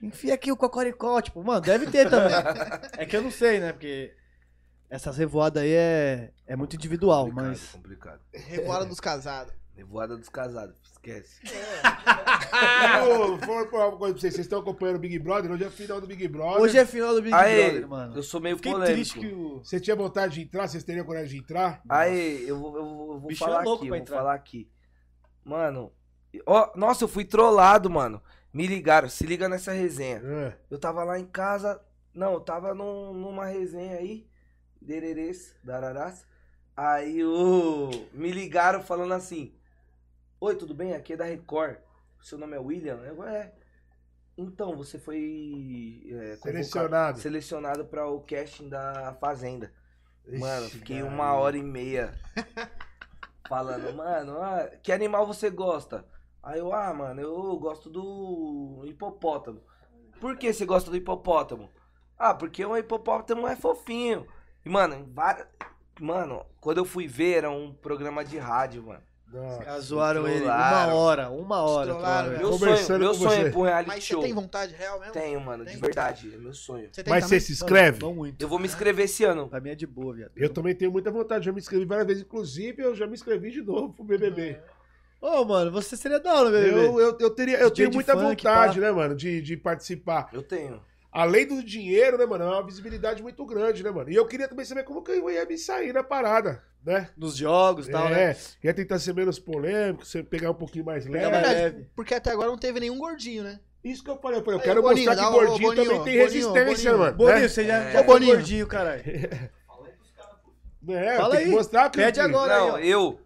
S4: enfia aqui o cocoricó, tipo, mano, deve ter também. É que eu não sei, né? Porque essas revoadas aí é, é muito individual,
S1: Complicado,
S4: mas.
S1: Complicado.
S5: Revoada dos casados.
S1: Nevoada dos casados, esquece.
S2: Eu vou falar uma coisa pra vocês. Vocês estão acompanhando o Big Brother? Hoje é a final do Big Brother.
S4: Hoje é final do Big
S1: Aê,
S4: Brother, mano.
S1: eu sou meio
S4: É. Fiquei
S1: polêmico.
S4: triste que o.
S2: Você tinha vontade de entrar? Vocês teriam coragem de entrar?
S1: Aí, eu vou, eu vou- eu vou
S4: Bicho é
S1: falar
S4: louco
S1: aqui, eu
S4: pra
S1: vou
S4: entrar.
S1: falar aqui. Mano, ó, nossa, eu fui trollado, mano. Me ligaram, se liga nessa
S4: É,
S1: resenha.
S2: Ah,
S1: Eu tava lá em casa, não, eu tava num- numa resenha aí, dererês, dararás. Aí o me ligaram falando assim: Oi, tudo bem? Aqui é da Record. Seu nome é William? Eu, é. Então, você foi é, convocado-
S2: Selecionado.
S1: selecionado para o casting da Fazenda. Mano,
S2: Ixi,
S1: fiquei
S2: Maria.
S1: uma hora e meia falando, mano, ah, que animal você gosta? Aí eu, ah, mano, eu gosto do hipopótamo. Por que você gosta do hipopótamo? Ah, porque o hipopótamo é fofinho. E, mano, em várias- mano, quando eu fui ver, era um programa de rádio, mano.
S2: Não.
S4: Ah, Zoaram ele. Uma
S1: Trollaram.
S4: hora, uma hora.
S5: Trollaram,
S4: trollaram.
S5: É,
S1: Meu sonho,
S2: conversando
S1: meu
S2: com
S1: sonho
S2: você.
S1: é pro reality
S5: Mas você
S1: show.
S5: tem vontade real mesmo?
S1: Tenho, mano, de
S5: Tem?
S1: verdade, é meu sonho.
S5: Você tem
S2: Mas
S5: também?
S2: você se inscreve?
S4: Não muito.
S1: Eu vou me inscrever esse ano.
S4: Pra mim é de boa, viado.
S2: Eu também tenho muita vontade. Já me inscrevi várias vezes. Inclusive, eu já me inscrevi de novo pro BBB.
S4: Ô, mano, você seria da hora, bebê.
S2: Eu, eu, eu, teria, eu
S4: DJ Ah,
S2: tenho
S4: é. de
S2: muita
S4: funk,
S2: vontade,
S4: pá.
S2: né, mano, de, de participar.
S1: Eu tenho.
S2: Além do dinheiro, né, mano, é uma visibilidade muito grande, né, mano? E eu queria também saber como que eu ia me sair na parada, né?
S4: Nos jogos e tal, né?
S2: é, ia tentar ser menos polêmico, você pegar um pouquinho mais
S4: Pegar
S2: leve.
S4: mais
S5: verdade.
S4: leve.
S5: Porque até agora não teve nenhum gordinho, né?
S2: Isso que eu falei, eu falei, eu
S5: Aí,
S2: quero
S5: Boninho,
S2: mostrar
S5: dá
S2: que
S5: uma-
S2: gordinho
S5: Boninho,
S2: também tem
S5: Boninho,
S2: resistência,
S5: Boninho.
S2: mano.
S4: um Boninho,
S2: né?
S4: você já,
S1: É.
S4: já
S5: Ô,
S4: foi
S5: Boninho.
S4: gordinho, caralho.
S2: É,
S4: Fala
S2: tem que
S4: aí,
S2: mostrar que
S4: pede agora. Olha aí,
S1: Não,
S4: ó.
S1: eu.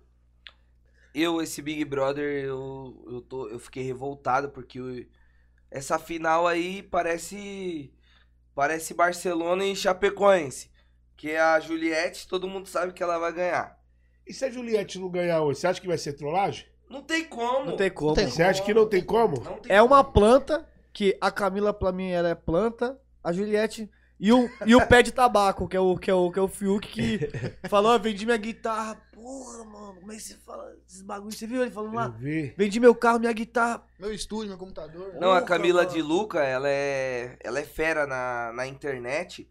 S1: Eu, esse Big Brother, eu, eu, tô, eu fiquei revoltado porque o- essa final aí parece. Parece Barcelona e Chapecoense. Que é a Juliette, todo mundo sabe que ela vai ganhar.
S2: E se a Juliette não ganhar hoje, você acha que vai ser trollagem?
S1: Não tem como.
S4: Não tem como.
S5: Não tem
S2: Você acha que não tem como?
S1: Não tem
S4: É uma
S1: como.
S4: planta que a Camila, pra mim, ela é planta, a Juliette. E o, e o pé de tabaco, que é o, que é o, que é o Fiuk, que falou, "Ah, vendi minha guitarra. Porra, mano, como é que você fala esses bagulhos? Você viu ele falando
S2: Eu
S4: lá?
S2: vi.
S4: Vendi meu carro, minha guitarra.
S5: Meu estúdio, meu computador.
S1: Não, a
S4: Porra,
S1: Camila
S4: mano.
S1: de Luca, ela é, ela é fera na, na internet.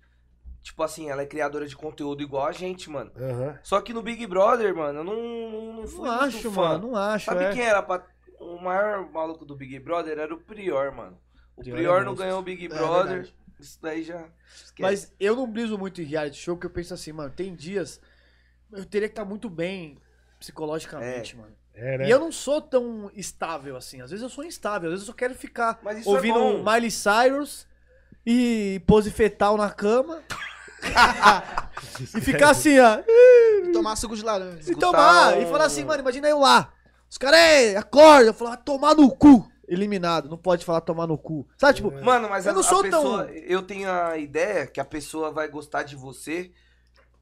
S1: Tipo assim, ela é criadora de conteúdo igual a gente, mano.
S2: Aham.
S1: Só que no Big Brother, mano, eu não, não, não
S4: Não
S1: fui muito
S4: acho,
S1: fã.
S4: mano, não acho.
S1: Sabe
S4: é.
S1: quem era pra- o maior maluco do Big Brother? Era o Prior, mano. O
S4: Prior
S1: Prior,
S4: é
S1: não
S4: monstro.
S1: ganhou o Big
S5: É,
S1: Brother.
S5: verdade.
S1: isso daí já. esquece.
S2: é.
S4: Mas eu não briso muito em reality show, porque eu penso assim, mano, tem dias eu teria que estar muito bem psicologicamente, mano.
S2: É, né?
S4: E eu não sou tão estável assim. Às vezes eu sou instável, às vezes eu só quero ficar
S1: Mas isso é
S4: ouvindo
S1: bom.
S4: Miley Cyrus e pose fetal na cama. e ficar assim, ó.
S5: E tomar suco de laranja.
S4: E tomar.
S1: um-
S4: E falar assim, mano, imagina eu lá. Os caras, "Ei, acorda. Eu falar, tomar no cu. Eliminado. Não pode falar tomar no cu. Sabe, tipo,
S2: É.
S1: Mano, mas
S4: Eu
S1: a,
S4: não
S1: a
S4: sou tão-
S1: pessoa. Eu tenho a ideia que a pessoa vai gostar de você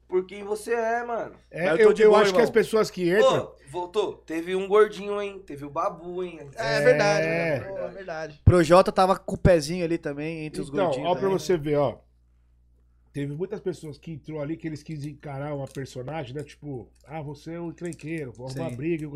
S1: por quem você é, mano.
S2: É,
S4: Mas eu
S2: eu,
S4: tô de
S2: eu
S4: boa,
S2: acho que
S4: irmão.
S2: as pessoas que entram.
S1: Ô, voltou. Teve um gordinho, hein? Teve o babu, hein?
S5: É, verdade.
S2: É.
S5: né? Pô, é verdade.
S4: Projota tava com o pezinho ali também, entre os
S2: então,
S4: gordinhos.
S2: ó, pra
S4: também.
S2: você ver, ó. Teve muitas pessoas que entrou ali que eles quis encarar uma personagem, né? Tipo, ah, você é um encrenqueiro, vou arrumar
S4: Sim.
S2: briga.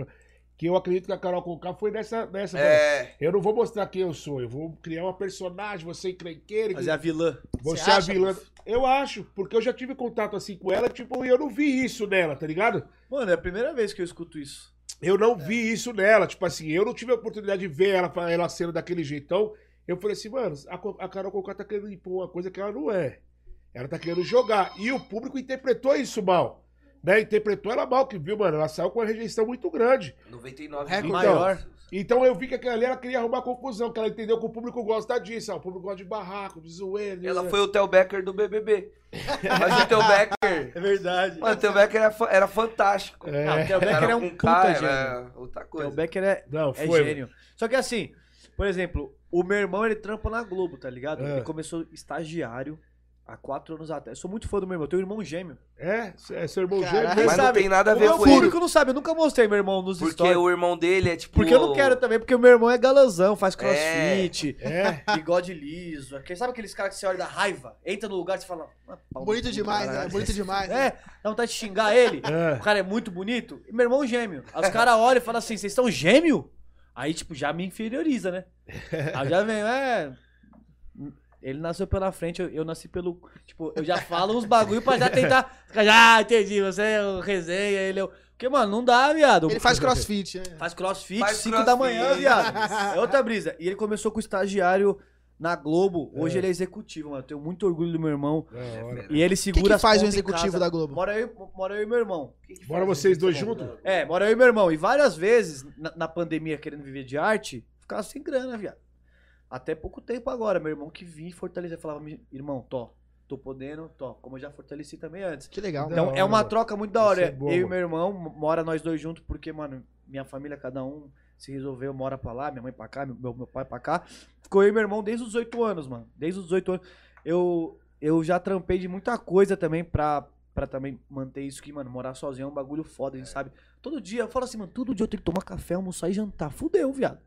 S2: Que eu acredito que a Carol Conká foi nessa. nessa
S1: É.
S2: Eu não vou mostrar quem eu sou, eu vou criar uma personagem, você é encrenqueiro,
S4: Mas é a vilã.
S2: você
S5: Você
S2: é a
S5: acha?
S2: vilã. Eu acho, porque eu já tive contato assim com ela, tipo, e eu não vi isso nela, tá ligado?
S4: Mano, é a primeira vez que eu escuto isso.
S2: Eu não vi isso nela, tipo assim, eu não tive a oportunidade de ver ela, ela sendo daquele jeitão. Eu falei assim, mano, a, Co- a Carol Conká tá querendo impor uma coisa que ela não é. Ela tá querendo jogar. E o público interpretou isso mal. Né? Interpretou ela mal, que viu, mano? Ela saiu com uma rejeição muito grande.
S1: 99
S5: Recorde
S4: maior.
S2: Então eu vi que aquela ali ela queria arrumar confusão, que ela entendeu que o público gosta disso. ó, o público gosta de barraco, de zoeira. de-
S1: Ela foi o Theo Becker do BBB. Mas o Theo Becker.
S4: É verdade.
S1: Mano, o Theo Becker era, fa- era fantástico.
S2: É.
S4: Não, o Theo Becker
S1: Cara,
S4: é um
S1: com
S4: puta
S1: cara,
S4: gênio.
S1: era outra
S4: O Theo
S1: coisa.
S4: Becker é,
S2: Não,
S4: é
S2: foi.
S4: gênio. Só que assim, por exemplo, o meu irmão ele trampa na Globo, tá ligado?
S2: É.
S4: Ele começou estagiário há quatro anos atrás. Eu sou muito fã do meu irmão, eu tenho um irmão gêmeo.
S2: É, é seu irmão
S5: Caralho.
S2: gêmeo.
S1: Mas
S2: né?
S1: não
S4: sabe,
S1: tem nada a
S4: o
S1: ver
S4: meu
S1: com ele.
S4: público não sabe, eu nunca mostrei meu irmão nos
S1: Porque
S4: stories.
S1: o irmão dele é tipo.
S4: Porque eu não quero também, porque o meu irmão é galãzão, faz crossfit,
S2: É.
S4: bigode liso. aquele- Sabe aqueles caras que você olha da raiva? Entra no lugar e você fala. "Ah, pau no
S5: Bonito
S4: cu,
S5: demais,
S4: caralho."
S5: né? Bonito demais. né?
S4: É, dá vontade de xingar ele.
S2: É.
S4: O cara é muito bonito. E meu irmão é um gêmeo. Aí os caras olham e falam assim: vocês são gêmeo? Aí, tipo, já me inferioriza, né? Aí já vem, é. Ele nasceu pela frente, eu, eu nasci pelo. Tipo, eu já falo uns bagulho pra já tentar. ficar, Ah, entendi, você é o resenha, ele é o. Porque, mano, não dá, viado.
S5: Ele faz crossfit, né?
S4: Faz crossfit,
S1: Faz
S4: 5 da
S1: crossfit.
S4: manhã, viado. É outra brisa. E ele começou com o estagiário na Globo. Hoje ele é executivo, mano. Eu tenho muito orgulho do meu irmão.
S1: É
S2: Da hora.
S4: E ele
S5: O que,
S4: segura
S5: que
S4: as
S5: faz um
S4: pontas em
S5: executivo
S4: casa.
S5: da Globo?
S4: Mora eu, mora eu e meu irmão.
S2: Bora vocês dois juntos?
S4: É, mora eu e meu irmão. E várias vezes, na, na pandemia, querendo viver de arte, ficava sem grana, viado. Até pouco tempo agora, meu irmão que vinha e fortalecia. Falava, "Mi- irmão, tô, tô podendo, tô. Como eu já fortaleci também antes.
S5: Que legal.
S2: Da
S4: Então
S2: hora,
S4: é uma
S2: mano.
S4: troca muito da
S2: Isso
S4: hora.
S2: é bom,
S4: eu e
S2: mano.
S4: meu irmão, m- mora nós dois juntos, porque, mano, minha família, cada um se resolveu, mora pra lá, minha mãe pra cá, meu, meu pai pra cá. Ficou eu e meu irmão desde os 18 anos, mano. Desde os 18 anos. Eu, eu já trampei de muita coisa também pra, pra também manter isso que, mano, morar sozinho é um bagulho foda, a gente sabe. Todo dia, eu falo assim, mano, todo dia eu tenho que tomar café, almoçar e jantar. Fudeu, viado.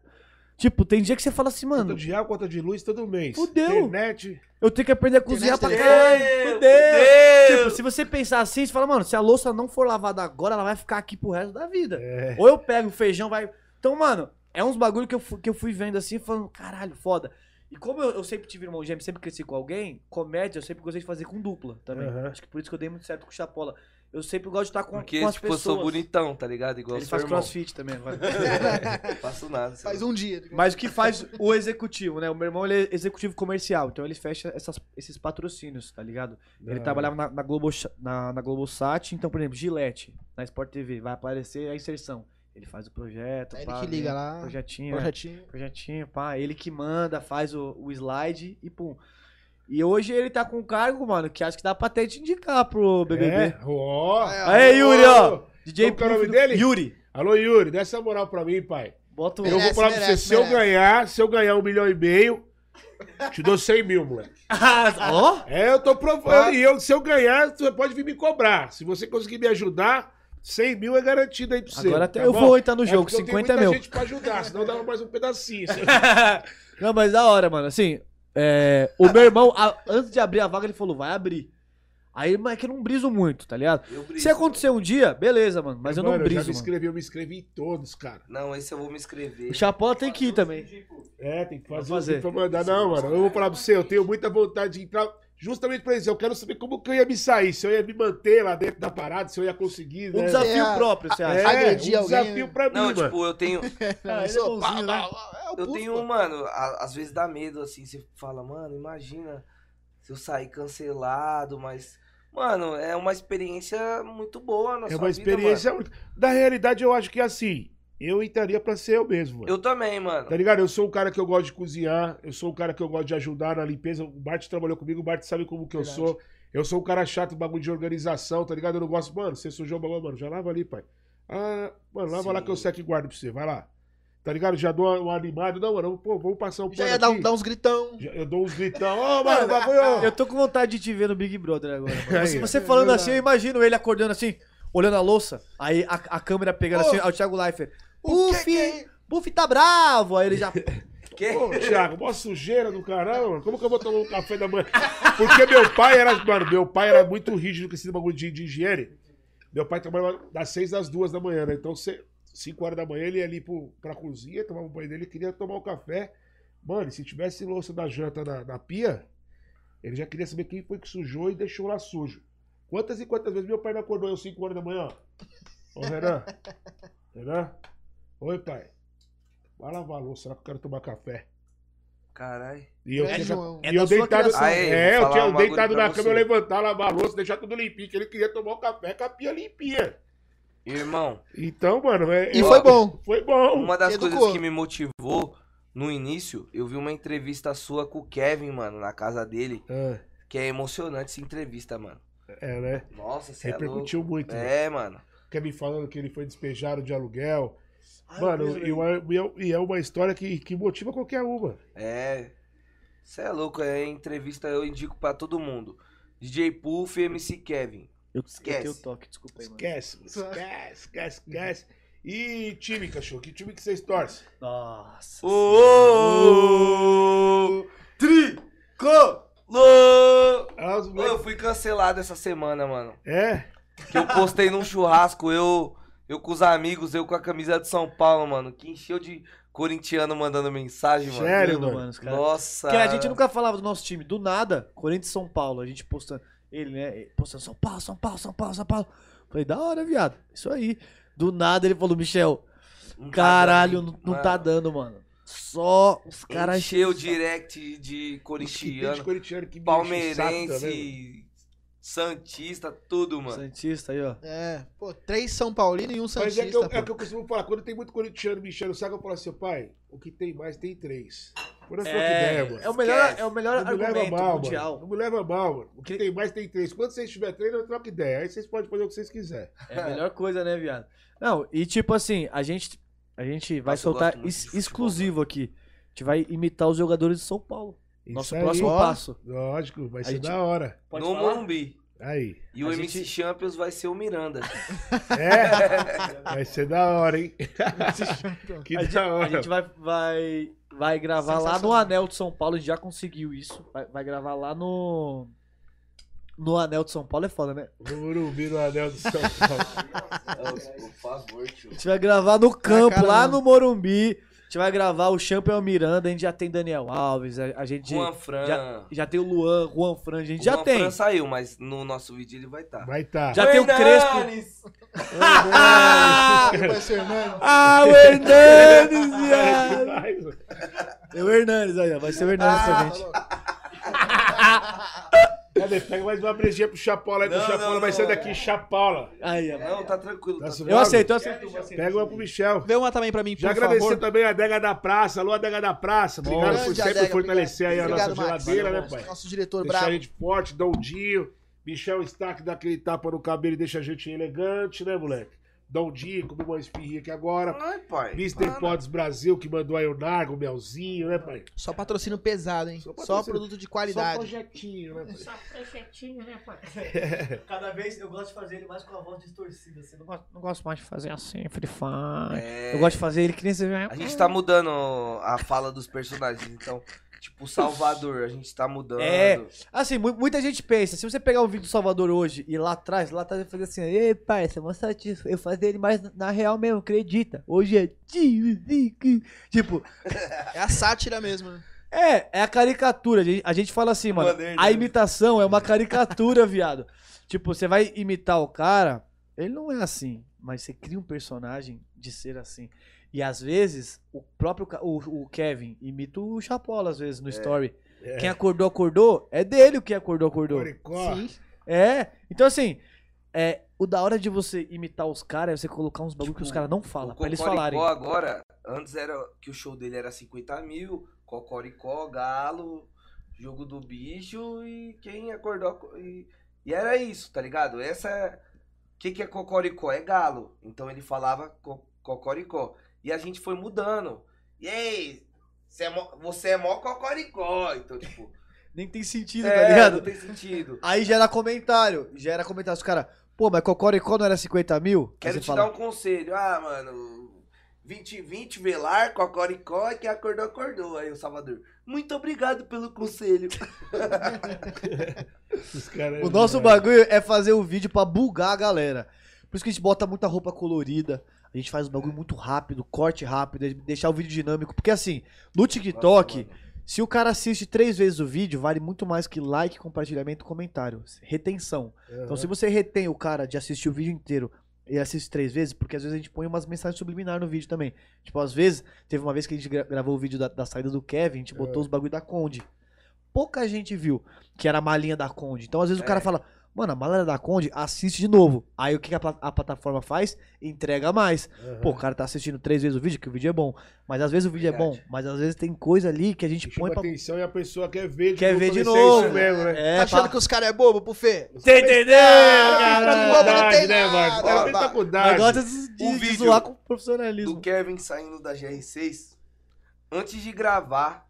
S4: Tipo, tem dia que você fala assim, mano,
S2: Conta de água, conta de luz todo mês.
S4: Fudeu.
S2: Internet.
S4: eu tenho que aprender a cozinhar pra
S5: Internet
S4: caralho.
S1: Fudeu,
S4: Fudeu.
S1: fudeu.
S4: Tipo, se você pensar assim, você fala, mano, se a louça não for lavada agora, ela vai ficar aqui pro resto da vida.
S2: É.
S4: Ou eu pego o feijão, vai. Então, mano, é uns bagulho que eu, fu- que eu fui vendo assim, falando, caralho, foda. E como eu, eu sempre tive irmão gêmeo, sempre cresci com alguém, comédia eu sempre gostei de fazer com dupla também.
S2: Aham.
S4: Acho que por isso que eu dei muito certo com o Chapola. Eu sempre gosto de estar com,
S1: Porque,
S4: com as
S1: tipo, eu
S4: pessoas.
S1: sou bonitão, tá ligado? Igual
S4: Ele
S1: seu
S4: faz
S1: irmão. É,
S4: crossfit também, vai.
S1: Não faço nada. sei
S5: Faz
S1: lá.
S5: um dia.
S4: Mas o que faz o executivo, né? O meu irmão ele é executivo comercial, então ele fecha essas- esses patrocínios, tá ligado? Ele
S2: Da
S4: trabalhava na, na, Globo, na, na Globosat, então, por exemplo, Gillette, na Sport TV, vai aparecer a inserção. Ele faz o projeto.
S5: É ele
S4: pá,
S5: que
S4: vê,
S5: liga lá,
S4: Projetinho. é.
S2: Ah,
S5: Projetinho.
S4: Projetinho, pá. Ele que manda, faz o, o slide e pum. E hoje ele tá com um cargo, mano, que acho que dá pra até te indicar pro BBB.
S2: É? Ó.
S4: Aê, Yuri, ó. DJ
S2: Como que é o nome
S4: Puff do-
S2: dele?
S4: Yuri.
S2: Alô, Yuri, dá essa moral pra mim, pai.
S4: Bota o...
S2: eu vou falar pra você,
S5: merece,
S2: se eu
S5: merece.
S2: ganhar, se eu ganhar um milhão e meio, te dou 100 mil, moleque.
S4: Ah, ó.
S2: É, eu tô provando. E eu, se eu ganhar, você pode vir me cobrar. Se você conseguir me ajudar, 100 mil é garantido aí pra você.
S4: Agora até
S2: tá
S4: eu
S2: bom?
S4: vou entrar no
S2: É
S4: jogo,
S2: porque eu tenho
S4: 50 é
S2: muita
S4: meu.
S2: gente pra ajudar, senão eu dava mais um pedacinho.
S4: Não, mas da hora, mano. Assim, é, o meu irmão, a- antes de abrir a vaga, ele falou, vai abrir. Aí, mas é que eu não briso muito, tá ligado?
S1: Eu briso.
S4: Se acontecer um dia, beleza, mano. Mas eu não
S2: Mano, já
S4: briso,
S2: me
S4: mano.
S2: inscrevi, eu me inscrevi em todos, cara.
S1: Não, esse eu vou me inscrever.
S4: O Chapola tem que ir também.
S2: É, tem que fazer,
S4: Vou fazer.
S2: tem que mandar. Não, mano, eu vou falar pra você, eu tenho muita vontade de entrar justamente pra isso. Eu quero saber como que eu ia me sair, se eu ia me manter lá dentro da parada, se eu ia conseguir,
S4: Um
S2: né?
S4: desafio
S5: É,
S4: próprio, você
S2: É,
S4: acha?
S5: Agredir
S2: um
S5: alguém,
S2: desafio
S5: né?
S2: pra mim,
S1: Não,
S2: mano.
S1: tipo, eu tenho.
S4: Ah, ele é
S5: Sou-
S4: bonzinho, né?
S5: É o
S1: Eu
S5: Puff,
S1: tenho,
S5: pô.
S1: mano, a- às vezes dá medo, assim, você fala, mano, imagina se eu sair cancelado, mas. Mano, é uma experiência muito boa na
S2: É
S1: sua
S2: uma
S1: vida,
S2: experiência única. Da realidade, eu acho que é assim. Eu entraria pra ser eu mesmo,
S1: mano.
S2: mano.
S1: Eu também, mano.
S2: Tá ligado? Eu sou um cara que eu gosto de cozinhar, eu sou um cara que eu gosto de ajudar na limpeza. O Bart trabalhou comigo, o Bart sabe como que eu sou. Eu sou um cara chato, bagulho de organização, tá ligado? Eu não gosto, mano, você sujou o bagulho, mano, já lava ali, pai. Ah, mano, lava
S1: Sim.
S2: lá que eu seco e guardo pra você, vai lá. Tá ligado? Já dou uma- um animado. Não, mano, pô, vamos passar um
S5: Já
S2: pano
S5: ia dar,
S2: aqui.
S5: um- dar uns gritão.
S2: Já- Eu dou uns gritão. Ô, mano, bagulho. ó. É
S4: Eu tô com vontade de te ver no Big Brother agora. Mano.
S2: Aí,
S4: Se
S2: ó.
S4: você falando assim, eu imagino ele acordando assim, olhando a louça, aí a, a câmera pegando assim,
S5: Ô,
S4: ó, o Thiago Leifert.
S5: o que
S4: Puff,
S5: que é
S4: Puff tá bravo! Aí ele já.
S1: Que?
S2: Ô, Thiago, mó sujeira do caramba, mano. Como que eu vou tomar um café da manhã? Porque meu pai era, mano, meu pai era muito rígido com esse bagulho de, de higiene. Meu pai trabalhava das seis às duas da manhã, né? Então, cê- cinco horas da manhã, ele ia ali pro, pra cozinha, tomava um banho dele, queria tomar um café. Mano, e se tivesse louça da janta na, na pia, ele já queria saber quem foi que sujou e deixou lá sujo. Quantas e quantas vezes meu pai não acordou eu cinco horas da manhã, ó. Ô, Renan. Renan. Oi, pai. Vai lavar a louça, será que eu quero tomar café?
S1: Caralho.
S2: E eu,
S5: É,
S2: tinha-
S5: João.
S2: e
S4: É
S2: eu
S4: da sua
S2: deitado,
S4: criação.
S1: Aí,
S2: é,
S1: vou
S2: eu
S1: falar
S2: tinha
S1: um
S2: eu
S1: bagulho
S2: deitado
S1: pra
S2: na cama, eu
S1: você.
S2: levantar, lavar a louça, deixar tudo limpinho, que ele queria tomar o café com a pia limpinha.
S1: Irmão,
S2: Então, mano, é,
S5: E
S2: eu-
S5: foi bom.
S2: Foi bom.
S1: uma das
S5: Educou.
S1: coisas que me motivou no início, eu vi uma entrevista sua com o Kevin, mano, na casa dele,
S2: Ah,
S1: que é emocionante essa entrevista, mano.
S2: é, né?
S1: Nossa, você é louco.
S2: Repercutiu muito. né?
S1: É, mano.
S2: Quer me falando que ele foi despejado de aluguel.
S4: Ai,
S2: mano,
S4: meu
S2: e, uma- e é- e é uma história que, que motiva qualquer uma.
S1: É. Você é louco, é entrevista eu indico pra todo mundo. DJ Puff e MC Kevin.
S4: Eu
S1: Esquece.
S4: esqueci o toque, desculpa aí, mano.
S2: Esquece, esquece, esquece, esquece. E time, cachorro, que time que vocês torcem?
S4: Nossa.
S1: Ô, ô, ô, Tricolor!
S2: Ah, os
S1: Ô,
S2: moleques-
S1: Eu fui cancelado essa semana, mano.
S2: É?
S1: Que eu postei num churrasco, eu, eu com os amigos, eu com a camisa de São Paulo, mano. Que encheu de corintiano mandando mensagem, mano.
S2: Sério,
S4: Tudo,
S2: mano?
S4: mano, os caras-
S1: Nossa.
S4: Porque a gente nunca falava do nosso time. Do nada, Corinthians e São Paulo. A gente postando. Ele, né? Postando São Paulo, São Paulo, São Paulo, São Paulo. Falei, da hora, viado. Isso aí. Do nada ele falou, Michel,
S1: Não tá
S4: caralho,
S1: dando,
S4: não, não tá
S1: mano.
S4: dando, mano. Só os caras
S1: Encheu direct de
S2: Os que tem de
S1: corintiano,
S2: corintiano que me enche o saco também,
S4: né,
S1: palmeirense, santista, tudo, mano.
S4: Santista aí, ó.
S5: É, pô, três São Paulino e um
S2: Mas
S5: Santista,
S2: é que, eu,
S5: pô.
S2: é que eu costumo falar, quando tem muito corintiano me enchendo o saco, eu falo assim, pai, o que tem mais tem três. Quando eu sou que der, mano.
S4: É o melhor, é o melhor
S2: não me leva
S4: argumento
S2: mal,
S4: mundial.
S2: mano. Não me leva mal, mano. O que
S4: Que-
S2: tem mais tem três. Quando vocês tiverem três, eu troco ideia. Aí vocês podem fazer o que vocês quiserem.
S4: É a melhor coisa, né, viado? Não, e tipo assim, a gente, a gente vai
S1: Nossa, eu
S4: soltar
S1: gosto muito
S4: ex-
S1: de futebol,
S4: exclusivo aqui. A gente vai imitar os jogadores de São Paulo.
S2: Isso
S4: Nosso
S2: aí,
S4: próximo
S2: ó.
S4: passo.
S2: Lógico, vai
S4: A
S2: ser
S4: gente-
S2: da hora.
S1: no Morumbi.
S2: Aí.
S1: E o
S4: A
S1: MC
S4: gente-
S1: Champions vai ser o Miranda.
S2: É? vai ser da hora, hein? que
S4: a, gente,
S2: da
S4: Então, a
S2: hora.
S4: gente vai, vai, vai gravar lá no
S5: Sensacional.
S4: Anel de São Paulo, a gente já conseguiu isso. Vai, vai gravar lá no. No Anel de São Paulo é foda, né?
S2: No Morumbi, no Anel do São Paulo.
S1: Ô, Por favor, tio.
S4: A gente vai gravar no campo,
S5: caramba.
S4: lá no Morumbi. A gente vai gravar o Champion Miranda, a gente já tem Daniel Alves, a, a gente
S1: Juan Fran.
S4: já, já tem o Luan, Juan Fran, a gente
S1: O
S4: já
S1: Juan
S4: tem.
S1: Fran saiu, mas no nosso vídeo ele vai estar.
S2: Vai tá.
S4: Já tem o Crespo. Ah,
S5: Vai ser Hernandes.
S4: ah, o Hernandes, viado.
S2: Vai, mano.
S4: Ah! É o Hernandes aí, ó. Vai ser o Hernandes pra gente.
S2: Mas Cadê? Pega mais uma brejinha pro Chapola aí, pro
S1: Não,
S2: Chapola.
S1: não,
S2: vai
S1: não,
S2: sair
S1: é.
S2: daqui, Chapola.
S4: Aí, ó.
S1: Não, tá tranquilo. Tá
S2: Nossa,
S1: tranquilo.
S4: Eu
S2: Thiago,
S4: aceito, eu aceito. eu aceito.
S2: Pega uma pro Michel.
S5: Vê uma também pra mim, por
S2: Já agradecer
S5: favor.
S2: também a Adega da Praça. Alô, Adega da Praça. Obrigado
S5: Grande
S2: por sempre
S5: adega,
S2: fortalecer aí a
S5: obrigado.
S2: nossa
S5: Obrigado, Max.
S2: geladeira,
S5: Valeu,
S2: né,
S5: Max.
S2: pai?
S5: Nosso diretor
S2: Deixar a
S5: bravo.
S2: gente forte, Dondinho. Michel Stark dá aquele tapa no cabelo e deixa a gente elegante, né, moleque? Dondinho, como uma espirrinha aqui agora.
S1: Ai, é, pai.
S2: Mr. Pods Brasil, que mandou aí o Nargo, o Melzinho, né, pai?
S5: Só patrocínio pesado, hein?
S2: Só
S5: Só,
S2: patrocínio.
S5: produto de
S2: Só
S5: qualidade.
S2: projetinho, né, pai?
S7: né,
S3: Cada vez eu gosto de fazer ele mais com a voz distorcida, assim.
S7: Não gosto, não gosto mais de fazer assim, Free Fire.
S1: É,
S7: Eu gosto de fazer ele que nem você vê.
S1: A gente tá mudando a fala dos personagens, então. Tipo, o Salvador, a gente tá mudando.
S4: É. Assim, mu- muita gente pensa, se você pegar o vídeo do Salvador hoje e lá atrás, lá atrás ele fazia assim, ei, parça, mó satisfação, eu fazia ele mais na real mesmo, acredita, hoje é tiozinho, tipo,
S5: É a sátira mesmo, né?
S4: é, é a caricatura, a gente- a gente fala assim, mano,
S1: Maneiro,
S4: a
S1: né?
S4: imitação é uma caricatura, viado, tipo, você vai imitar o cara, ele não é assim, mas você cria um personagem de ser assim, e às vezes, o próprio, ca- o, o Kevin imita o Chapola, às vezes, no story,
S2: É.
S4: quem acordou, acordou, é dele o que acordou, acordou.
S2: Coricó.
S4: É, então assim, é, o da hora de você imitar os caras é você colocar uns bagulho que os caras não falam,
S1: Tipo, O
S4: pra eles
S1: Cocoricó
S4: falarem.
S1: agora, antes era que o show dele era 50 mil, Cocoricó, Galo, Jogo do Bicho e quem acordou. E, e era isso, tá ligado? Essa é. O que, que é Cocoricó? É Galo. Então ele falava co- Cocoricó. E a gente foi mudando. E aí, você é mó, você é mó Cocoricó. Então, tipo.
S4: Nem tem sentido,
S1: é,
S4: tá
S1: Não
S4: ligado?
S1: tem sentido.
S4: Aí gera comentário, gera comentário, os caras, pô, mas Cocoricó não era 50 mil? Aí
S1: Quero
S4: você
S1: te
S4: fala,
S1: dar um conselho. Ah, mano. 2020, velar, cocoricó, e quem acordou, acordou. Aí o Salvador. Muito obrigado pelo conselho.
S2: Os caras-
S1: um
S4: O nosso bagulho é fazer o vídeo pra bugar a galera. Por isso que a gente bota muita roupa colorida, a gente faz o bagulho muito rápido, corte rápido, deixar o vídeo dinâmico, porque assim, no TikTok... Se o cara assiste três vezes o vídeo, vale muito mais que like, compartilhamento, comentário. Retenção. Então, se você retém o cara de assistir o vídeo inteiro e assiste três vezes, porque às vezes a gente põe umas mensagens subliminares no vídeo também. Tipo, às vezes, teve uma vez que a gente gra- gravou o vídeo da, da saída do Kevin, a gente botou os bagulho da Conde. Pouca gente viu que era a malinha da Conde. Então, às vezes, o cara fala, mano, a malha era da Conde, assiste de novo. Aí, o que que a, pla- a plataforma faz? Entrega mais.
S2: Aham.
S4: Pô, o cara tá assistindo três vezes o vídeo, que o vídeo é bom. Mas às vezes o vídeo é
S1: Verdade.
S4: bom, mas às vezes tem coisa ali que a gente
S2: Chama
S4: põe pra.
S2: atenção e a pessoa quer ver de
S4: Quer ver
S2: pra
S4: de
S2: ver se é isso
S4: novo.
S2: mesmo, né?
S4: É,
S5: tá achando
S4: pra-
S5: que os caras é bobo, Pufê?
S2: Você entendeu?
S5: cara?
S2: Faculdade, né,
S5: Não
S2: Marcos?
S5: tem nada.
S2: Cara, tem
S4: Mas
S2: faculdade.
S4: gosta é de, de
S1: O vídeo
S4: zoar com o
S1: Do
S4: profissionalismo.
S1: Kevin saindo da GR6. Antes de gravar,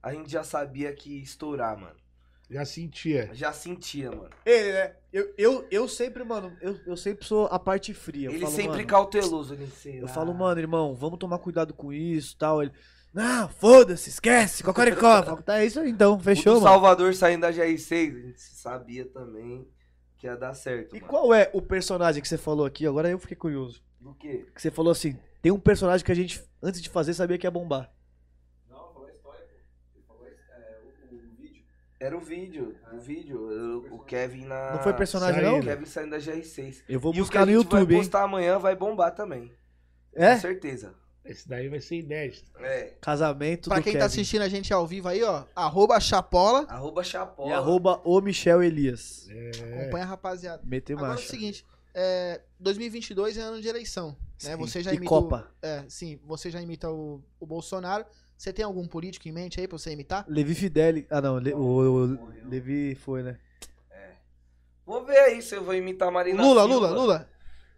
S1: a gente já sabia que ia estourar, mano.
S2: Já é. sentia.
S1: Já sentia, mano.
S4: Ele, né? Eu, eu, eu sempre, mano, eu, eu sempre sou a parte fria. Eu
S1: ele
S4: falo,
S1: sempre
S4: mano,
S1: cauteloso, ele "Ah, sei
S4: Eu
S1: lá.
S4: falo, mano, irmão, vamos tomar cuidado com isso tal. Ele, não, foda-se, esquece, cocoricó. Eu falo, tá, é isso aí então,
S1: O
S4: fechou,
S1: do
S4: mano.
S1: Salvador saindo da GR6, a gente sabia também que ia dar certo.
S4: E
S1: mano.
S4: qual é o personagem que você falou aqui? Agora eu fiquei curioso.
S1: Do quê?
S4: Que você falou assim, tem um personagem que a gente, antes de fazer, sabia que ia bombar.
S1: Era é, o É. vídeo, o vídeo, eu- o Kevin na...
S4: Não foi personagem,
S2: Saiu.
S1: O
S4: não?
S1: Kevin saindo da GR6.
S4: Eu vou
S1: E o que
S4: buscar
S1: a
S4: no
S1: gente
S4: YouTube,
S1: vai
S4: hein?
S1: postar amanhã vai bombar também. Com
S4: É?
S1: certeza.
S2: Esse daí vai ser inédito.
S1: É.
S4: Casamento
S5: Pra
S4: do
S5: quem
S4: Kevin.
S5: tá assistindo a gente ao vivo aí, ó, arroba chapola,
S1: Arroba chapola.
S4: E arroba o Michel Elias.
S2: É.
S5: acompanha a rapaziada.
S4: Meteu
S5: Agora é o
S4: marcha.
S5: seguinte, é, 2022 é ano de eleição,
S4: Sim.
S5: né? Você já
S4: e
S5: imita o-
S4: Copa.
S5: é, sim, você já imita o, o Bolsonaro. Você tem algum político em mente aí pra você imitar?
S4: Levi Fidel. Ah, não. Le- o, o- o- Levi foi, né?
S1: Vou ver aí se eu vou imitar a Marina
S5: Lula,
S1: Silva.
S5: Lula, Lula.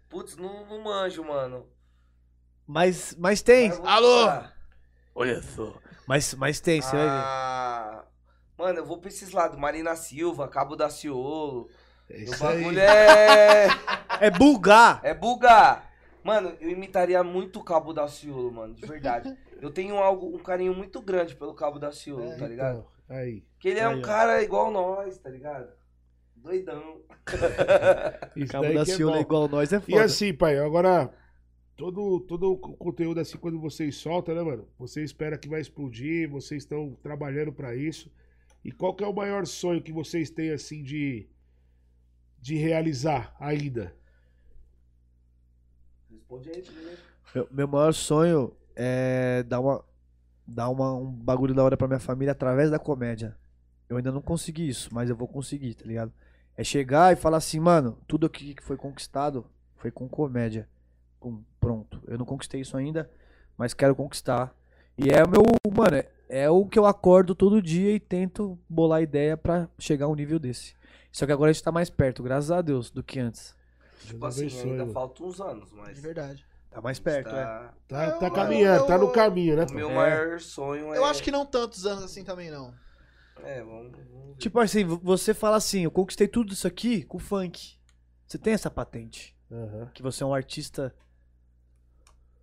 S1: Putz, não, não manjo, mano.
S4: Mas, mas tem.
S1: Mas eu vou tentar.
S4: Olha só. Mas, mas tem, você vai ver.
S1: Ah, mano, eu vou pra esses lados. Marina Silva, Cabo da Ciolo.
S2: É
S1: O
S2: isso
S1: bagulho
S2: aí.
S1: é...
S4: É bulgar.
S1: é bugar. Mano, eu imitaria muito o Cabo da Ciolo, mano. De verdade. Eu tenho algo, um carinho muito grande pelo Cabo da Ciolo, tá ligado?
S2: Então, aí.
S1: Porque ele é
S4: É, Aí,
S1: um
S4: ó.
S1: cara igual nós, tá ligado? Doidão.
S2: Isso
S4: Cabo
S2: daí
S4: da
S2: que é
S4: Ciolo é
S2: bom.
S4: igual nós, é
S2: E
S4: foda.
S2: assim, pai, agora todo, todo o conteúdo assim, quando vocês soltam, né, mano? Você espera que vai explodir, vocês estão trabalhando pra isso. E qual que é o maior sonho que vocês têm, assim, de, de realizar ainda?
S1: Responde aí, primeiro.
S4: Meu, meu maior sonho é dar uma. Dar uma, um bagulho da hora pra minha família através da comédia. Eu ainda não consegui isso, mas eu vou conseguir, tá ligado? É chegar e falar assim, mano, tudo aqui que foi conquistado foi com comédia. Pum, pronto. Eu não conquistei isso ainda, mas quero conquistar. E é o meu, mano, é, é o que eu acordo todo dia e tento bolar ideia pra chegar a um nível desse. Só que agora a gente tá mais perto, graças a Deus, do que antes.
S1: Tipo assim,
S2: abençoe,
S1: ainda
S2: mano.
S1: falta uns anos, mas.
S5: De verdade.
S4: Tá mais perto, é.
S1: tá...
S2: Tá,
S5: Eu-
S2: tá
S5: eu-
S2: caminhando, tá no
S5: eu-
S2: caminho, né?
S1: O meu
S4: É.
S1: maior sonho é.
S5: Eu acho que não tantos anos assim também, não.
S1: É, vamos. vamos ver.
S4: Tipo assim, vo- você fala assim, eu conquistei tudo isso aqui com funk. Você tem essa patente,
S2: Aham.
S4: que você é um artista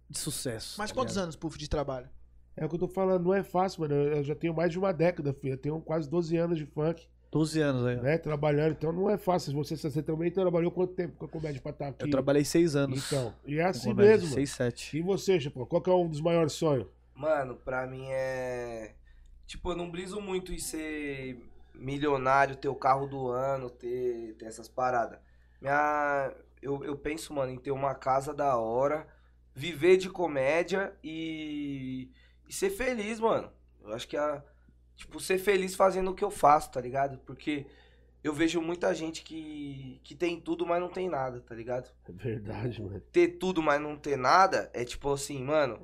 S4: de sucesso.
S5: Mas
S4: tá
S5: quantos
S4: ligado?
S5: anos, Puff, de trabalho?
S2: É o que eu tô falando, não é fácil, mano. Eu eu já tenho mais de uma década, filho. Eu tenho quase 12 anos de funk,
S4: 12 anos aí. ó.
S2: né? Trabalhando, então não é fácil. Você, você também trabalhou quanto tempo com a comédia pra estar aqui?
S4: Eu trabalhei 6 anos.
S2: Então, e é
S4: com
S2: assim
S4: comédia,
S2: mesmo. mano.
S4: 6, 7.
S2: E você, Chapão, qual que é um dos maiores sonhos?
S1: Mano, pra mim é. Tipo, eu não briso muito em ser milionário, ter o carro do ano, ter, ter essas paradas. Minha... Eu, eu penso, mano, em ter uma casa da hora, viver de comédia e, e ser feliz, mano. Eu acho que a. Tipo, ser feliz fazendo o que eu faço, tá ligado? Porque eu vejo muita gente que, que tem tudo, mas não tem nada, tá ligado?
S2: É verdade, mano.
S1: ter tudo, mas não ter nada, é tipo assim, mano.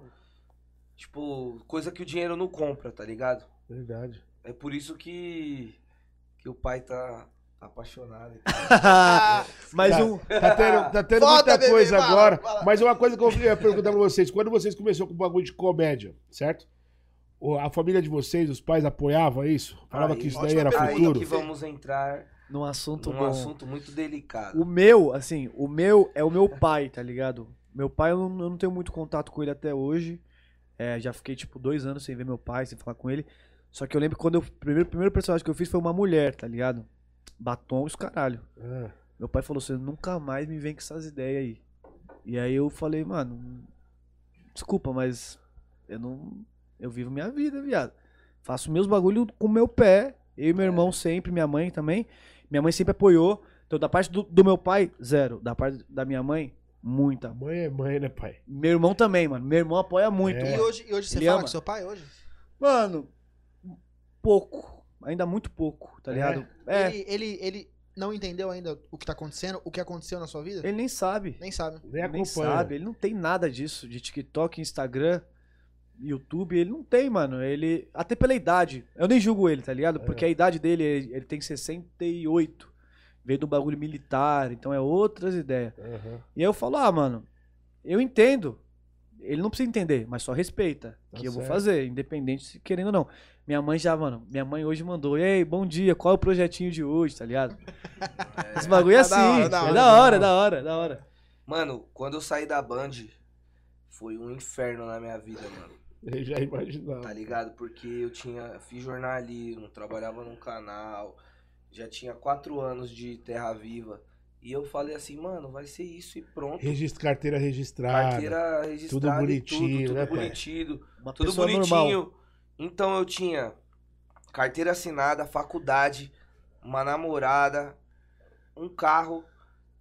S1: Tipo, coisa que o dinheiro não compra, tá ligado?
S2: Verdade.
S1: É por isso que, que o pai tá apaixonado.
S4: Mas
S2: Tá.
S4: um.
S2: Tá tendo, tá tendo
S5: Volta,
S2: muita
S5: bebê,
S2: coisa
S5: fala,
S2: agora.
S5: fala.
S2: Mas uma coisa que eu queria perguntar pra vocês: quando vocês começaram com o bagulho de comédia, certo? O- A família de vocês, os pais apoiavam isso? Falava
S1: Aí,
S2: que isso daí
S5: ótima
S2: era
S5: pergunta.
S1: Aí
S2: futuro?
S1: que vamos entrar
S4: Num assunto
S1: num
S4: bom.
S1: assunto muito delicado.
S4: O meu, assim, o meu é o meu pai, tá ligado? Meu pai, eu não, eu não tenho muito contato com ele até hoje. É, já fiquei, tipo, dois anos sem ver meu pai, sem falar com ele. Só que eu lembro que quando eu. O primeiro, primeiro personagem que eu fiz foi uma mulher, tá ligado? Batom e os caralho.
S2: Ah,
S4: Meu pai falou assim: nunca mais me vem com essas ideias aí. E aí eu falei, mano, desculpa, mas eu não. Eu vivo minha vida, viado. Faço meus bagulho com o meu pé. Eu e meu irmão sempre, minha mãe também. Minha mãe sempre apoiou. Então, da parte do, do meu pai, zero. Da parte da minha mãe, muita.
S2: mãe é mãe, né, pai?
S4: Meu irmão também, mano. Meu irmão apoia muito.
S2: É.
S5: E hoje, e hoje você
S4: Ele
S5: fala
S4: ama.
S5: com seu pai hoje?
S4: Mano, pouco. Ainda muito pouco, tá
S2: É?
S4: ligado? É. Ele,
S5: Ele, ele, ele não entendeu ainda o que tá acontecendo, o que aconteceu na sua vida?
S4: nem sabe.
S5: Nem sabe.
S2: Nem
S4: nem
S2: acompanha.
S4: sabe. Ele não tem nada disso de TikTok, Instagram, YouTube. Ele não tem, mano. Ele. Até pela idade. Eu nem julgo ele, tá
S2: É.
S4: ligado? Porque a idade dele, ele ele tem 68. Veio do bagulho militar, então é outras ideias.
S2: Aham.
S4: E aí eu falo, ah, mano, eu entendo. Ele não precisa entender, mas só respeita.
S2: Tá
S4: que eu vou
S2: certo.
S4: fazer, independente se querendo ou não. Minha mãe já, mano, minha mãe hoje mandou, ei, bom dia, qual é o projetinho de hoje, tá ligado? Esse bagulho é
S5: É
S4: assim,
S5: da
S4: é
S5: hora, da hora,
S4: da hora, é da hora, é da hora.
S1: Mano, quando eu saí da Band, foi um inferno na minha vida, mano.
S2: Eu já
S1: Tá
S2: imaginava.
S1: ligado? Porque eu tinha. Fiz jornalismo, trabalhava num canal, já tinha quatro anos de Terra Viva. E eu falei assim, mano, vai ser isso e pronto.
S2: Registro, carteira registrada.
S1: Carteira registrada
S2: bonitinho,
S1: e tudo, tudo
S2: né, pai?
S1: bonitinho,
S4: Uma
S1: tudo
S4: pessoa
S1: bonitinho.
S4: normal.
S1: Então eu tinha carteira assinada, faculdade, uma namorada, um carro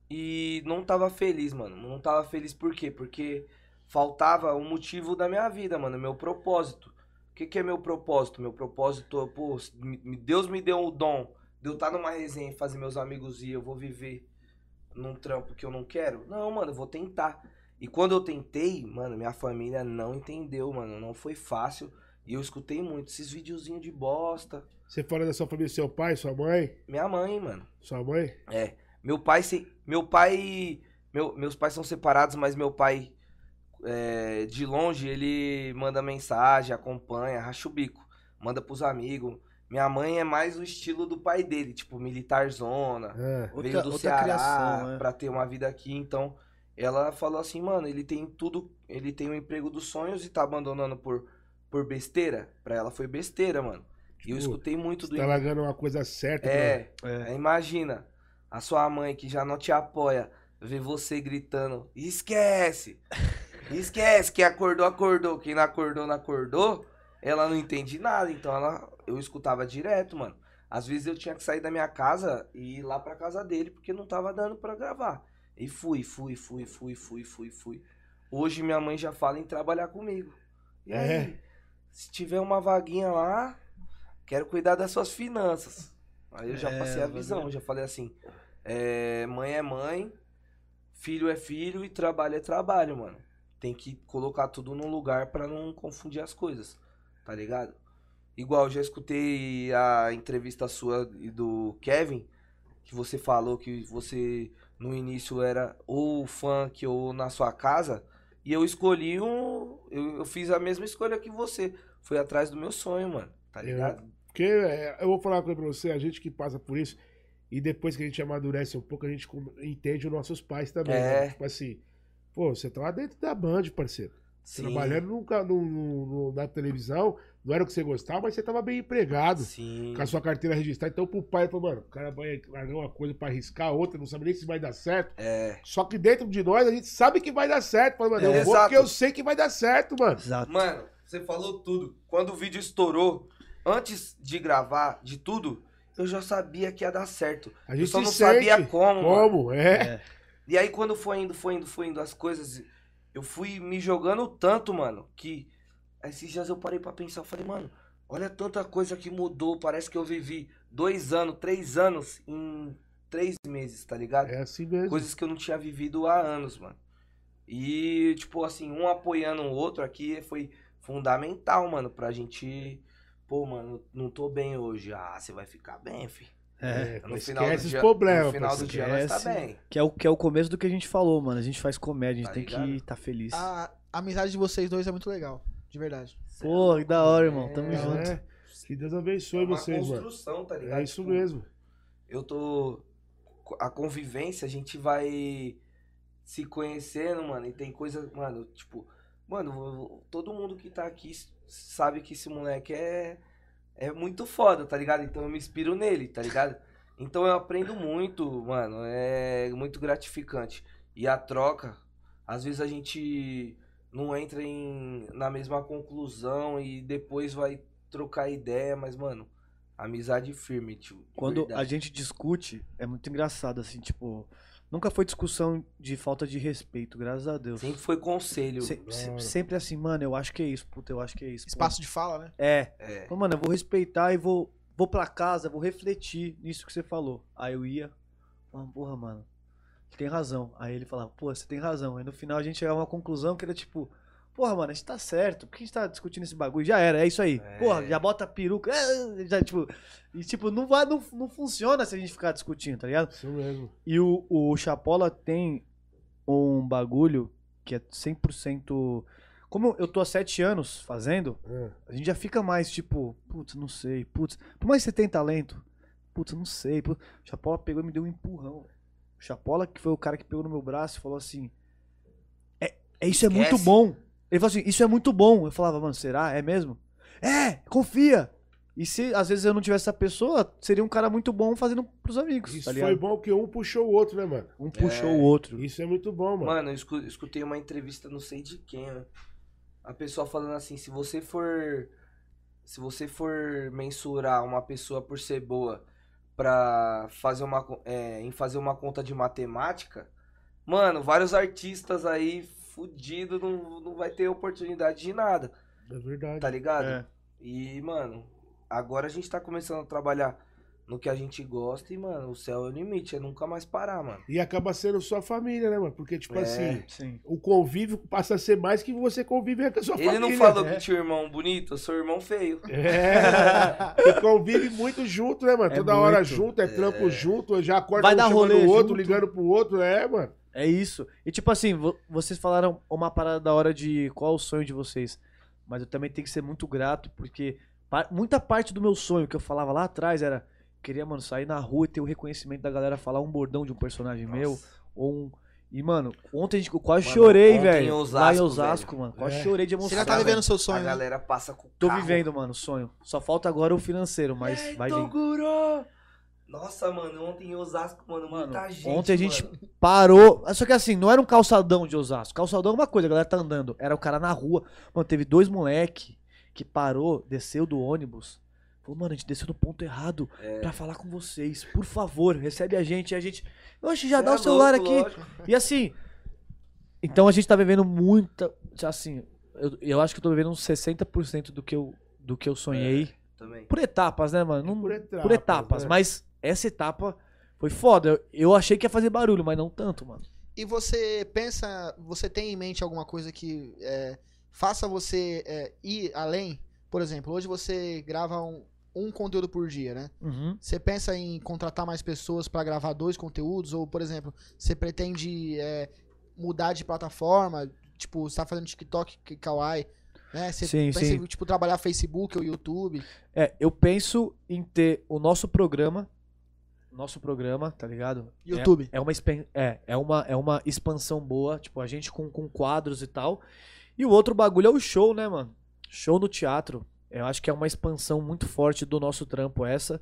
S1: e não tava feliz, mano. Não tava feliz por quê? Porque faltava um motivo da minha vida, mano, meu propósito. O que, que é meu propósito? Meu propósito, é, pô, me- me- Deus me deu o dom de eu estar numa resenha e fazer meus amigos ir, eu vou viver num trampo que eu não quero? Não, mano, eu vou tentar. E quando eu tentei, mano, minha família não entendeu, mano, não foi fácil. E eu escutei muito esses videozinhos de bosta.
S2: Você fala da sua família, seu pai, sua mãe?
S1: Minha mãe, mano.
S2: Sua mãe?
S1: É. Meu pai se. Meu pai. meu- meus pais são separados, mas meu pai é, de longe, ele manda mensagem, acompanha, racha o bico. Manda pros amigos. Minha mãe é mais o estilo do pai dele, tipo, militarzona.
S2: Ah,
S4: Outra-
S1: veio do
S4: outra
S1: Ceará
S4: criação, é.
S1: pra ter uma vida aqui. Então, ela falou assim, mano, ele tem tudo. Ele tem o emprego dos sonhos e tá abandonando por, por besteira. Pra ela foi besteira, mano. E eu
S2: Tipo,
S1: escutei muito do
S2: tá largando uma coisa certa.
S1: é,
S2: né?
S4: É.
S1: Aí imagina, a sua mãe que já não te apoia, vê você gritando, esquece! Esquece, quem acordou, acordou, quem não acordou, não acordou. Ela não entende nada, então ela, eu escutava direto, mano. Às vezes eu tinha que sair da minha casa e ir lá pra casa dele, porque não tava dando pra gravar. E fui, fui, fui, fui, fui, fui, fui. Hoje minha mãe já fala em trabalhar comigo. E aí,
S2: É.
S1: se tiver uma vaguinha lá, quero cuidar das suas finanças. Aí eu já
S4: É,
S1: passei a
S4: o
S1: visão, já falei assim, é, mãe é mãe, filho é filho e trabalho é trabalho, mano. Tem que colocar tudo num lugar pra não confundir as coisas, tá ligado? Igual, eu já escutei a entrevista sua e do Kevin, que você falou que você no início era ou funk ou na sua casa, e eu escolhi um. Eu, eu fiz a mesma escolha que você. Fui atrás do meu sonho, mano, tá
S2: Eu-
S1: ligado?
S2: Porque é, eu vou falar uma coisa pra você, a gente que passa por isso, e depois que a gente amadurece um pouco, a gente com- entende os nossos pais também.
S1: É.
S2: né? Tipo assim, pô, você tá lá dentro da Band, parceiro.
S1: Sim.
S2: Trabalhando nunca no, no- no- na televisão, não era o que você gostava, mas você tava bem empregado.
S1: Sim.
S2: Com a sua carteira registrada. Então, pro pai, ele falou, mano, o cara vai largar uma coisa pra arriscar outra, não sabe nem se vai dar certo.
S1: É.
S2: Só que dentro de nós, a gente sabe que vai dar certo. Fala, mano,
S1: É,
S2: eu vou
S1: exato.
S2: porque eu sei que vai dar certo, mano.
S4: Exato.
S1: Mano, você falou tudo. Quando o vídeo estourou, antes de gravar, de tudo, eu já sabia que ia dar certo.
S2: A
S1: Eu
S2: gente
S1: só
S2: se
S1: não
S2: sente.
S1: sabia como. mano.
S2: Como? É.
S1: E aí quando foi indo, foi indo, foi indo as coisas, eu fui me jogando tanto, mano, que esses dias eu parei pra pensar, eu falei, mano, olha tanta coisa que mudou, parece que eu vivi dois anos, três anos em três meses, tá ligado?
S2: É, assim mesmo.
S1: Coisas que eu não tinha vivido há anos, mano. E, tipo assim, um apoiando o outro aqui foi fundamental, mano, pra gente. Pô, mano, não tô bem hoje. Ah, você vai ficar bem, filho.
S4: É.
S2: É,
S1: No final do
S2: esquece os
S1: dia-
S2: problemas.
S1: No final do
S2: parceiro.
S1: dia nós tá
S4: Esquece.
S1: bem.
S4: Que é, o, que é o começo do que a gente falou, mano. A gente faz comédia, a gente
S1: Tá
S4: tem que
S1: ligado? Ah,
S4: estar feliz.
S5: A a amizade de vocês dois é muito legal, de verdade.
S4: Pô, que da hora, irmão. Tamo
S1: É.
S4: junto.
S2: É. Que Deus abençoe
S1: É uma
S2: vocês, mano.
S1: construção, tá ligado?
S2: É isso
S1: Tipo,
S2: mesmo.
S1: Eu tô. A convivência, a gente vai se conhecendo, mano. E tem coisa, mano, tipo. Mano, todo mundo que tá aqui sabe que esse moleque é. É muito foda, tá ligado? Então eu me inspiro nele, tá ligado? Então eu aprendo muito, mano. É muito gratificante. E a troca, às vezes a gente não entra em, na mesma conclusão e depois vai trocar ideia, mas, mano, amizade firme, tio. de
S4: Quando a
S1: verdade.
S4: gente discute, é muito engraçado, assim, tipo. Nunca foi discussão de falta de respeito, graças a Deus.
S1: Sempre foi conselho. né?
S4: Se- se-
S2: Claro.
S4: sempre assim, mano, eu acho que é isso, puta, eu acho que é isso. pô.
S5: Espaço de fala, né?
S4: É.
S1: É.
S4: Falei, Mano, eu vou respeitar e vou, vou pra casa, vou refletir nisso que você falou. Aí eu ia, falando, porra, mano, você tem razão. Aí ele falava, porra, você tem razão. Aí no final a gente chegava a uma conclusão que era tipo, porra, mano, a gente tá certo, por que a gente tá discutindo esse bagulho? Já era, é isso aí.
S1: É.
S4: Porra, já bota a peruca. é, é, já, tipo, e tipo, não, vai, não, não funciona se a gente ficar discutindo, tá ligado?
S2: Isso mesmo.
S4: E o, o Chapola tem um bagulho que é 100%. Como eu tô há sete anos fazendo,
S2: É.
S4: a gente já fica mais tipo, putz, não sei, putz. Por mais que você tenha talento, putz, não sei. putz. O Chapola pegou e me deu um empurrão. velho. O Chapola, que foi o cara que pegou no meu braço, e falou assim: é, é Isso é muito
S1: Esquece.
S4: bom. Ele falou assim: Isso é muito bom. Eu falava, mano, será? É mesmo? É, confia. E se às vezes eu não tivesse essa pessoa, seria um cara muito bom fazendo pros amigos.
S2: Isso
S4: tá ligado?
S2: foi bom que um puxou o outro, né, mano?
S4: Um puxou o outro.
S2: Isso é muito bom, mano.
S1: Mano, eu escu- escutei uma entrevista, não sei de quem, né? A pessoa falando assim, se você for. Se você for mensurar uma pessoa por ser boa pra fazer uma, co- é, em fazer uma conta de matemática, mano, vários artistas aí fudido não, não vai ter oportunidade de nada,
S2: É verdade.
S1: tá ligado?
S4: É.
S1: E, mano, agora a gente tá começando a trabalhar no que a gente gosta e, mano, o céu é o limite, é nunca mais parar, mano.
S2: E acaba sendo sua família, né, mano? Porque, tipo
S1: É.
S2: assim,
S4: Sim.
S2: o convívio passa a ser mais que você convive com a sua
S1: Ele
S2: família.
S1: não falou
S2: né?
S1: que tinha um irmão bonito, eu sou irmão feio.
S2: É. Você convive muito junto, né, mano?
S4: É
S2: Toda hora
S4: muito.
S2: junto, é trampo junto, já acorda
S4: Vai
S2: um
S4: dar
S2: chamando
S4: rolê
S2: o
S4: junto.
S2: outro, ligando pro outro, é, mano.
S4: É isso. E tipo assim, vo- vocês falaram uma parada da hora de qual é o sonho de vocês. Mas eu também tenho que ser muito grato, porque pa- muita parte do meu sonho que eu falava lá atrás era. Queria, mano, sair na rua e ter o reconhecimento da galera falar um bordão de um personagem meu. Ou um. E, mano, ontem a gente- eu quase
S1: Mano,
S4: chorei,
S1: ontem em
S4: velho. Lá em
S1: Osasco,
S4: Osasco, mano. Quase
S2: É.
S4: chorei de emoção.
S5: Você já tá
S1: Nossa,
S5: vivendo
S1: velho.
S5: o seu
S1: A
S5: sonho. né?
S1: galera passa com o
S4: Tô
S1: carro.
S4: vivendo, mano, o sonho. Só falta agora o financeiro, mas
S5: É,
S1: Ei,
S5: então,
S4: vai vir.
S1: Toguro! Nossa, mano, ontem em Osasco, mano,
S4: Mano,
S1: muita gente.
S4: ontem a gente
S1: mano.
S4: parou. Só que assim, não era um calçadão de Osasco. Calçadão é uma coisa, a galera tá andando. Era o cara na rua. Mano, teve dois moleque que parou, desceu do ônibus. Falou, mano, a gente desceu no ponto errado
S1: É.
S4: pra falar com vocês. Por favor, recebe a gente. E a gente. Oxe, já
S1: Cê
S4: dá
S1: é
S4: o celular
S1: louco,
S4: aqui.
S1: lógico.
S4: E assim. Então a gente tá vivendo
S1: É.
S4: muita. Assim, eu, eu acho que eu tô vivendo uns 60% do que eu, do que eu sonhei
S1: também.
S4: Por etapas, né,
S1: É
S4: mano? Não-
S2: por
S4: por
S2: etapas,
S4: etapas.
S2: né?
S4: Mas essa etapa foi foda. Eu, eu achei que ia fazer barulho, mas não tanto, mano.
S5: E você pensa, você tem em mente alguma coisa que é, faça você é, ir além? Por exemplo, hoje você grava um, um conteúdo por dia, né? Você pensa em contratar mais pessoas pra gravar dois conteúdos? Ou, por exemplo, você pretende é, mudar de plataforma? Tipo, você tá fazendo TikTok, que- Kawaii, né? Você
S4: Sim,
S5: pensa
S4: sim.
S5: em tipo, trabalhar Facebook ou YouTube?
S4: É, eu penso em ter o nosso programa. Nosso programa, tá ligado? É,
S5: YouTube.
S4: É uma, expen- é, é uma, é uma expansão boa, tipo, a gente com, com quadros e tal. E o outro bagulho é o show, né, mano? Show no teatro. Eu acho que é uma expansão muito forte do nosso trampo essa.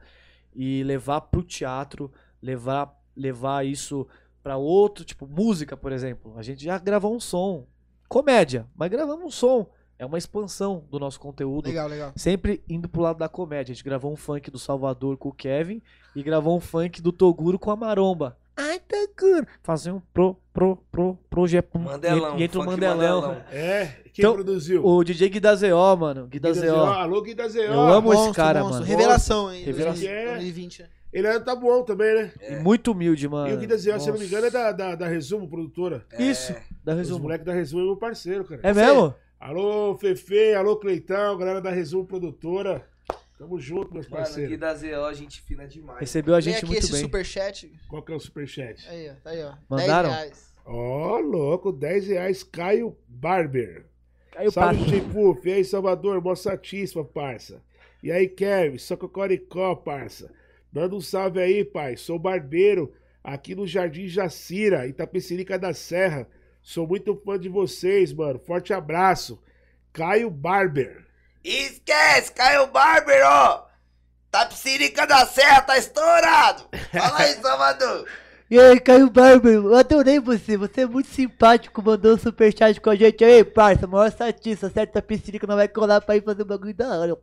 S4: E levar pro teatro, levar, levar isso pra outro, tipo, música, por exemplo. A gente já gravou um som. Comédia, mas gravamos um som. É uma expansão do nosso conteúdo.
S5: Legal, legal.
S4: Sempre indo pro lado da comédia. A gente gravou um funk do Salvador com o Kevin e gravou um funk do Toguro com a Maromba. Ai, Toguro. Fazer um pro, pro, pro, pro Jepum.
S1: Mandelão.
S4: E entra o
S1: funk
S4: Mandelão.
S2: É, quem
S4: Então,
S2: produziu?
S4: O DJ Guidazeó, mano. Guidazeó.
S2: Alô, Guida Zeó.
S4: Eu amo esse cara, mano.
S5: Revelação, hein?
S4: Revelação.
S5: 2020. né?
S2: Ele era do Tabuão também, né?
S4: E muito humilde, mano.
S2: e o Guida Zeó, se eu não me engano, é
S4: da...
S2: da, da, da Resumo, produtora.
S4: Isso,
S5: É.
S4: da
S2: Os
S4: Resumo.
S2: moleques da Resumo é meu parceiro, cara.
S4: É mesmo?
S2: Alô, Fefe, alô, Cleitão, galera da Resumo Produtora. Tamo junto,
S1: Mano,
S2: meus
S1: que
S2: parceiros.
S1: da ZO, gente fina demais.
S4: Recebeu a
S5: é. Vem
S4: gente
S5: aqui
S4: muito
S5: esse
S4: bem.
S5: superchat.
S2: Qual que é o superchat?
S5: Aí, ó. Tá aí, ó.
S4: Mandaram?
S5: 10 reais.
S2: Ó, louco, 10 reais, Caio Barber.
S4: Caiu
S2: Salve,
S4: papo.
S2: Chipuf. E aí, Salvador, mó satisfa, parça. E aí, Kevin, só cocoricó, parça. Manda um salve aí, pai. Sou barbeiro aqui no Jardim Jacira, Itapecerica da Serra. Sou muito fã de vocês, mano. Forte abraço. Caio Barber.
S1: Esquece, Caio Barber, ó! Tapsirica da Serra tá estourado! Fala aí, Salvador!
S6: E aí, Caio Barber, eu adorei você, você é muito simpático, mandou um superchat com a gente. Ei, parça, maior satisfação, certa piscina que não vai colar pra ir fazer um bagulho da hora.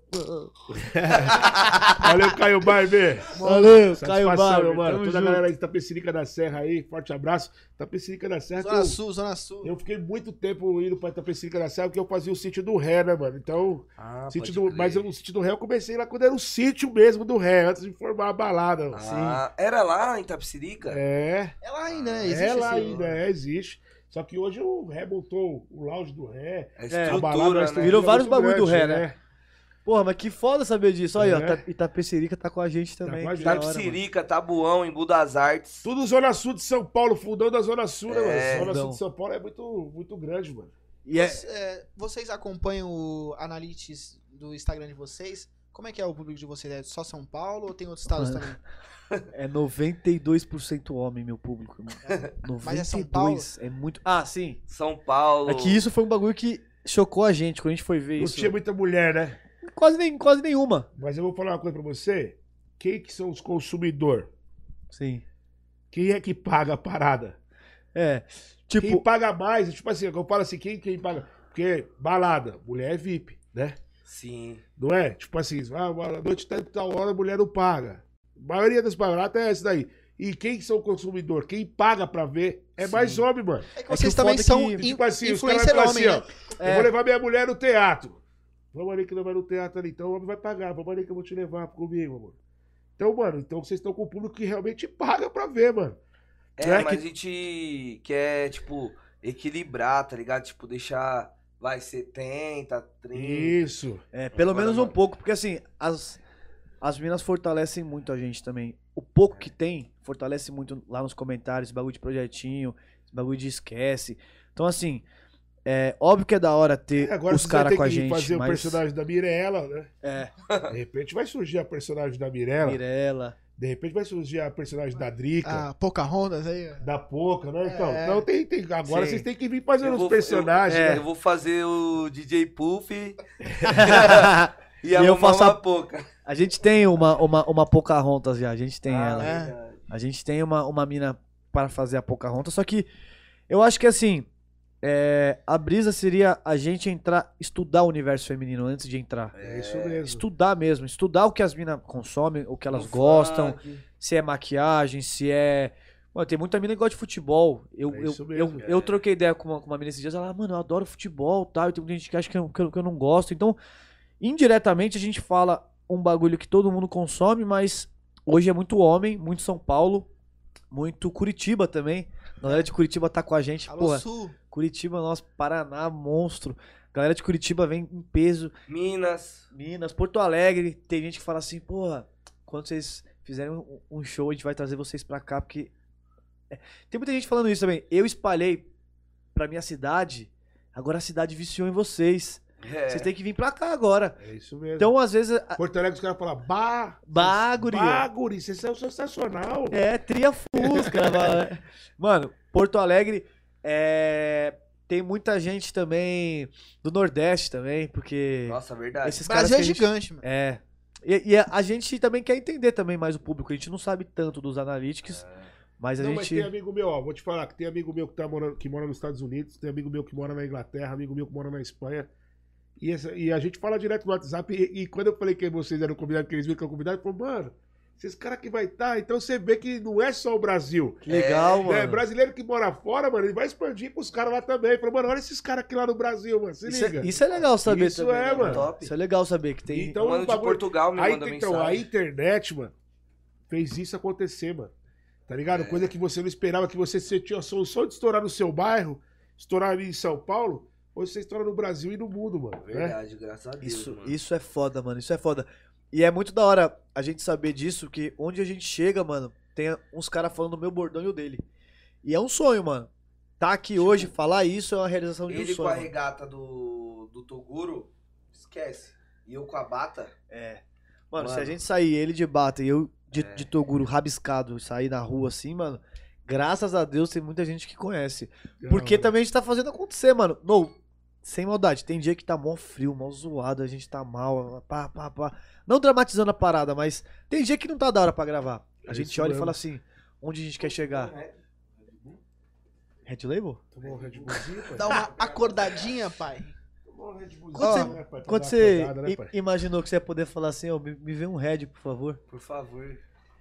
S2: Valeu, Caio Barber.
S6: Valeu,
S2: Satisfação,
S6: Caio Barber,
S2: meu mano.
S6: tamo
S2: Toda a
S6: junto.
S2: galera de Itapecerica da Serra aí, forte abraço. Itapecerica da Serra.
S5: Zona
S2: que
S5: Sul, Zona Sul.
S2: Eu, eu fiquei muito tempo indo pra Itapecerica da Serra porque eu fazia o sítio do ré, né, mano? Então,
S1: Ah,
S4: Ah,
S2: sítio do, mas eu, o sítio do ré eu comecei lá quando era o sítio mesmo do ré, antes de formar a balada. mano.
S1: Ah, era lá em Tapsirica?
S2: É,
S5: É lá ainda, né? Existe
S2: é lá
S5: esse-
S2: ainda, é, existe. Só que hoje o ré montou o lounge do ré.
S1: A
S2: a
S1: estrutura,
S2: balada, a
S1: né?
S2: estrutura
S4: Virou vários
S2: é muito
S4: bagulho do
S2: grande,
S4: ré, né? Porra, mas que foda saber disso. Olha aí,
S2: É.
S4: ó. Ita- Itapecerica tá com a gente também.
S2: com a
S4: que
S2: gente.
S4: da hora, mano.
S1: Tapsirica, Tabuão, Embu das Artes.
S2: Tudo Zona Sul de São Paulo, fundão da Zona Sul, né,
S1: É,
S2: mano? Zona Sul
S4: fundão.
S2: de São Paulo é muito, muito grande, mano.
S4: E é,
S5: Vocês, é, vocês acompanham o Analytics do Instagram de vocês? Como é que é o público de vocês? É só São Paulo ou tem outros estados
S4: Mano.
S5: também?
S4: É 92% homem, meu público, irmão. 92
S5: Mas é São Paulo?
S4: é muito. Ah, sim.
S1: São Paulo.
S4: É que isso foi um bagulho que chocou a gente quando a gente foi ver
S2: Não
S4: isso.
S2: tinha muita mulher, né?
S4: Quase, nem, quase nenhuma.
S2: Mas eu vou falar uma coisa pra você. Quem que são os consumidores?
S4: Sim.
S2: Quem é que paga a parada?
S4: É.
S2: quem
S4: Tipo,
S2: paga mais? Tipo assim, eu falo assim, quem, quem paga? Porque balada, mulher é VIP, né?
S1: Sim.
S2: Não é? Tipo assim, ah, a noite tá tal hora, a mulher não paga. A maioria das baladas é essa daí. E quem que são o consumidor? Quem paga pra ver é mais homem, mano.
S5: É que
S4: que
S5: vocês
S4: o
S5: também
S4: foda é
S5: são
S4: que,
S5: in-
S2: Tipo assim, os caras
S5: influencer
S2: falam
S5: homem,
S2: assim, ó.
S5: né?
S2: Eu
S4: É.
S2: vou levar minha mulher no teatro. Vamos ali que não vai no teatro ali. Então o homem vai pagar. Vamos ali que eu vou te levar comigo, amor. Então, mano, então vocês estão com o público que realmente paga pra ver, mano.
S1: É,
S2: Não é
S1: mas
S2: que-
S1: a gente quer, tipo, equilibrar, tá ligado? Tipo, deixar, vai, 70, 30.
S2: Isso.
S4: é, pelo
S1: Agora,
S4: menos um
S1: mano.
S4: pouco, porque assim, as, as minas fortalecem muito a gente também. O pouco que tem, fortalece muito lá nos comentários, esse bagulho de projetinho, esse bagulho de esquece. Então, assim, é óbvio que é da hora ter
S2: Agora
S4: os
S2: vocês vão
S4: caras
S2: ter
S4: com a
S2: que
S4: gente.
S2: fazer
S4: mas...
S2: o personagem da Mirella, né?
S4: É.
S2: De repente vai surgir a personagem da Mirella.
S4: Mirella.
S2: De repente vai surgir a personagem da Drica.
S5: Ah, Pocahontas aí. ó.
S2: Da Poca, né? Então,
S5: É.
S2: então tem, tem- agora
S4: Sim.
S2: vocês têm que vir fazendo os personagens.
S1: Eu, é,
S4: é,
S2: né?
S1: eu vou fazer o DJ Puff e,
S4: E
S1: a
S4: eu
S1: Mamá
S4: faço a-
S1: Mapoca.
S4: A gente tem uma, uma, uma Pocahontas já, a gente tem
S1: Ah,
S2: é.
S4: ela.
S1: legal.
S4: A gente tem uma, uma mina para fazer a Pocahontas, só que eu acho que assim, é, a brisa seria a gente entrar, estudar o universo feminino antes de entrar.
S2: É isso mesmo.
S4: Estudar mesmo, estudar o que as minas consomem, o que elas
S1: No
S4: gostam,
S1: funk.
S4: se é maquiagem, se é. Mano, tem muita mina que gosta de futebol. Eu,
S2: É
S4: eu,
S2: isso mesmo,
S4: eu,
S1: cara.
S4: eu troquei ideia com uma, com uma mina esses dias, ela, mano, eu adoro futebol tal, e tem muita gente que acha que eu, que eu, que eu não gosto. Então, indiretamente a gente fala um bagulho que todo mundo consome, mas hoje é muito homem, muito São Paulo, muito Curitiba também. A galera de Curitiba tá com a gente.
S5: Alô,
S4: Porra,
S5: Sul.
S4: Curitiba, nosso Paraná, monstro. A galera de Curitiba vem em peso.
S1: Minas.
S4: Minas, Porto Alegre, tem gente que fala assim, porra, quando vocês fizerem um, um show, a gente vai trazer vocês pra cá, porque. É, Tem muita gente falando isso também. Eu espalhei pra minha cidade, agora a cidade viciou em vocês.
S1: É.
S4: Vocês têm que vir pra cá agora.
S2: É isso mesmo.
S4: Então, às vezes. a-
S2: Porto Alegre, os caras falam, bah,
S4: Bah, guria.
S2: bah, guri, vocês são sensacional.
S4: É, tria fusca. né, mano. Mano, Porto Alegre é, Tem muita gente também do Nordeste também, porque.
S1: Nossa, verdade.
S4: esses caras
S5: Brasil é
S4: que a gente-
S5: gigante, mano.
S4: É. E, e a, a gente também quer entender também mais o público. A gente não sabe tanto dos analytics, mas a
S2: Não, mas
S4: gente.
S2: tem amigo meu, ó, vou te falar que tem amigo meu que, tá morando, que mora nos Estados Unidos, tem amigo meu que mora na Inglaterra, amigo meu que mora na Espanha. E, essa- e a gente fala direto no WhatsApp. E, e quando eu falei que vocês eram convidados, que eles viram que eram convidados, eu falei, mano, esses caras que vai estar. Então você vê que não é só o Brasil.
S4: Legal, mano.
S2: É, brasileiro que mora fora, mano, ele vai expandir pros caras lá também. Falou, mano, olha esses caras aqui lá no Brasil, mano. Se
S4: isso,
S2: liga.
S4: é, isso é legal saber
S2: Isso
S4: também,
S2: é,
S4: né,
S2: mano.
S1: Top.
S4: Isso é legal saber que tem.
S2: Então,
S1: um
S2: o
S1: mano de
S2: bagulho-
S4: é
S1: Portugal me
S2: Aí,
S1: manda
S2: então,
S4: um
S2: a
S1: mensagem.
S2: internet, mano, fez isso acontecer, mano. Tá
S1: É.
S2: ligado? Coisa que você não esperava, que você sentia a solução de estourar no seu bairro, estourar ali em São Paulo, hoje você estoura no Brasil e no mundo, mano. Né?
S1: Verdade, graças a Deus.
S4: Isso,
S1: mano.
S4: isso é foda, mano. Isso é foda. E é muito da hora a gente saber disso, que onde a gente chega, mano, tem uns caras falando o meu bordão e o dele. E é um sonho, mano. Tá aqui
S2: Tipo,
S4: hoje, falar isso é uma realização de um
S1: Ele
S4: sonho.
S1: com a
S4: mano.
S1: regata do, do Toguro, esquece. E eu com a bata.
S4: É. Mano, se a
S1: Mano.
S4: gente sair ele de bata e eu de,
S2: É.
S4: de Toguro rabiscado sair na rua assim, mano, graças a Deus tem muita gente que conhece. Porque também a gente tá fazendo acontecer, mano. No, sem maldade, tem dia que tá mó frio, mó zoado, a gente tá mal, pá, pá, pá. Não dramatizando a parada, mas tem dia que não tá da hora pra gravar. A
S2: É
S4: gente
S2: isso
S4: olha e
S2: mesmo.
S4: fala assim, onde a gente quer chegar?
S5: é.
S4: Red Label?
S2: Tomou um Red Bullzinho, pai.
S5: Dá uma acordadinha, pai.
S2: Tomou um Red Bullzinho,
S4: Quando você-
S2: né, pai? Pra
S4: Quando
S2: dar uma
S4: você
S2: acordada, né,
S4: i-
S2: pai?
S4: imaginou que você ia poder falar assim, ó, me, me vê um Red, por favor?
S1: Por favor.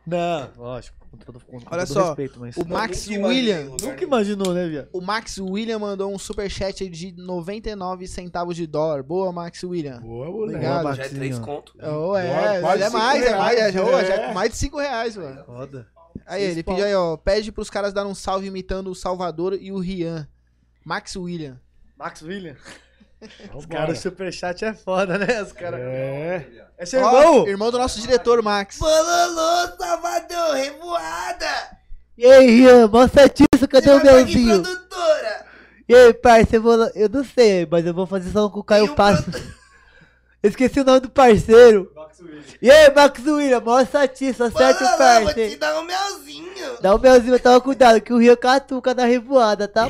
S4: Não, lógico, com todo, com todo
S5: Olha só,
S4: respeito, mas...
S5: O Max
S1: nunca imaginei
S5: William.
S1: um lugar
S4: Nunca imaginou, né, viado?
S5: O Max William mandou um superchat aí de 99 centavos de dólar. Boa, Max William.
S2: Boa, moleque.
S5: Obrigado.
S1: Já é três conto.
S5: Oh,
S2: Boa,
S5: é,
S2: quase
S5: é
S2: cinco
S5: mais, é mais, é,
S2: reais,
S5: já- já
S2: é.
S5: com mais de 5 reais, mano.
S4: Foda.
S5: Aí, ele pediu aí, ó, pede pros caras dar um salve imitando o Salvador e o Rian. Max William.
S4: Max William?
S2: Vambora.
S4: Cara, o superchat é foda, né? Os cara... é.
S2: É.
S4: seu
S5: Ó,
S4: irmão?
S5: irmão do nosso diretor, Max.
S1: Alô, Salvador, revoada!
S6: E aí, Rian, mó satisfação, cadê o meuzinho?
S1: produtora!
S6: E aí, parceiro, eu, vou... eu não sei, mas Tá, eu vou fazer som com o Caio Passo. Esqueci o nome do parceiro. E aí, Max William, mó satisfação, certo, parceiro?
S1: dar um melzinho!
S6: Dá o melzinho, toma cuidado, que o Rian catuca na revoada, tá?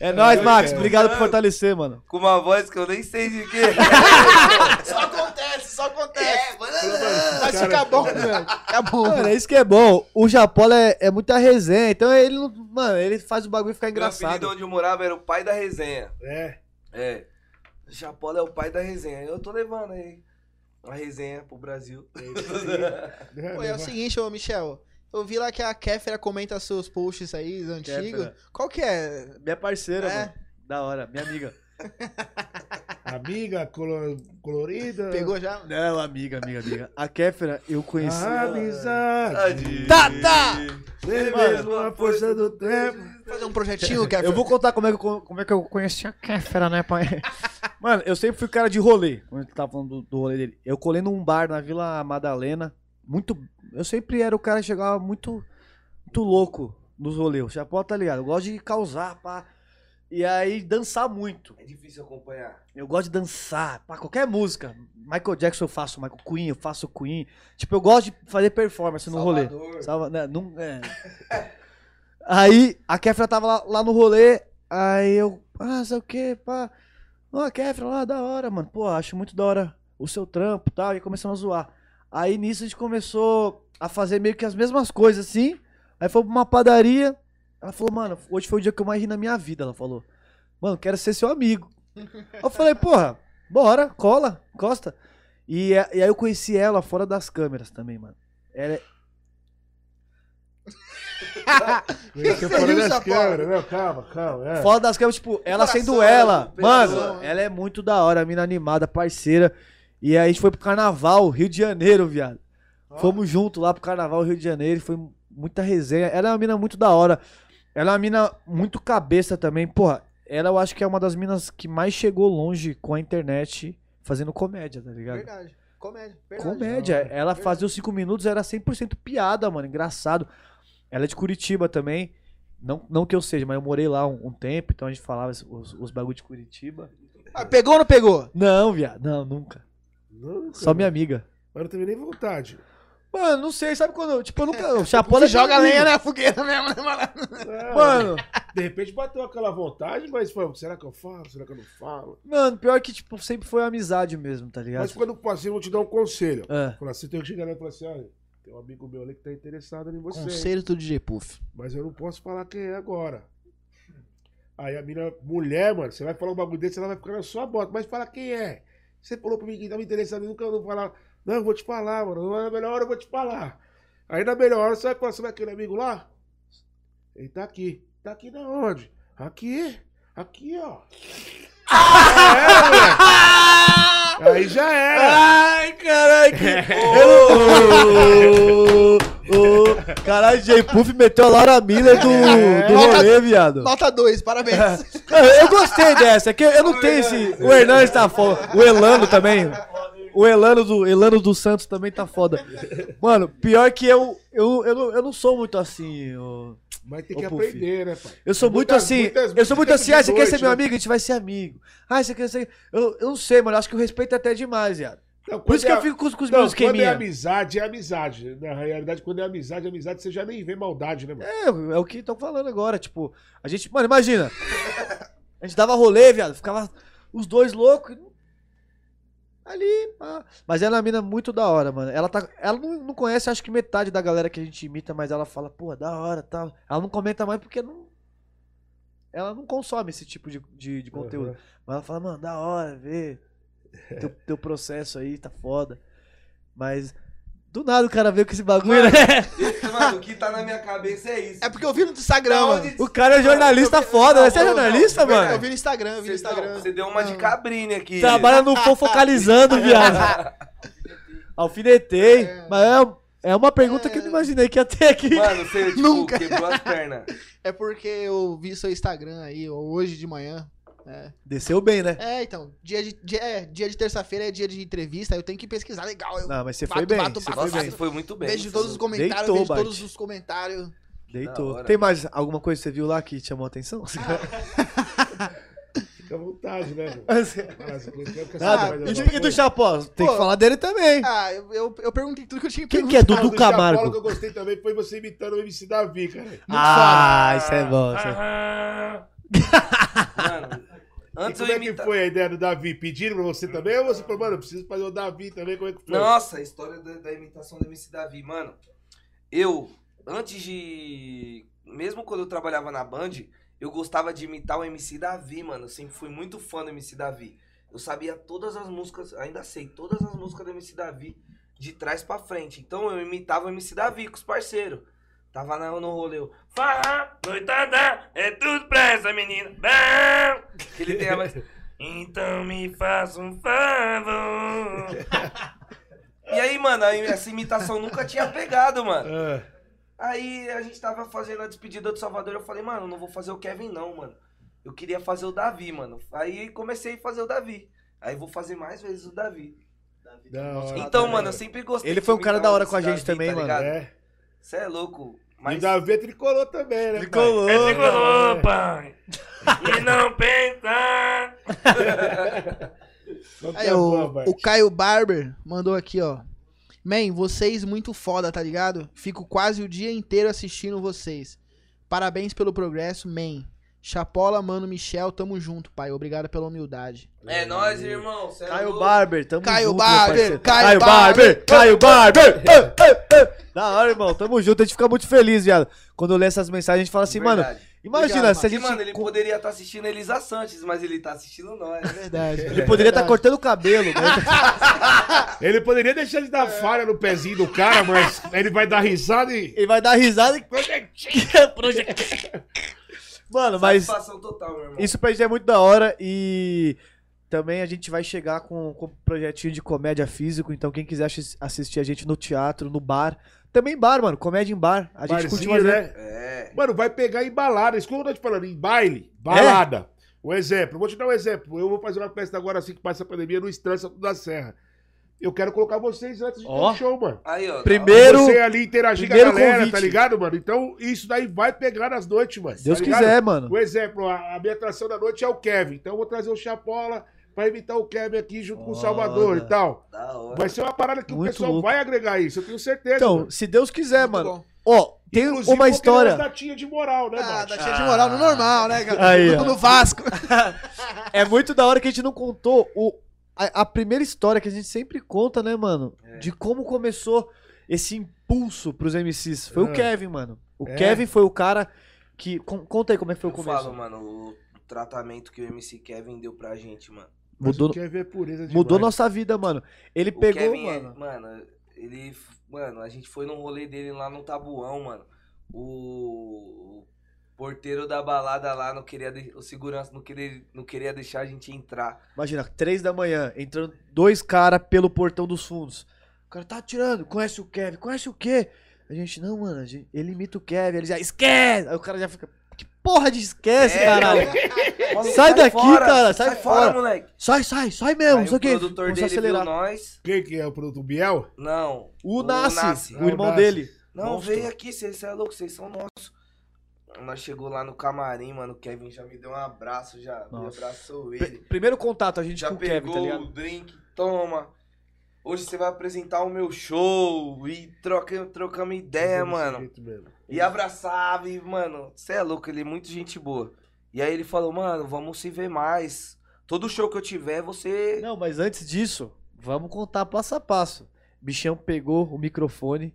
S4: É nóis, Max. Obrigado por fortalecer, mano.
S1: Com uma voz que eu nem sei de quê. É,
S5: Só acontece, só acontece.
S2: Mano,
S5: Mas fica bom, velho. Fica bom.
S4: Mano, é isso que é bom. O Japola é, é muita resenha, então ele não. Mano, ele faz o bagulho ficar
S1: Meu apelido
S4: engraçado.
S1: onde eu morava era o pai da resenha.
S2: É.
S1: É. Japola é o pai da resenha. Eu tô levando aí a resenha pro Brasil.
S2: Né,
S5: Pô, é o seguinte, ô Michel. Eu vi lá que a Kéfera comenta seus posts aí, os antigos.
S4: Kéfera.
S5: Qual que é?
S4: Minha parceira,
S5: É.
S4: mano. Da hora, minha amiga.
S2: Amiga colo- colorida. Ah,
S5: Pegou já?
S4: Não, amiga, amiga, amiga. A Kéfera, eu conheci.
S2: Amizade.
S1: Tá,
S2: Nem
S1: Mano.
S2: mesmo a força do tempo.
S5: Fazer um projetinho, Kéfera?
S4: Eu vou contar como é que eu, con- como é que eu conheci a Kéfera, né, pai? Mano, eu sempre fui cara de rolê. Quando ele tava falando do, do rolê dele. Eu colei num bar na Vila Madalena. Muito. Eu sempre era o cara que chegava muito. Muito louco nos rolês. O Chapó tá ligado. Eu gosto de causar, pá. E aí dançar muito.
S1: É difícil acompanhar.
S4: Eu gosto de dançar, pá, qualquer música. Michael Jackson eu faço, Michael Queen, eu faço Queen. Tipo, eu gosto de fazer performance no rolê.
S1: Salvador.
S4: Salva, né, não, é. aí a Kefra tava lá, lá no rolê, aí eu, ah, sei o que, pá. Ó, a Kefra lá, da hora, mano. Pô, acho muito da hora o seu trampo e tal. E começamos a zoar. Aí nisso a gente começou a fazer meio que as mesmas coisas, assim. Aí foi pra uma padaria. Ela falou, mano, hoje foi o dia que eu mais ri na minha vida. Ela falou, mano, quero ser seu amigo. eu falei, porra, bora, cola, costa. E, é- e aí eu conheci ela fora das câmeras também, mano. Ela,
S2: Você
S5: Você viu
S2: falou das
S5: essa
S2: câmeras, não, calma, calma. É.
S4: Foda das câmeras, tipo, ela
S5: Coração,
S4: sendo ela.
S5: pessoa.
S4: Mano, ela é muito da hora, a mina animada, parceira. E aí a gente foi pro carnaval, Rio de Janeiro, viado. Fomos junto lá pro carnaval, Rio de Janeiro, e foi muita resenha. Ela é uma mina muito da hora. Ela é uma mina muito cabeça também. Porra, ela eu acho que é uma das minas que mais chegou longe com a internet fazendo comédia, tá ligado?
S5: Verdade. Comédia. Verdade.
S4: Comédia. é. Ela fazia os 5 minutos, era 100% piada, mano. Engraçado. Ela é de Curitiba também. Não, não que eu seja, mas eu morei lá um, um tempo, então a gente falava os, os, os bagulho de Curitiba.
S5: Ah, pegou ou não pegou?
S4: Não, viado. Não, nunca.
S2: Nunca,
S4: Só minha amiga.
S2: Mas não teve nem vontade.
S4: Mano, não sei, sabe quando. Tipo, eu nunca. O Chapola é
S5: joga
S4: meu amigo.
S5: lenha na fogueira mesmo. né, mano?
S2: É,
S4: Mano,
S2: De repente bateu aquela vontade, mas foi, será que eu falo? Será que eu não falo?
S4: mano, pior que, tipo, sempre foi amizade mesmo, tá ligado?
S2: Mas quando passei, eu vou te dar um conselho.
S4: Ah,
S2: Falar, você tem que chegar lá e falar assim, olha, tem um amigo meu ali que tá interessado em você.
S5: Conselho do DJ Puff.
S2: Mas eu não posso falar quem é agora. Aí a mina, mulher, mano, você vai falar um bagulho desse, ela vai ficar na sua bota. Mas fala quem é. Você falou pra mim que tava interessado, eu nunca vou falar. Não, eu vou te falar, mano. Na melhor hora eu vou te falar. Aí na melhor hora você vai falar, você vai aquele amigo lá? Ele tá aqui. Tá aqui da onde? Aqui. Aqui, ó. É, moleque. Aí já era.
S4: Ai, caralho, que. Ô, ô, ô. Caralho, J. Puff meteu a Laura Miller do,
S5: É.
S4: do rolê, viado.
S5: Nota 2, parabéns.
S4: Não, Eu gostei dessa, é que eu não tenho esse. O Hernandes tá foda. O Elano também. O Elano do, Elano do Santos também tá foda. Mano, pior que eu. Eu, eu, não, eu não sou muito assim. Eu,
S2: Mas tem que
S4: Ô, Puff.
S2: aprender, né, pai?
S4: eu sou muito
S2: Muitas-
S4: assim.
S2: muitas-
S4: eu sou muito
S2: muitas
S4: assim. Ah, você quer ser
S2: noite,
S4: meu
S2: né?
S4: amigo? A gente vai ser amigo. Ah, você quer ser. Eu, eu não sei, mano. eu Acho que o respeito é até demais, viado.
S2: Não,
S4: Por isso que
S2: quando
S4: eu
S2: é-
S4: fico com, os- com os
S2: Não,
S4: meus
S2: quando é
S4: esqueminha.
S2: amizade, é amizade. Na realidade, quando é amizade, é amizade, você já nem vê maldade, né, mano?
S4: É, é o que estão falando agora, tipo, a gente, mano, imagina. A gente dava rolê, viado, ficava os dois loucos. Ali, pá. Mas ela é uma mina muito da hora, mano. Ela, tá, ela não, não conhece, acho que metade da galera que a gente imita, mas ela fala, pô, da hora, tal. Ela não comenta mais porque não. Ela não consome esse tipo de, de, de conteúdo.
S2: Uhum.
S4: Mas ela fala, mano, da hora, vê. Teu, teu processo aí tá foda. Mas do nada o cara veio com esse bagulho, né?
S1: Mano, o que tá na minha cabeça é isso.
S5: É porque eu vi no Instagram, mano.
S4: O cara é jornalista foda, né? Você é jornalista,
S5: Eu
S4: mano?
S5: vi no Instagram, eu vi no
S1: Você
S5: Instagram.
S1: não, você deu uma de cabrine aqui.
S4: Trabalha no Fofocalizando, viado. Alfinetei. Mas é, é uma pergunta que eu não imaginei que ia ter aqui.
S1: Mano, você tipo,
S5: Nunca.
S1: quebrou as pernas.
S5: É porque eu vi seu Instagram aí, ó, hoje de manhã.
S4: Desceu bem, né?
S5: É, então, dia de, dia, é, dia de terça-feira é dia de entrevista, eu tenho que pesquisar legal. Eu
S4: Não, mas você
S5: Bato,
S4: foi bem.
S5: bato,
S4: Você
S5: bato,
S4: foi
S1: Nossa,
S4: bem.
S1: você foi muito bem.
S5: vejo
S1: você
S5: todos os
S1: foi-
S5: comentários,
S4: Deitou,
S5: vejo
S4: Bate.
S5: todos os comentários.
S1: Da
S4: Deitou.
S1: hora.
S4: Tem mais alguma coisa que você viu lá que te chamou a atenção?
S2: Fica à vontade, né, mano? Fala assim, eu quero que essa
S4: Nada.
S2: vontade
S4: Ah. E o
S2: agora.
S4: time do Chapó? Tem que
S5: Pô.
S4: falar dele também.
S5: Ah, eu, eu, eu perguntei tudo que eu tinha que
S4: Quem que é
S2: Ah,
S4: Dudu
S2: do Chapola que
S4: Camargo?
S2: eu gostei também foi você imitando o MC Davi, cara.
S4: Ah, isso é bom. isso é-
S1: Mano,
S2: E
S1: antes
S2: como
S1: eu
S2: é que
S1: imita...
S2: foi a ideia do Davi? Pediram pra você também? Ou você falou, mano, eu preciso fazer o Davi também? Como é que foi?
S1: Nossa, a história da, da imitação do MC Davi, mano. Eu, antes de. Mesmo quando eu trabalhava na Band, eu gostava de imitar o MC Davi, mano. Eu sempre fui muito fã do MC Davi. Eu sabia todas as músicas, ainda sei, todas as músicas do MC Davi de trás pra frente. Então eu imitava o MC Davi com os parceiros. Tava na, no rolê. eu, Farra, noitada, é tudo pra essa menina. Bam! Que ele tem a voz. Então me faça um favor. E aí, mano, aí essa imitação nunca tinha pegado, mano.
S2: Ah,
S1: Aí a gente tava fazendo a despedida do Salvador, eu falei, mano, não vou fazer o Kevin não, mano. Eu queria fazer o Davi, mano. Aí comecei a fazer o Davi. Aí vou fazer mais vezes o Davi.
S2: da hora,
S1: Então,
S2: da
S1: mano, eu
S2: hora.
S1: sempre gostei.
S4: Ele
S1: de
S4: foi um cara
S1: imitar
S4: da hora
S1: o
S4: com a gente
S1: Davi, tá
S4: também, mano.
S1: ligado?
S2: É.
S1: Cê é louco.
S2: E o
S1: Mas
S2: Davi é tricolor também, né?
S4: Tricolor.
S2: pai?
S4: É
S2: tricolor, né?
S1: pai. e não pensa.
S2: Qual que
S5: Aí,
S2: é a
S5: o,
S2: boa, pai?
S5: o Caio Barber mandou aqui, ó. Man, vocês muito foda, tá ligado? Fico quase o dia inteiro assistindo vocês. Parabéns pelo progresso, man. Chapola, mano, Michel, tamo junto, pai. Obrigado pela humildade.
S1: É nóis, irmão. Cê é
S4: Caio
S1: louco.
S4: Barber, tamo
S5: Caio
S4: junto,
S5: Barber,
S4: meu parceiro.
S5: Caio
S4: Caio Barber, Caio Barber. Ei, ei, ei. Da hora, irmão, tamo junto, a gente fica muito feliz, viado. Quando eu leio essas mensagens, a gente fala assim, mano,
S1: Verdade.
S4: Imagina,
S5: Obrigado,
S4: se a
S1: E,
S4: gente.
S1: mano, ele poderia estar assistindo Elisa Sanches, mas ele tá assistindo nós.
S5: É verdade.
S4: Ele poderia estar cortando o cabelo. né?
S2: Ele poderia deixar de dar falha no pezinho do cara, mas ele vai dar risada e.
S4: Ele vai dar risada e. Mano, mas
S1: Satisfação total, meu irmão.
S4: isso pra gente é muito da hora e também a gente vai chegar com, com um projetinho de comédia físico, então quem quiser assis- assistir a gente no teatro, no bar. Também bar, mano, comédia em bar. A gente curte
S2: Barzinho,
S4: fazer.
S2: né?
S1: É.
S2: Mano, vai pegar em balada. Isso que eu tô te falando, em baile,
S4: É?
S2: balada. Um exemplo, eu vou te dar um exemplo. Eu vou fazer uma festa agora assim que passa a pandemia no Estrança da Serra. Eu quero colocar vocês antes de
S4: Ó.
S2: ter um show, mano.
S1: Aí, ó.
S4: Primeiro,
S2: Você ali interagir com a
S4: primeiro
S2: galera,
S4: convite.
S2: tá ligado, mano? Então, isso daí vai pegar nas noites, mano.
S4: Deus
S2: tá ligado?
S4: quiser, mano.
S2: Um exemplo, a, a minha atração da noite é o Kevin. Então eu vou trazer o Chapola pra imitar o Kevin aqui junto com o Salvador
S4: Foda.
S2: e tal.
S1: Da hora.
S2: Vai ser uma parada que
S4: Muito
S2: o pessoal
S4: louco.
S2: vai agregar isso, eu tenho certeza.
S4: Então,
S2: mano.
S4: se Deus quiser,
S5: Muito
S4: mano.
S5: bom.
S4: Ó, tem
S2: Inclusive,
S4: uma
S2: vou querer
S4: história.
S2: umas datinhas de moral, né,
S5: Ah,
S2: mano?
S5: dá cheio de moral no normal, né, cara?
S4: Aí, ó.
S5: no Vasco.
S4: É muito da hora que a gente não contou o, a, a primeira história que a gente sempre conta, né, mano? De como começou esse impulso pros MCs. Foi
S2: É.
S4: o Kevin, mano. O
S2: É.
S4: Kevin foi o cara que. con- conta aí como é que foi
S1: Eu
S4: o começo.
S1: falo, mano, o tratamento que o MC Kevin deu pra gente, mano.
S2: Mas
S4: mudou
S2: o Kevin é pureza
S4: mudou
S2: demais.
S4: nossa vida, mano. Ele
S1: O
S4: pegou,
S1: Kevin, é-
S4: mano.
S1: mano, ele. f- Mano, a gente foi num rolê dele lá no Tabuão, mano. O, o porteiro da balada lá não queria. de- O segurança não queria, não queria deixar a gente entrar.
S4: Imagina, três da manhã, entrando dois caras pelo portão dos fundos. O cara tá atirando, conhece o Kevin, conhece o quê? A gente, não, mano, a gente- ele imita o Kevin, ele já esquece! Aí o cara já fica. Que porra de esquece,
S1: É,
S4: caralho?
S1: Mano,
S4: Sai daqui, cara, sai fora.
S1: moleque.
S4: Sai, sai, sai
S1: Aí
S4: mesmo, não sei
S1: o
S4: o quê.
S1: produtor
S4: Começou a
S1: dele viu
S4: acelerar.
S1: nós.
S2: Quem que é o produto Biel?
S1: Não.
S4: O Nasce,
S1: Nasce.
S4: o irmão
S2: Nasce.
S4: dele.
S1: Não,
S4: Monstro.
S1: veio aqui, vocês são loucos, vocês são nossos. Nós chegou lá no camarim, mano. O Kevin já me deu um abraço, já me
S4: Nossa.
S1: abraçou ele.
S4: Pr- Primeiro contato a gente
S1: já
S4: com o Kevin,
S1: pegou
S4: tá ligado?
S1: o drink, toma. Hoje você vai apresentar o meu show e troca, trocamos ideia,
S2: Desse
S1: É, mano.
S2: jeito mesmo.
S1: E abraçava e, mano, você é louco, ele é muito gente boa. E aí ele falou, mano, vamos se ver mais. Todo show que eu tiver, você.
S4: Não, mas antes disso, vamos contar passo a passo. Bichão pegou o microfone,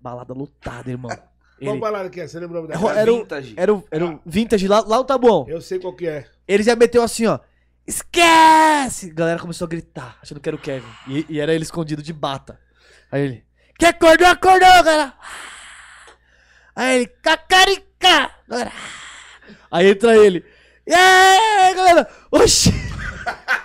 S4: balada lotada, irmão.
S2: Qual
S4: Ele-
S2: balada que é? Você lembra o nome da
S4: É
S2: casa?
S4: era o-
S1: vintage.
S4: Era o, era o vintage lá, tá lá no Tabuão.
S2: Eu sei qual que é.
S4: Ele já meteu assim, ó. Esquece! A galera começou a gritar, achando que era o Kevin. E, e era ele escondido de bata. Aí ele. Que acordou, acordou, galera! Aí ele. Cacarica! Galera. Aí entra ele. E aí, galera! Oxi!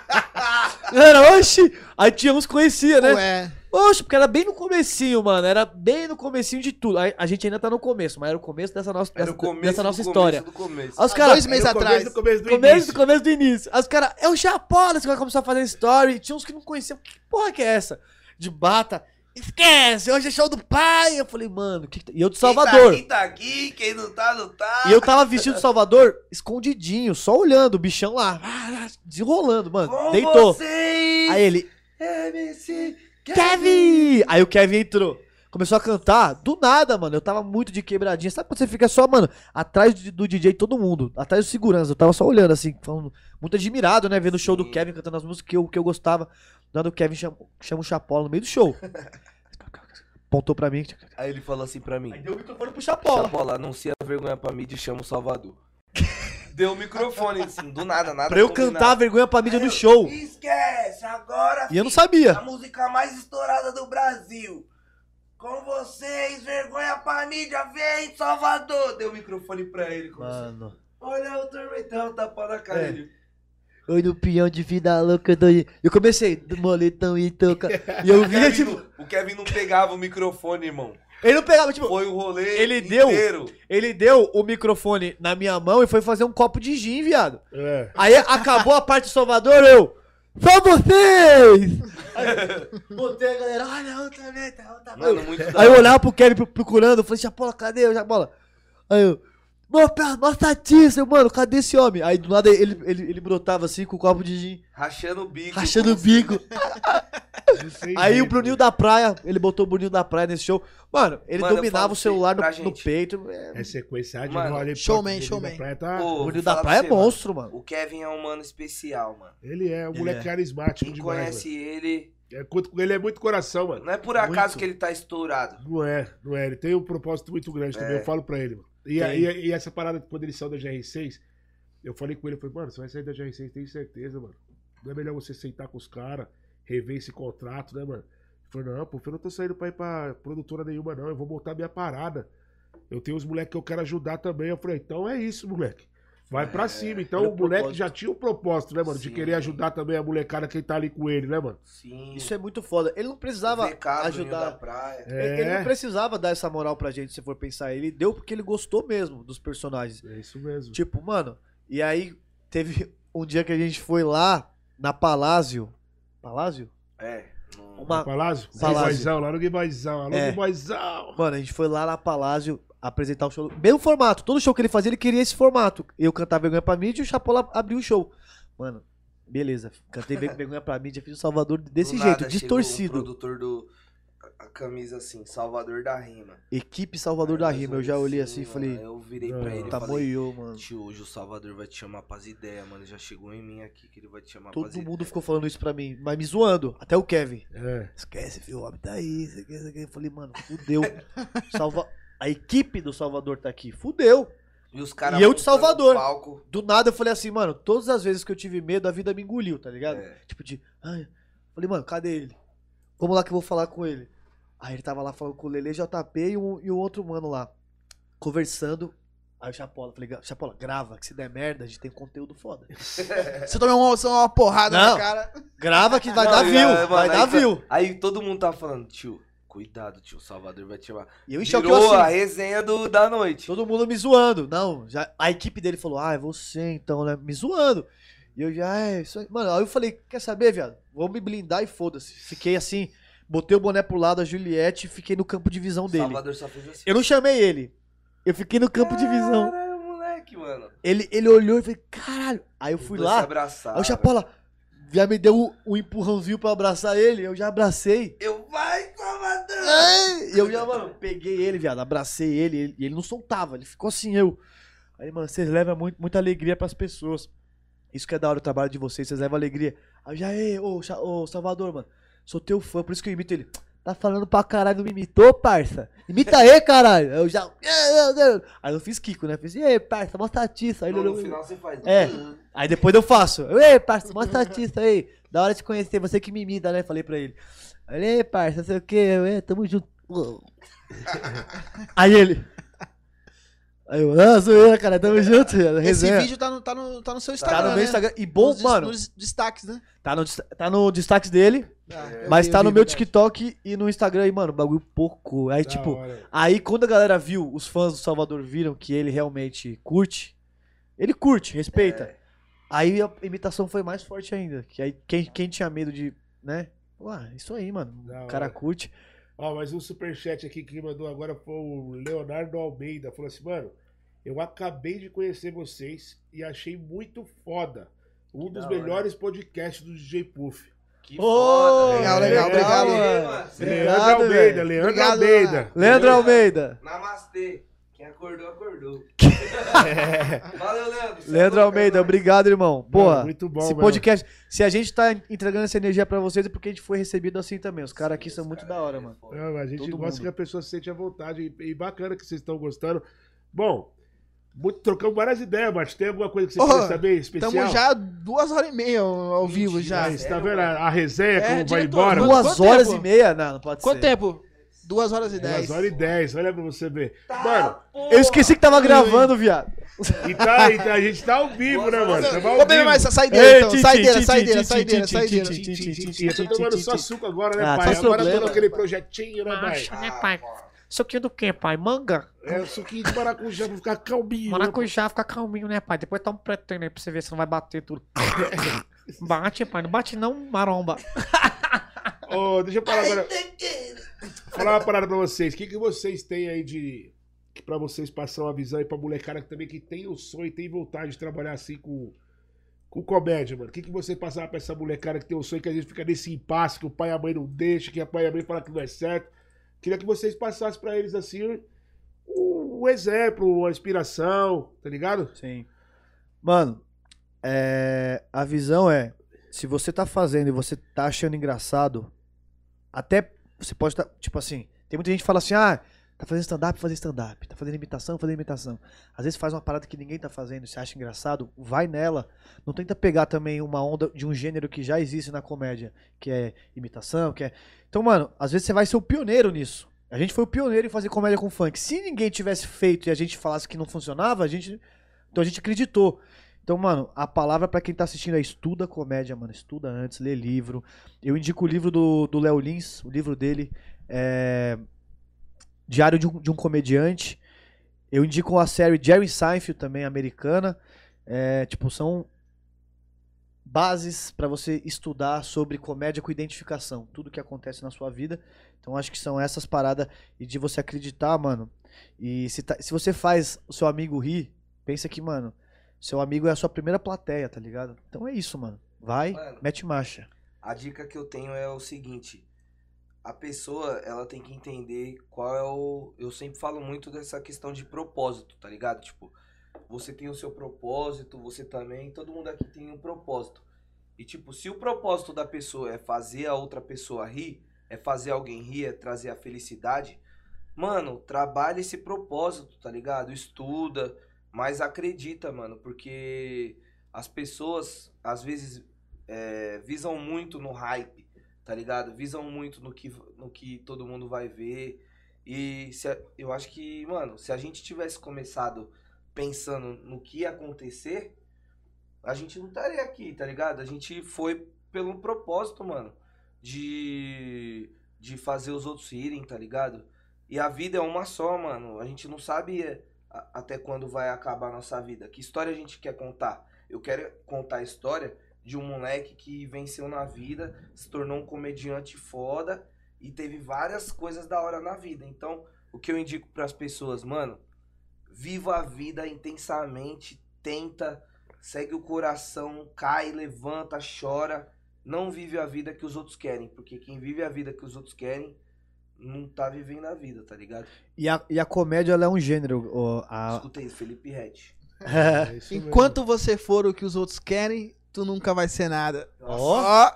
S4: galera, oxi! Aí tinha uns que conhecia, né?
S5: Ué.
S4: Oxe, porque era bem no comecinho, mano. Era bem no comecinho de tudo. A, a gente ainda tá no começo, mas era o começo dessa nossa,
S1: Era
S4: dessa,
S1: o começo
S4: dessa nossa
S1: do
S4: história.
S1: Começo do começo.
S4: Aí os
S5: Há
S4: caras.
S5: dois meses
S2: Era o começo
S5: atrás.
S2: do começo do
S4: Começo
S2: início.
S4: do começo do início. Aí os caras, é o Chapola, os caras começaram a fazer story. e Tinha uns que não conheciam. Que porra que é essa? De bata. Esquece, hoje é show do pai. Eu falei, mano, que que tá- e eu de Salvador.
S1: Quem tá aqui, tá aqui, quem não tá, não tá.
S4: E eu tava vestido de Salvador, escondidinho, só olhando o bichão lá. ah, ah, Desenrolando, mano.
S1: Com
S4: Deitou.
S1: vocês,
S4: Aí ele,
S1: MC
S4: Kevin! Aí o Kevin entrou. Começou a cantar, do nada, mano. Eu tava muito de quebradinha. Sabe quando você fica só, mano, atrás de- do DJ todo mundo, atrás do segurança. Eu tava só olhando, assim, falando, muito admirado, né? Vendo o show do
S1: Sim.
S4: Kevin cantando as músicas que eu, que eu gostava. Do nada o Kevin chama, chama o Chapola no meio do show. Apontou pra mim.
S1: Aí ele falou assim pra mim.
S4: Aí deu o microfone pro Chapola.
S1: Chapola, anuncia a vergonha pra mídia e chama o Salvador. Deu o microfone, assim, do nada, nada.
S4: Pra eu
S1: combinado.
S4: cantar a vergonha pra mídia
S1: Aí
S4: no
S1: eu,
S4: show.
S1: Esquece, agora.
S4: E eu não
S1: filho,
S4: sabia.
S1: A música mais estourada do Brasil. Com vocês, vergonha pra mídia, vem, Salvador. Deu o microfone pra ele. como assim,
S4: Mano.
S1: Olha o tormentão, tapa na cara.
S4: É.
S1: Ele,
S4: Oi, no peão de vida louca, eu tô aí. Eu comecei, do moletão e toca. E eu
S1: o,
S4: via,
S1: Kevin
S4: tipo.
S1: não, o Kevin não pegava o microfone, irmão.
S4: Ele não pegava, tipo.
S1: Foi o rolê
S4: Ele deu-
S1: inteiro.
S4: Ele deu o microfone na minha mão e foi fazer um copo de gin, viado.
S2: É.
S4: Aí acabou a parte do Salvador, eu. Só vocês! Aí, botei a galera, olha, outra vez, tá, outra vez.
S1: Mano, muito da
S4: Aí eu
S1: hora.
S4: olhava pro Kevin pro- procurando, eu falei, Chapola, cadê o Chapola? Aí eu, "Mó pra- mó estatística, tá mano, cadê esse homem? Aí do nada ele, ele, ele brotava assim com o copo de gin,
S1: Rachando o bico.
S4: rachando o bico.
S2: Não sei
S4: Aí o
S2: jeito.
S4: Bruninho da Praia, ele botou o Bruninho da Praia nesse show. Mano, ele
S1: Mano, eu
S4: dominava
S1: falo
S4: o celular no,
S1: pra
S4: no
S1: gente.
S4: peito. é,
S2: É sequenciado de
S1: Mano,
S2: rolê
S5: showman,
S2: Porto de
S5: showman.
S2: Vida Praia, tá?
S1: Pô,
S4: O Bruninho
S1: vou
S4: da
S1: falar
S4: Praia é
S1: pra você, mano.
S4: monstro, mano.
S1: O Kevin é um mano especial, mano.
S2: Ele é um
S4: Ele
S2: moleque
S4: é.
S2: carismático
S1: Quem
S2: demais.
S1: conhece ele,
S2: mano. É, conto com ele é muito coração, mano.
S1: não é por acaso
S4: Muito.
S1: que ele tá estourado.
S2: Não é, não é. Ele tem um propósito muito grande também. Eu falo pra ele, mano. E, a- e a- e essa parada, quando eles saiu da GR6, eu falei com ele, eu falei, mano, você vai sair da GR6, tem certeza, mano. Não é melhor você sentar com os caras, rever esse contrato, né, mano? Ele falou, não, pô, eu não tô saindo pra ir pra produtora nenhuma, não. Eu vou montar minha parada. Eu tenho os moleques que eu quero ajudar também. Eu falei, então é isso, moleque. Vai pra cima. Então
S4: era
S2: o
S4: o
S2: moleque
S4: propósito.
S2: já tinha o propósito, né, mano? De
S1: Sim.
S2: querer ajudar também a molecada que tá ali com ele, né, mano?
S1: Sim.
S4: Isso é muito foda. Ele não precisava
S1: Pecado no Rio da
S4: ajudar.
S1: praia.
S4: Ele- Ele
S2: É.
S4: não precisava dar essa moral pra gente, se for pensar. Ele deu porque ele gostou mesmo dos personagens.
S2: É isso mesmo.
S4: Tipo, mano, e aí teve um dia que a gente foi lá na Palácio. Palácio?
S1: É.
S4: Uma,
S2: Palácio?
S4: Palácio.
S2: Guibaizão, lá no Guibaizão. Alô,
S4: É.
S2: Guibaizão.
S4: Mano, a gente foi lá na Palácio apresentar o show. Mesmo formato. Todo show que ele fazia, ele queria esse formato. Eu cantava vergonha pra mídia e o Chapola abriu o show. Mano, beleza. Cantei Ver- vergonha pra mídia, fiz o Salvador desse
S1: Do
S4: jeito,
S1: nada chegou O
S4: distorcido.
S1: produtor do. A a camisa assim, Salvador da Rima.
S4: Equipe Salvador da Rima. Eu já olhei assim e falei,
S1: Eu virei
S2: "Não,
S1: pra ele e
S4: tá
S1: falei.
S4: moiou, mano.
S1: Tio, hoje o Salvador vai te chamar pras ideias, mano. Ele Já chegou em mim aqui que ele vai te chamar pras
S4: Todo mundo
S1: ideias."
S4: ficou falando isso pra mim, mas me zoando. Até o Kevin.
S2: É.
S4: Esquece, filho, o homem tá aí, isso aqui, isso aqui. Eu falei, mano, fudeu. Salva... A equipe do Salvador tá aqui. Fudeu.
S1: E os caras.
S4: E eu de
S1: montando
S4: Salvador.
S1: o Palco.
S4: Do nada eu falei assim, mano, todas as vezes que eu tive medo, a vida me engoliu, tá ligado?
S1: É.
S4: Tipo de. Ai. Falei, mano, cadê ele? Vamos lá que eu vou falar com ele. Aí ele tava lá falando com o Lele JP e um, e um outro mano lá. Conversando. Aí o Chapola, falei, "Ga- Chapola, grava, que se der merda, a gente tem um conteúdo foda.
S5: Você tomou uma, só uma porrada
S4: Não.
S5: na cara.
S4: Grava que vai
S1: Não,
S4: dar
S1: e,
S4: view,
S1: ah, mano,
S4: vai dar
S1: aí tá-
S4: view.
S1: Aí todo mundo tá falando, tio, cuidado, tio, Salvador vai te chamar.
S4: E eu enxerguei
S1: Virou a
S4: assim,
S1: resenha do, da noite.
S4: todo mundo me zoando. Não, já, a equipe dele falou, ah, é você então, né? Me zoando. E eu já, é, isso aí. Mano, aí eu falei, quer saber, viado? Vou me blindar e foda-se. Fiquei assim, botei o boné pro lado, a Juliette, e fiquei no campo de visão dele.
S1: Salvador só fez assim.
S4: Eu não chamei ele. Eu fiquei no campo de visão.
S1: Caralho, moleque, mano.
S4: Ele, ele olhou e falei, caralho. Aí eu
S1: Os
S4: fui
S1: dois Se
S4: lá, aí
S1: abraçaram.
S4: o Chapola já me deu um, um empurrãozinho pra abraçar ele, eu já abracei.
S1: Eu vai, Salvador!
S4: Ai, E eu já, mano, peguei ele, viado, abracei ele, ele- e ele não soltava, ele ficou assim, eu. Aí, mano, vocês levam muito, muita alegria pras pessoas. Isso que é da hora o trabalho de vocês, vocês levam alegria. Aí eu já, ei, ô, Cha- ô, Salvador, mano, sou teu fã, por isso que eu imito ele. Tá falando pra caralho, não me imitou, parça? Imita aí, caralho! Aí Eu já. Aí eu fiz Kiko, né? Fiz, e aí, parça, mostra a tiça. Aí ele
S1: No, no
S4: olhou-
S1: final você faz. "Hum,
S4: É. Aí depois eu faço. Eu, Ei, parça, mostra a artista aí. Da hora de conhecer, você que me imita, né? Falei pra ele. Aí ele, Ei, parça, não sei o que, tamo junto. aí ele. Aí eu, ah, zoeira, cara, tamo junto. velho,
S5: Esse
S4: Resenha.
S5: vídeo tá no, tá no, tá no seu Instagram.
S4: tá no meu
S5: né?
S4: Instagram. E bom,
S5: Nos des-
S4: mano,
S5: Nos destaques, né?
S4: tá, no, dest- tá no destaque dele,
S5: Ah, eu
S4: mas
S5: vi,
S4: tá
S5: eu
S4: no
S5: vi,
S4: meu
S5: verdade.
S4: TikTok e no Instagram aí, mano, bagulho pouco. Aí,
S2: Da
S4: tipo,
S2: hora.
S4: Aí quando a galera viu, os fãs do Salvador viram que ele realmente curte, ele curte, respeita.
S5: É.
S1: é,
S4: Aí a imitação foi mais forte ainda. Que aí quem, quem tinha medo de, né? Ué, isso aí, mano.
S2: Da
S4: o cara
S2: hora.
S4: curte.
S2: Ó, mas um superchat aqui que mandou agora foi o Leonardo Almeida. Falou assim, mano, eu acabei de conhecer vocês e achei muito foda. Um dos
S1: da hora.
S2: melhores podcasts do DJ Puff.
S1: Que
S4: Ô,
S1: foda,
S2: legal,
S1: velho.
S2: legal, obrigado,
S1: Valeu,
S4: mano.
S1: mano.
S4: Obrigado,
S2: Leandro Almeida,
S4: velho.
S2: Leandro
S5: Obrigado,
S2: Almeida.
S4: Leandro Almeida.
S1: Namastê. Quem acordou, acordou. Valeu, Leandro. Você é
S4: Leandro
S1: louco,
S4: Almeida,
S1: é nóis.
S4: obrigado, irmão.
S2: Mano,
S4: Porra.
S2: muito bom,
S4: Esse
S2: mano.
S4: podcast, se a gente tá entregando essa energia pra vocês, é porque a gente foi recebido assim também. Os caras
S1: Sim,
S4: aqui são
S1: os
S4: muito
S1: cara
S4: da hora,
S1: é
S4: mano.
S1: foda.
S2: Não, a gente
S4: Todo
S2: gosta
S4: mundo.
S2: que a pessoa se sente à vontade. E, e bacana que vocês estão gostando. Bom, muito, trocamos várias ideias, mas tem alguma coisa que vocês
S5: Ô,
S2: querem saber especial?
S5: Tamo já duas horas e meia ao, ao vivo já.
S2: Mas, tá
S1: Sério,
S2: vendo
S1: mano?
S2: a, a resenha
S5: É,
S2: como vai
S5: diretor,
S2: embora?
S5: mano.
S4: Duas
S5: Quanto
S4: horas
S5: tempo?
S4: e meia? Não, não pode
S5: Quanto
S4: ser.
S5: tempo? Duas horas e dez.
S2: 2 É, horas e 10, olha pra você ver.
S1: Tá,
S2: Mano,
S1: porra.
S4: Eu esqueci que tava gravando, viado.
S2: e tá, e tá- a gente tá ao vivo, né, mano? Tamo ao
S5: Vou beber
S2: vivo.
S5: mais essa
S4: Ei,
S5: saideira, então.
S4: titi,
S5: Saideira,
S4: titi,
S5: saideira,
S4: titi,
S5: saideira,
S4: titi,
S5: saideira.
S4: titi,
S2: Tim, tim, tim, tim. Eu tô tomando só suco agora, né,
S4: Ah,
S2: pai?
S4: só
S2: Agora eu tô
S4: problema.
S2: naquele projetinho, né, pai?
S7: Macho, né, pai? Suquinho do quê, pai? Manga?
S2: É o suquinho de maracujá pra ficar calminho. né?
S7: Maracujá, fica calminho, né, pai? Depois tá um pretendo aí pra você ver se não vai bater tudo. Bate, pai. Não bate não, maromba.
S2: Ô, deixa eu falar agora. falar uma parada pra vocês. O que, que vocês têm aí de. Que pra vocês passar uma visão aí pra molecada que também que tem o sonho e tem vontade de trabalhar assim com. Com comédia, mano. O que, que você passava pra essa molecada que tem o sonho que às vezes fica nesse impasse que o pai e a mãe não deixam, que a pai e a mãe falam que não é certo? Queria que vocês passassem pra eles assim o um exemplo, a inspiração, tá ligado?
S4: Sim. Mano, é, a visão é: se você tá fazendo e você tá achando engraçado, até você pode estar. tipo assim, tem muita gente que fala assim: ah, Tá fazendo stand-up, fazer stand-up. Tá fazendo imitação, fazer imitação. Às vezes faz uma parada que ninguém tá fazendo, se acha engraçado, vai nela. Não tenta pegar também uma onda de um gênero que já existe na comédia, que é imitação, que é. Então, mano, às vezes você vai ser o pioneiro nisso. A gente foi o pioneiro em fazer comédia com funk. Se ninguém tivesse feito e a gente falasse que não funcionava, a gente. Então a gente acreditou. Então, mano, a palavra pra quem tá assistindo é estuda comédia, mano. Estuda antes, lê livro. Eu indico o livro do do Léo Lins, o livro dele. É... Diário de um, de um Comediante. Eu indico a série Jerry Seinfeld, também americana. É, tipo, são bases pra você estudar sobre comédia com identificação. Tudo que acontece na sua vida. Então, acho que são essas paradas e de você acreditar, mano. E se, tá- se você faz o seu amigo rir, pensa que, mano, seu amigo é a sua primeira plateia, tá ligado? Então é isso, mano. Vai,
S1: Mano.
S4: mete marcha.
S1: A dica que eu tenho é o seguinte: a pessoa ela tem que entender qual é o. Eu sempre falo muito dessa questão de propósito, tá ligado? Tipo, você tem o seu propósito, você também, todo mundo aqui tem um propósito. E tipo, se o propósito da pessoa é fazer a outra pessoa rir, é fazer alguém rir, é trazer a felicidade, mano, trabalha esse propósito, tá ligado? Estuda, mas acredita, mano, porque as pessoas às vezes é, visam muito no hype, tá ligado? Visam muito no que, no que todo mundo vai ver. E se a- eu acho que, mano, se a gente tivesse começado pensando no que ia acontecer, a gente não estaria aqui, tá ligado? A gente foi pelo propósito, mano, de, de fazer os outros irem, tá ligado? E a vida é uma só, mano. A gente não sabe é, a- até quando vai acabar a nossa vida. Que história a gente quer contar? Eu quero contar a história de um moleque que venceu na vida, se tornou um comediante foda e teve várias coisas da hora na vida. Então, o que eu indico pras pessoas, mano, viva a vida intensamente, tenta, segue o coração, cai, levanta, chora, não vive a vida que os outros querem, porque quem vive a vida que os outros querem não tá vivendo a vida, tá ligado?
S4: E a, e a comédia ela é um gênero. ó, a-
S1: Escuta isso, Felipe Rett.
S2: É isso mesmo.
S5: Enquanto você for o que os outros querem, tu nunca vai ser nada.
S4: Ó.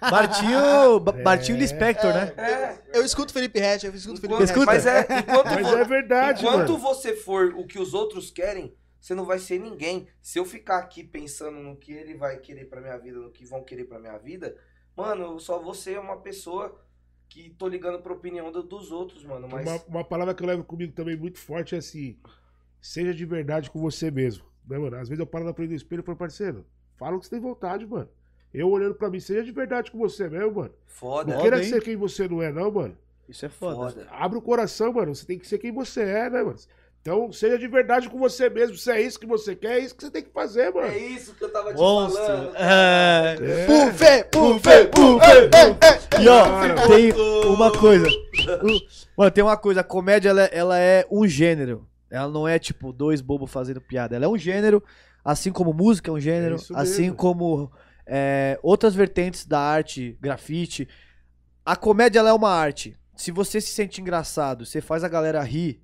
S4: Bartinho, Ba- Bartinho Lispector, né?
S1: É,
S5: Eu escuto Felipe Hatch, eu escuto
S1: enquanto,
S5: Felipe Hatch.
S4: Escuta.
S1: mas é, enquanto
S2: Mas
S1: vo-
S2: é verdade,
S1: Enquanto
S2: mano.
S1: você for o que os outros querem, você não vai ser ninguém. Se eu ficar aqui pensando no que ele vai querer pra minha vida, no que vão querer pra minha vida, mano, eu só vou ser uma pessoa que tô ligando pra opinião do- dos outros, mano. Mas
S2: Uma, uma palavra que eu levo comigo também muito forte é assim: seja de verdade com você mesmo. Né, mano? Às vezes eu paro na frente do espelho e falo, parceiro, fala o que você tem vontade, mano. Eu olhando pra mim, seja de verdade com você mesmo, mano.
S1: foda,
S2: Não
S4: Foda,
S2: queira
S4: hein?
S2: ser quem você não é, não, mano.
S4: Isso é
S1: foda.
S4: foda.
S2: Abre o coração, mano. Você tem que ser quem você é, né, mano? Então, seja de verdade com você mesmo. Se é isso que você quer, é isso que você tem que fazer, mano.
S1: É isso que eu tava te
S4: Monstro.
S1: falando.
S4: É.
S2: É.
S5: Pufê,
S4: Pufê,
S5: pufê, pufê,
S4: pufê,
S5: pufê.
S4: E ó, tem uma coisa. Uh, Mano, tem uma coisa. A comédia, ela, ela é um gênero. Ela não é, tipo, dois bobos fazendo piada. Ela é um gênero, assim como música é um gênero,
S2: É isso
S4: assim
S2: mesmo.
S4: como é, outras vertentes da arte, grafite. A comédia, ela é uma arte. Se você se sente engraçado, você faz a galera rir,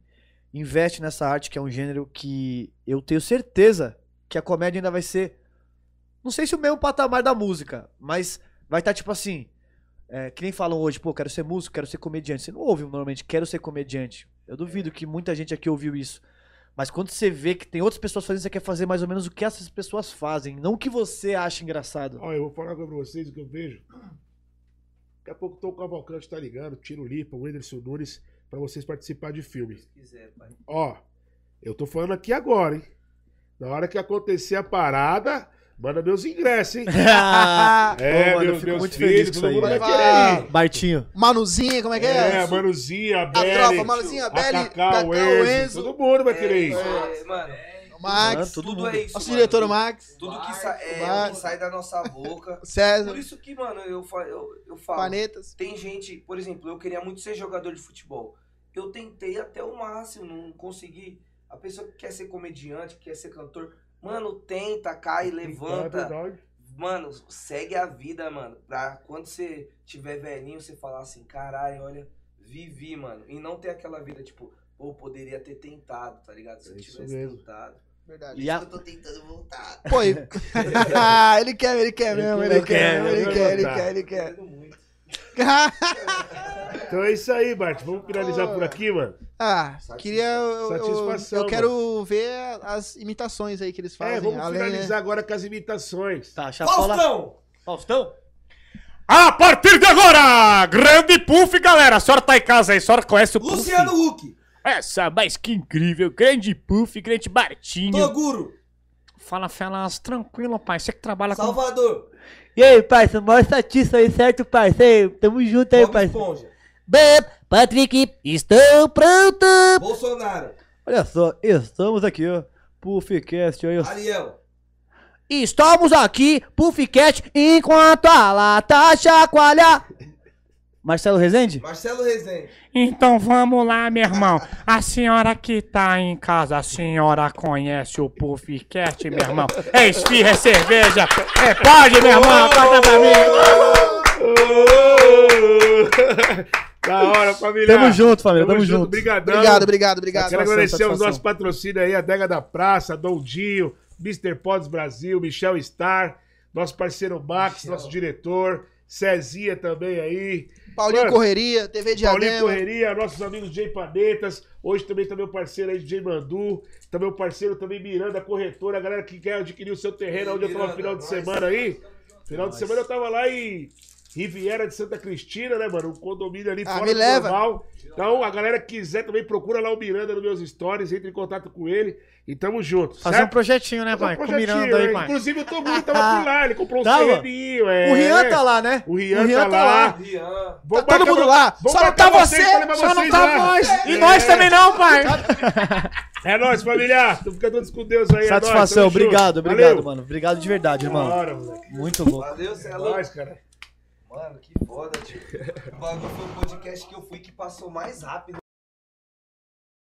S4: investe nessa arte, que é um gênero que eu tenho certeza que a comédia ainda vai ser... Não sei se o mesmo patamar da música, mas vai estar, tipo assim... É, que nem falam hoje, pô, quero ser músico, quero ser comediante. Você não ouve normalmente, quero ser comediante. Eu duvido que muita gente aqui ouviu isso. Mas quando você vê que tem outras pessoas fazendo, você quer fazer mais ou menos o que essas pessoas fazem, não o que você acha engraçado.
S2: Olha, eu vou falar agora pra vocês o que eu vejo. Daqui a pouco o Tom Cavalcante tá ligando, Tiro Lipa, o Anderson Nunes, pra vocês participar de filmes.
S1: Se quiser, pai.
S2: Ó, eu tô falando aqui agora, hein? Na hora que acontecer a parada, manda meus ingressos, hein? É,
S4: Pô, Ah, mano, eu
S2: meus,
S4: fico
S2: meus
S4: muito
S2: filhos,
S4: feliz com
S2: todo
S4: isso
S2: mundo
S4: aí. né?
S2: vai querer ir.
S4: Martinho.
S5: Manuzinha, como é que é?
S2: É, Manuzinha, a
S5: A
S2: Belly,
S5: tropa, Manuzinha,
S2: a
S5: Belly,
S2: Cacá, o Enzo, todo mundo vai querer ir.
S1: É, mano,
S5: Max,
S6: Ah,
S4: Mano,
S1: tudo,
S4: todo
S1: é isso.
S5: nosso
S1: mano.
S5: diretor Max,
S1: Tudo que, sa- é, o
S5: Bar-
S1: que sai da nossa boca. Por
S5: César,
S1: isso que, mano, eu, fa- eu, eu falo.
S5: Panetas.
S1: Tem
S2: Uhum.
S1: gente, por exemplo, eu queria muito ser jogador de futebol. Eu tentei até o máximo, não consegui. A pessoa que quer ser comediante, que quer ser cantor, mano, tenta, cai, levanta. Mano, segue a vida, mano. Pra quando você tiver velhinho, você falar assim, caralho, olha, vivi, mano. E não ter aquela vida, tipo, pô, poderia ter tentado, tá ligado? Se
S2: É
S1: eu
S2: isso
S1: tivesse
S2: mesmo.
S1: tentado.
S5: Verdade.
S1: Por
S4: E
S1: isso
S4: a-
S1: que eu tô tentando voltar.
S5: Pô, ele... Ah, ele quer, ele quer mesmo, ele quer, mesmo, ele quer, ele quer, ele quer.
S1: Quero muito.
S2: Então é isso aí, Bart. Vamos finalizar por aqui, mano.
S5: Ah, queria. Eu, eu-
S2: Satisfação,
S5: eu quero ver as imitações aí que eles fazem.
S2: É, vamos
S5: além, né?
S2: finalizar agora com as imitações.
S4: Tá, Chapola.
S7: Faustão!
S4: Faustão?
S8: A partir de agora, grande Puff, galera. A senhora tá em casa aí, a senhora conhece o Puff.
S3: Luciano
S7: assim.
S3: Huck,
S8: Essa, mas que incrível. Grande Puff, grande Bartinho.
S3: Toguro,
S7: Fala, Felas, tranquilo, pai. Você que trabalha com.
S3: Salvador,
S6: E aí, parça, maior estatística aí, certo, parceiro? Tamo junto aí,
S3: Bob
S6: parceiro.
S3: Esponja,
S6: Bob, Patrick, estou pronto!
S3: Bolsonaro,
S4: Olha só, estamos aqui, ó. Puffcast aí, ó.
S3: Ariel,
S6: Estamos aqui, Puffcat, enquanto a lata chacoalha.
S4: Marcelo Rezende?
S3: Marcelo Rezende,
S8: Então vamos lá, meu irmão. A senhora que tá em casa, a senhora conhece o Puff Cat, meu irmão? É esfirra, é cerveja, é pode,
S4: tá
S8: meu irmão. Acorda pra mim.
S2: da hora, família.
S4: Tamo junto, família, tamo, junto.
S2: Obrigadão.
S5: Obrigado, obrigado, obrigado.
S2: Quero agradecer aos
S4: satisfação.
S2: nossos patrocínios aí, a Dega da Praça, Dondinho, Mr. Pods Brasil, Michel Star, nosso parceiro Max, nosso diretor, Cezinha também aí,
S5: Paulinho
S2: Mano,
S5: Correria, TV
S2: Paulinho
S5: Diadema.
S2: Correria, nossos amigos Jay Panetas, hoje também tá meu parceiro aí, DJ Mandu, também o parceiro também Miranda Corretora, a galera que quer adquirir o seu terreno,
S1: Ei,
S2: onde eu tava
S1: Miranda,
S2: final de
S1: nós.
S2: semana aí, final de semana eu tava lá em Riviera de Santa Cristina, né, mano, um condomínio ali
S5: Ah,
S2: fora
S5: me
S2: do
S5: leva.
S2: normal, então a galera que quiser também procura lá o Miranda nos meus stories, entre em contato com ele e tamo junto,
S7: Fazer um
S2: certo?
S7: projetinho, né,
S2: Fazer um
S7: pai? Com o
S2: projetinho,
S7: Miranda aí,
S2: né?
S7: pai.
S2: Inclusive o Tom Bruno tava por lá, ele comprou um
S4: Ah, Tava?
S2: terreninho, é.
S4: O Rian tá lá, né?
S2: O Rian,
S4: O Rian
S2: tá,
S4: tá
S2: lá.
S1: Rian.
S2: Vamos
S5: Tá todo
S2: marcar
S5: mundo
S2: vo-
S5: lá.
S2: vamos
S5: Só não
S2: marcar
S5: tá
S2: vocês,
S5: você,
S2: falei pra
S7: Só não
S2: vocês
S7: tá
S2: lá.
S7: nós! E
S2: É.
S7: nós também não, pai!
S2: É nóis, família. Então fica todos com Deus aí. é nóis,
S4: Satisfação,
S2: tamo
S4: obrigado,
S2: junto.
S4: obrigado,
S2: Valeu.
S4: mano. Obrigado de verdade,
S2: Da
S4: irmão.
S2: hora, moleque.
S4: Muito louco.
S1: Valeu, você é
S2: É
S1: louco.
S2: nóis, cara.
S1: Mano, que foda, tio. O bagulho foi o podcast que eu fui que passou mais rápido.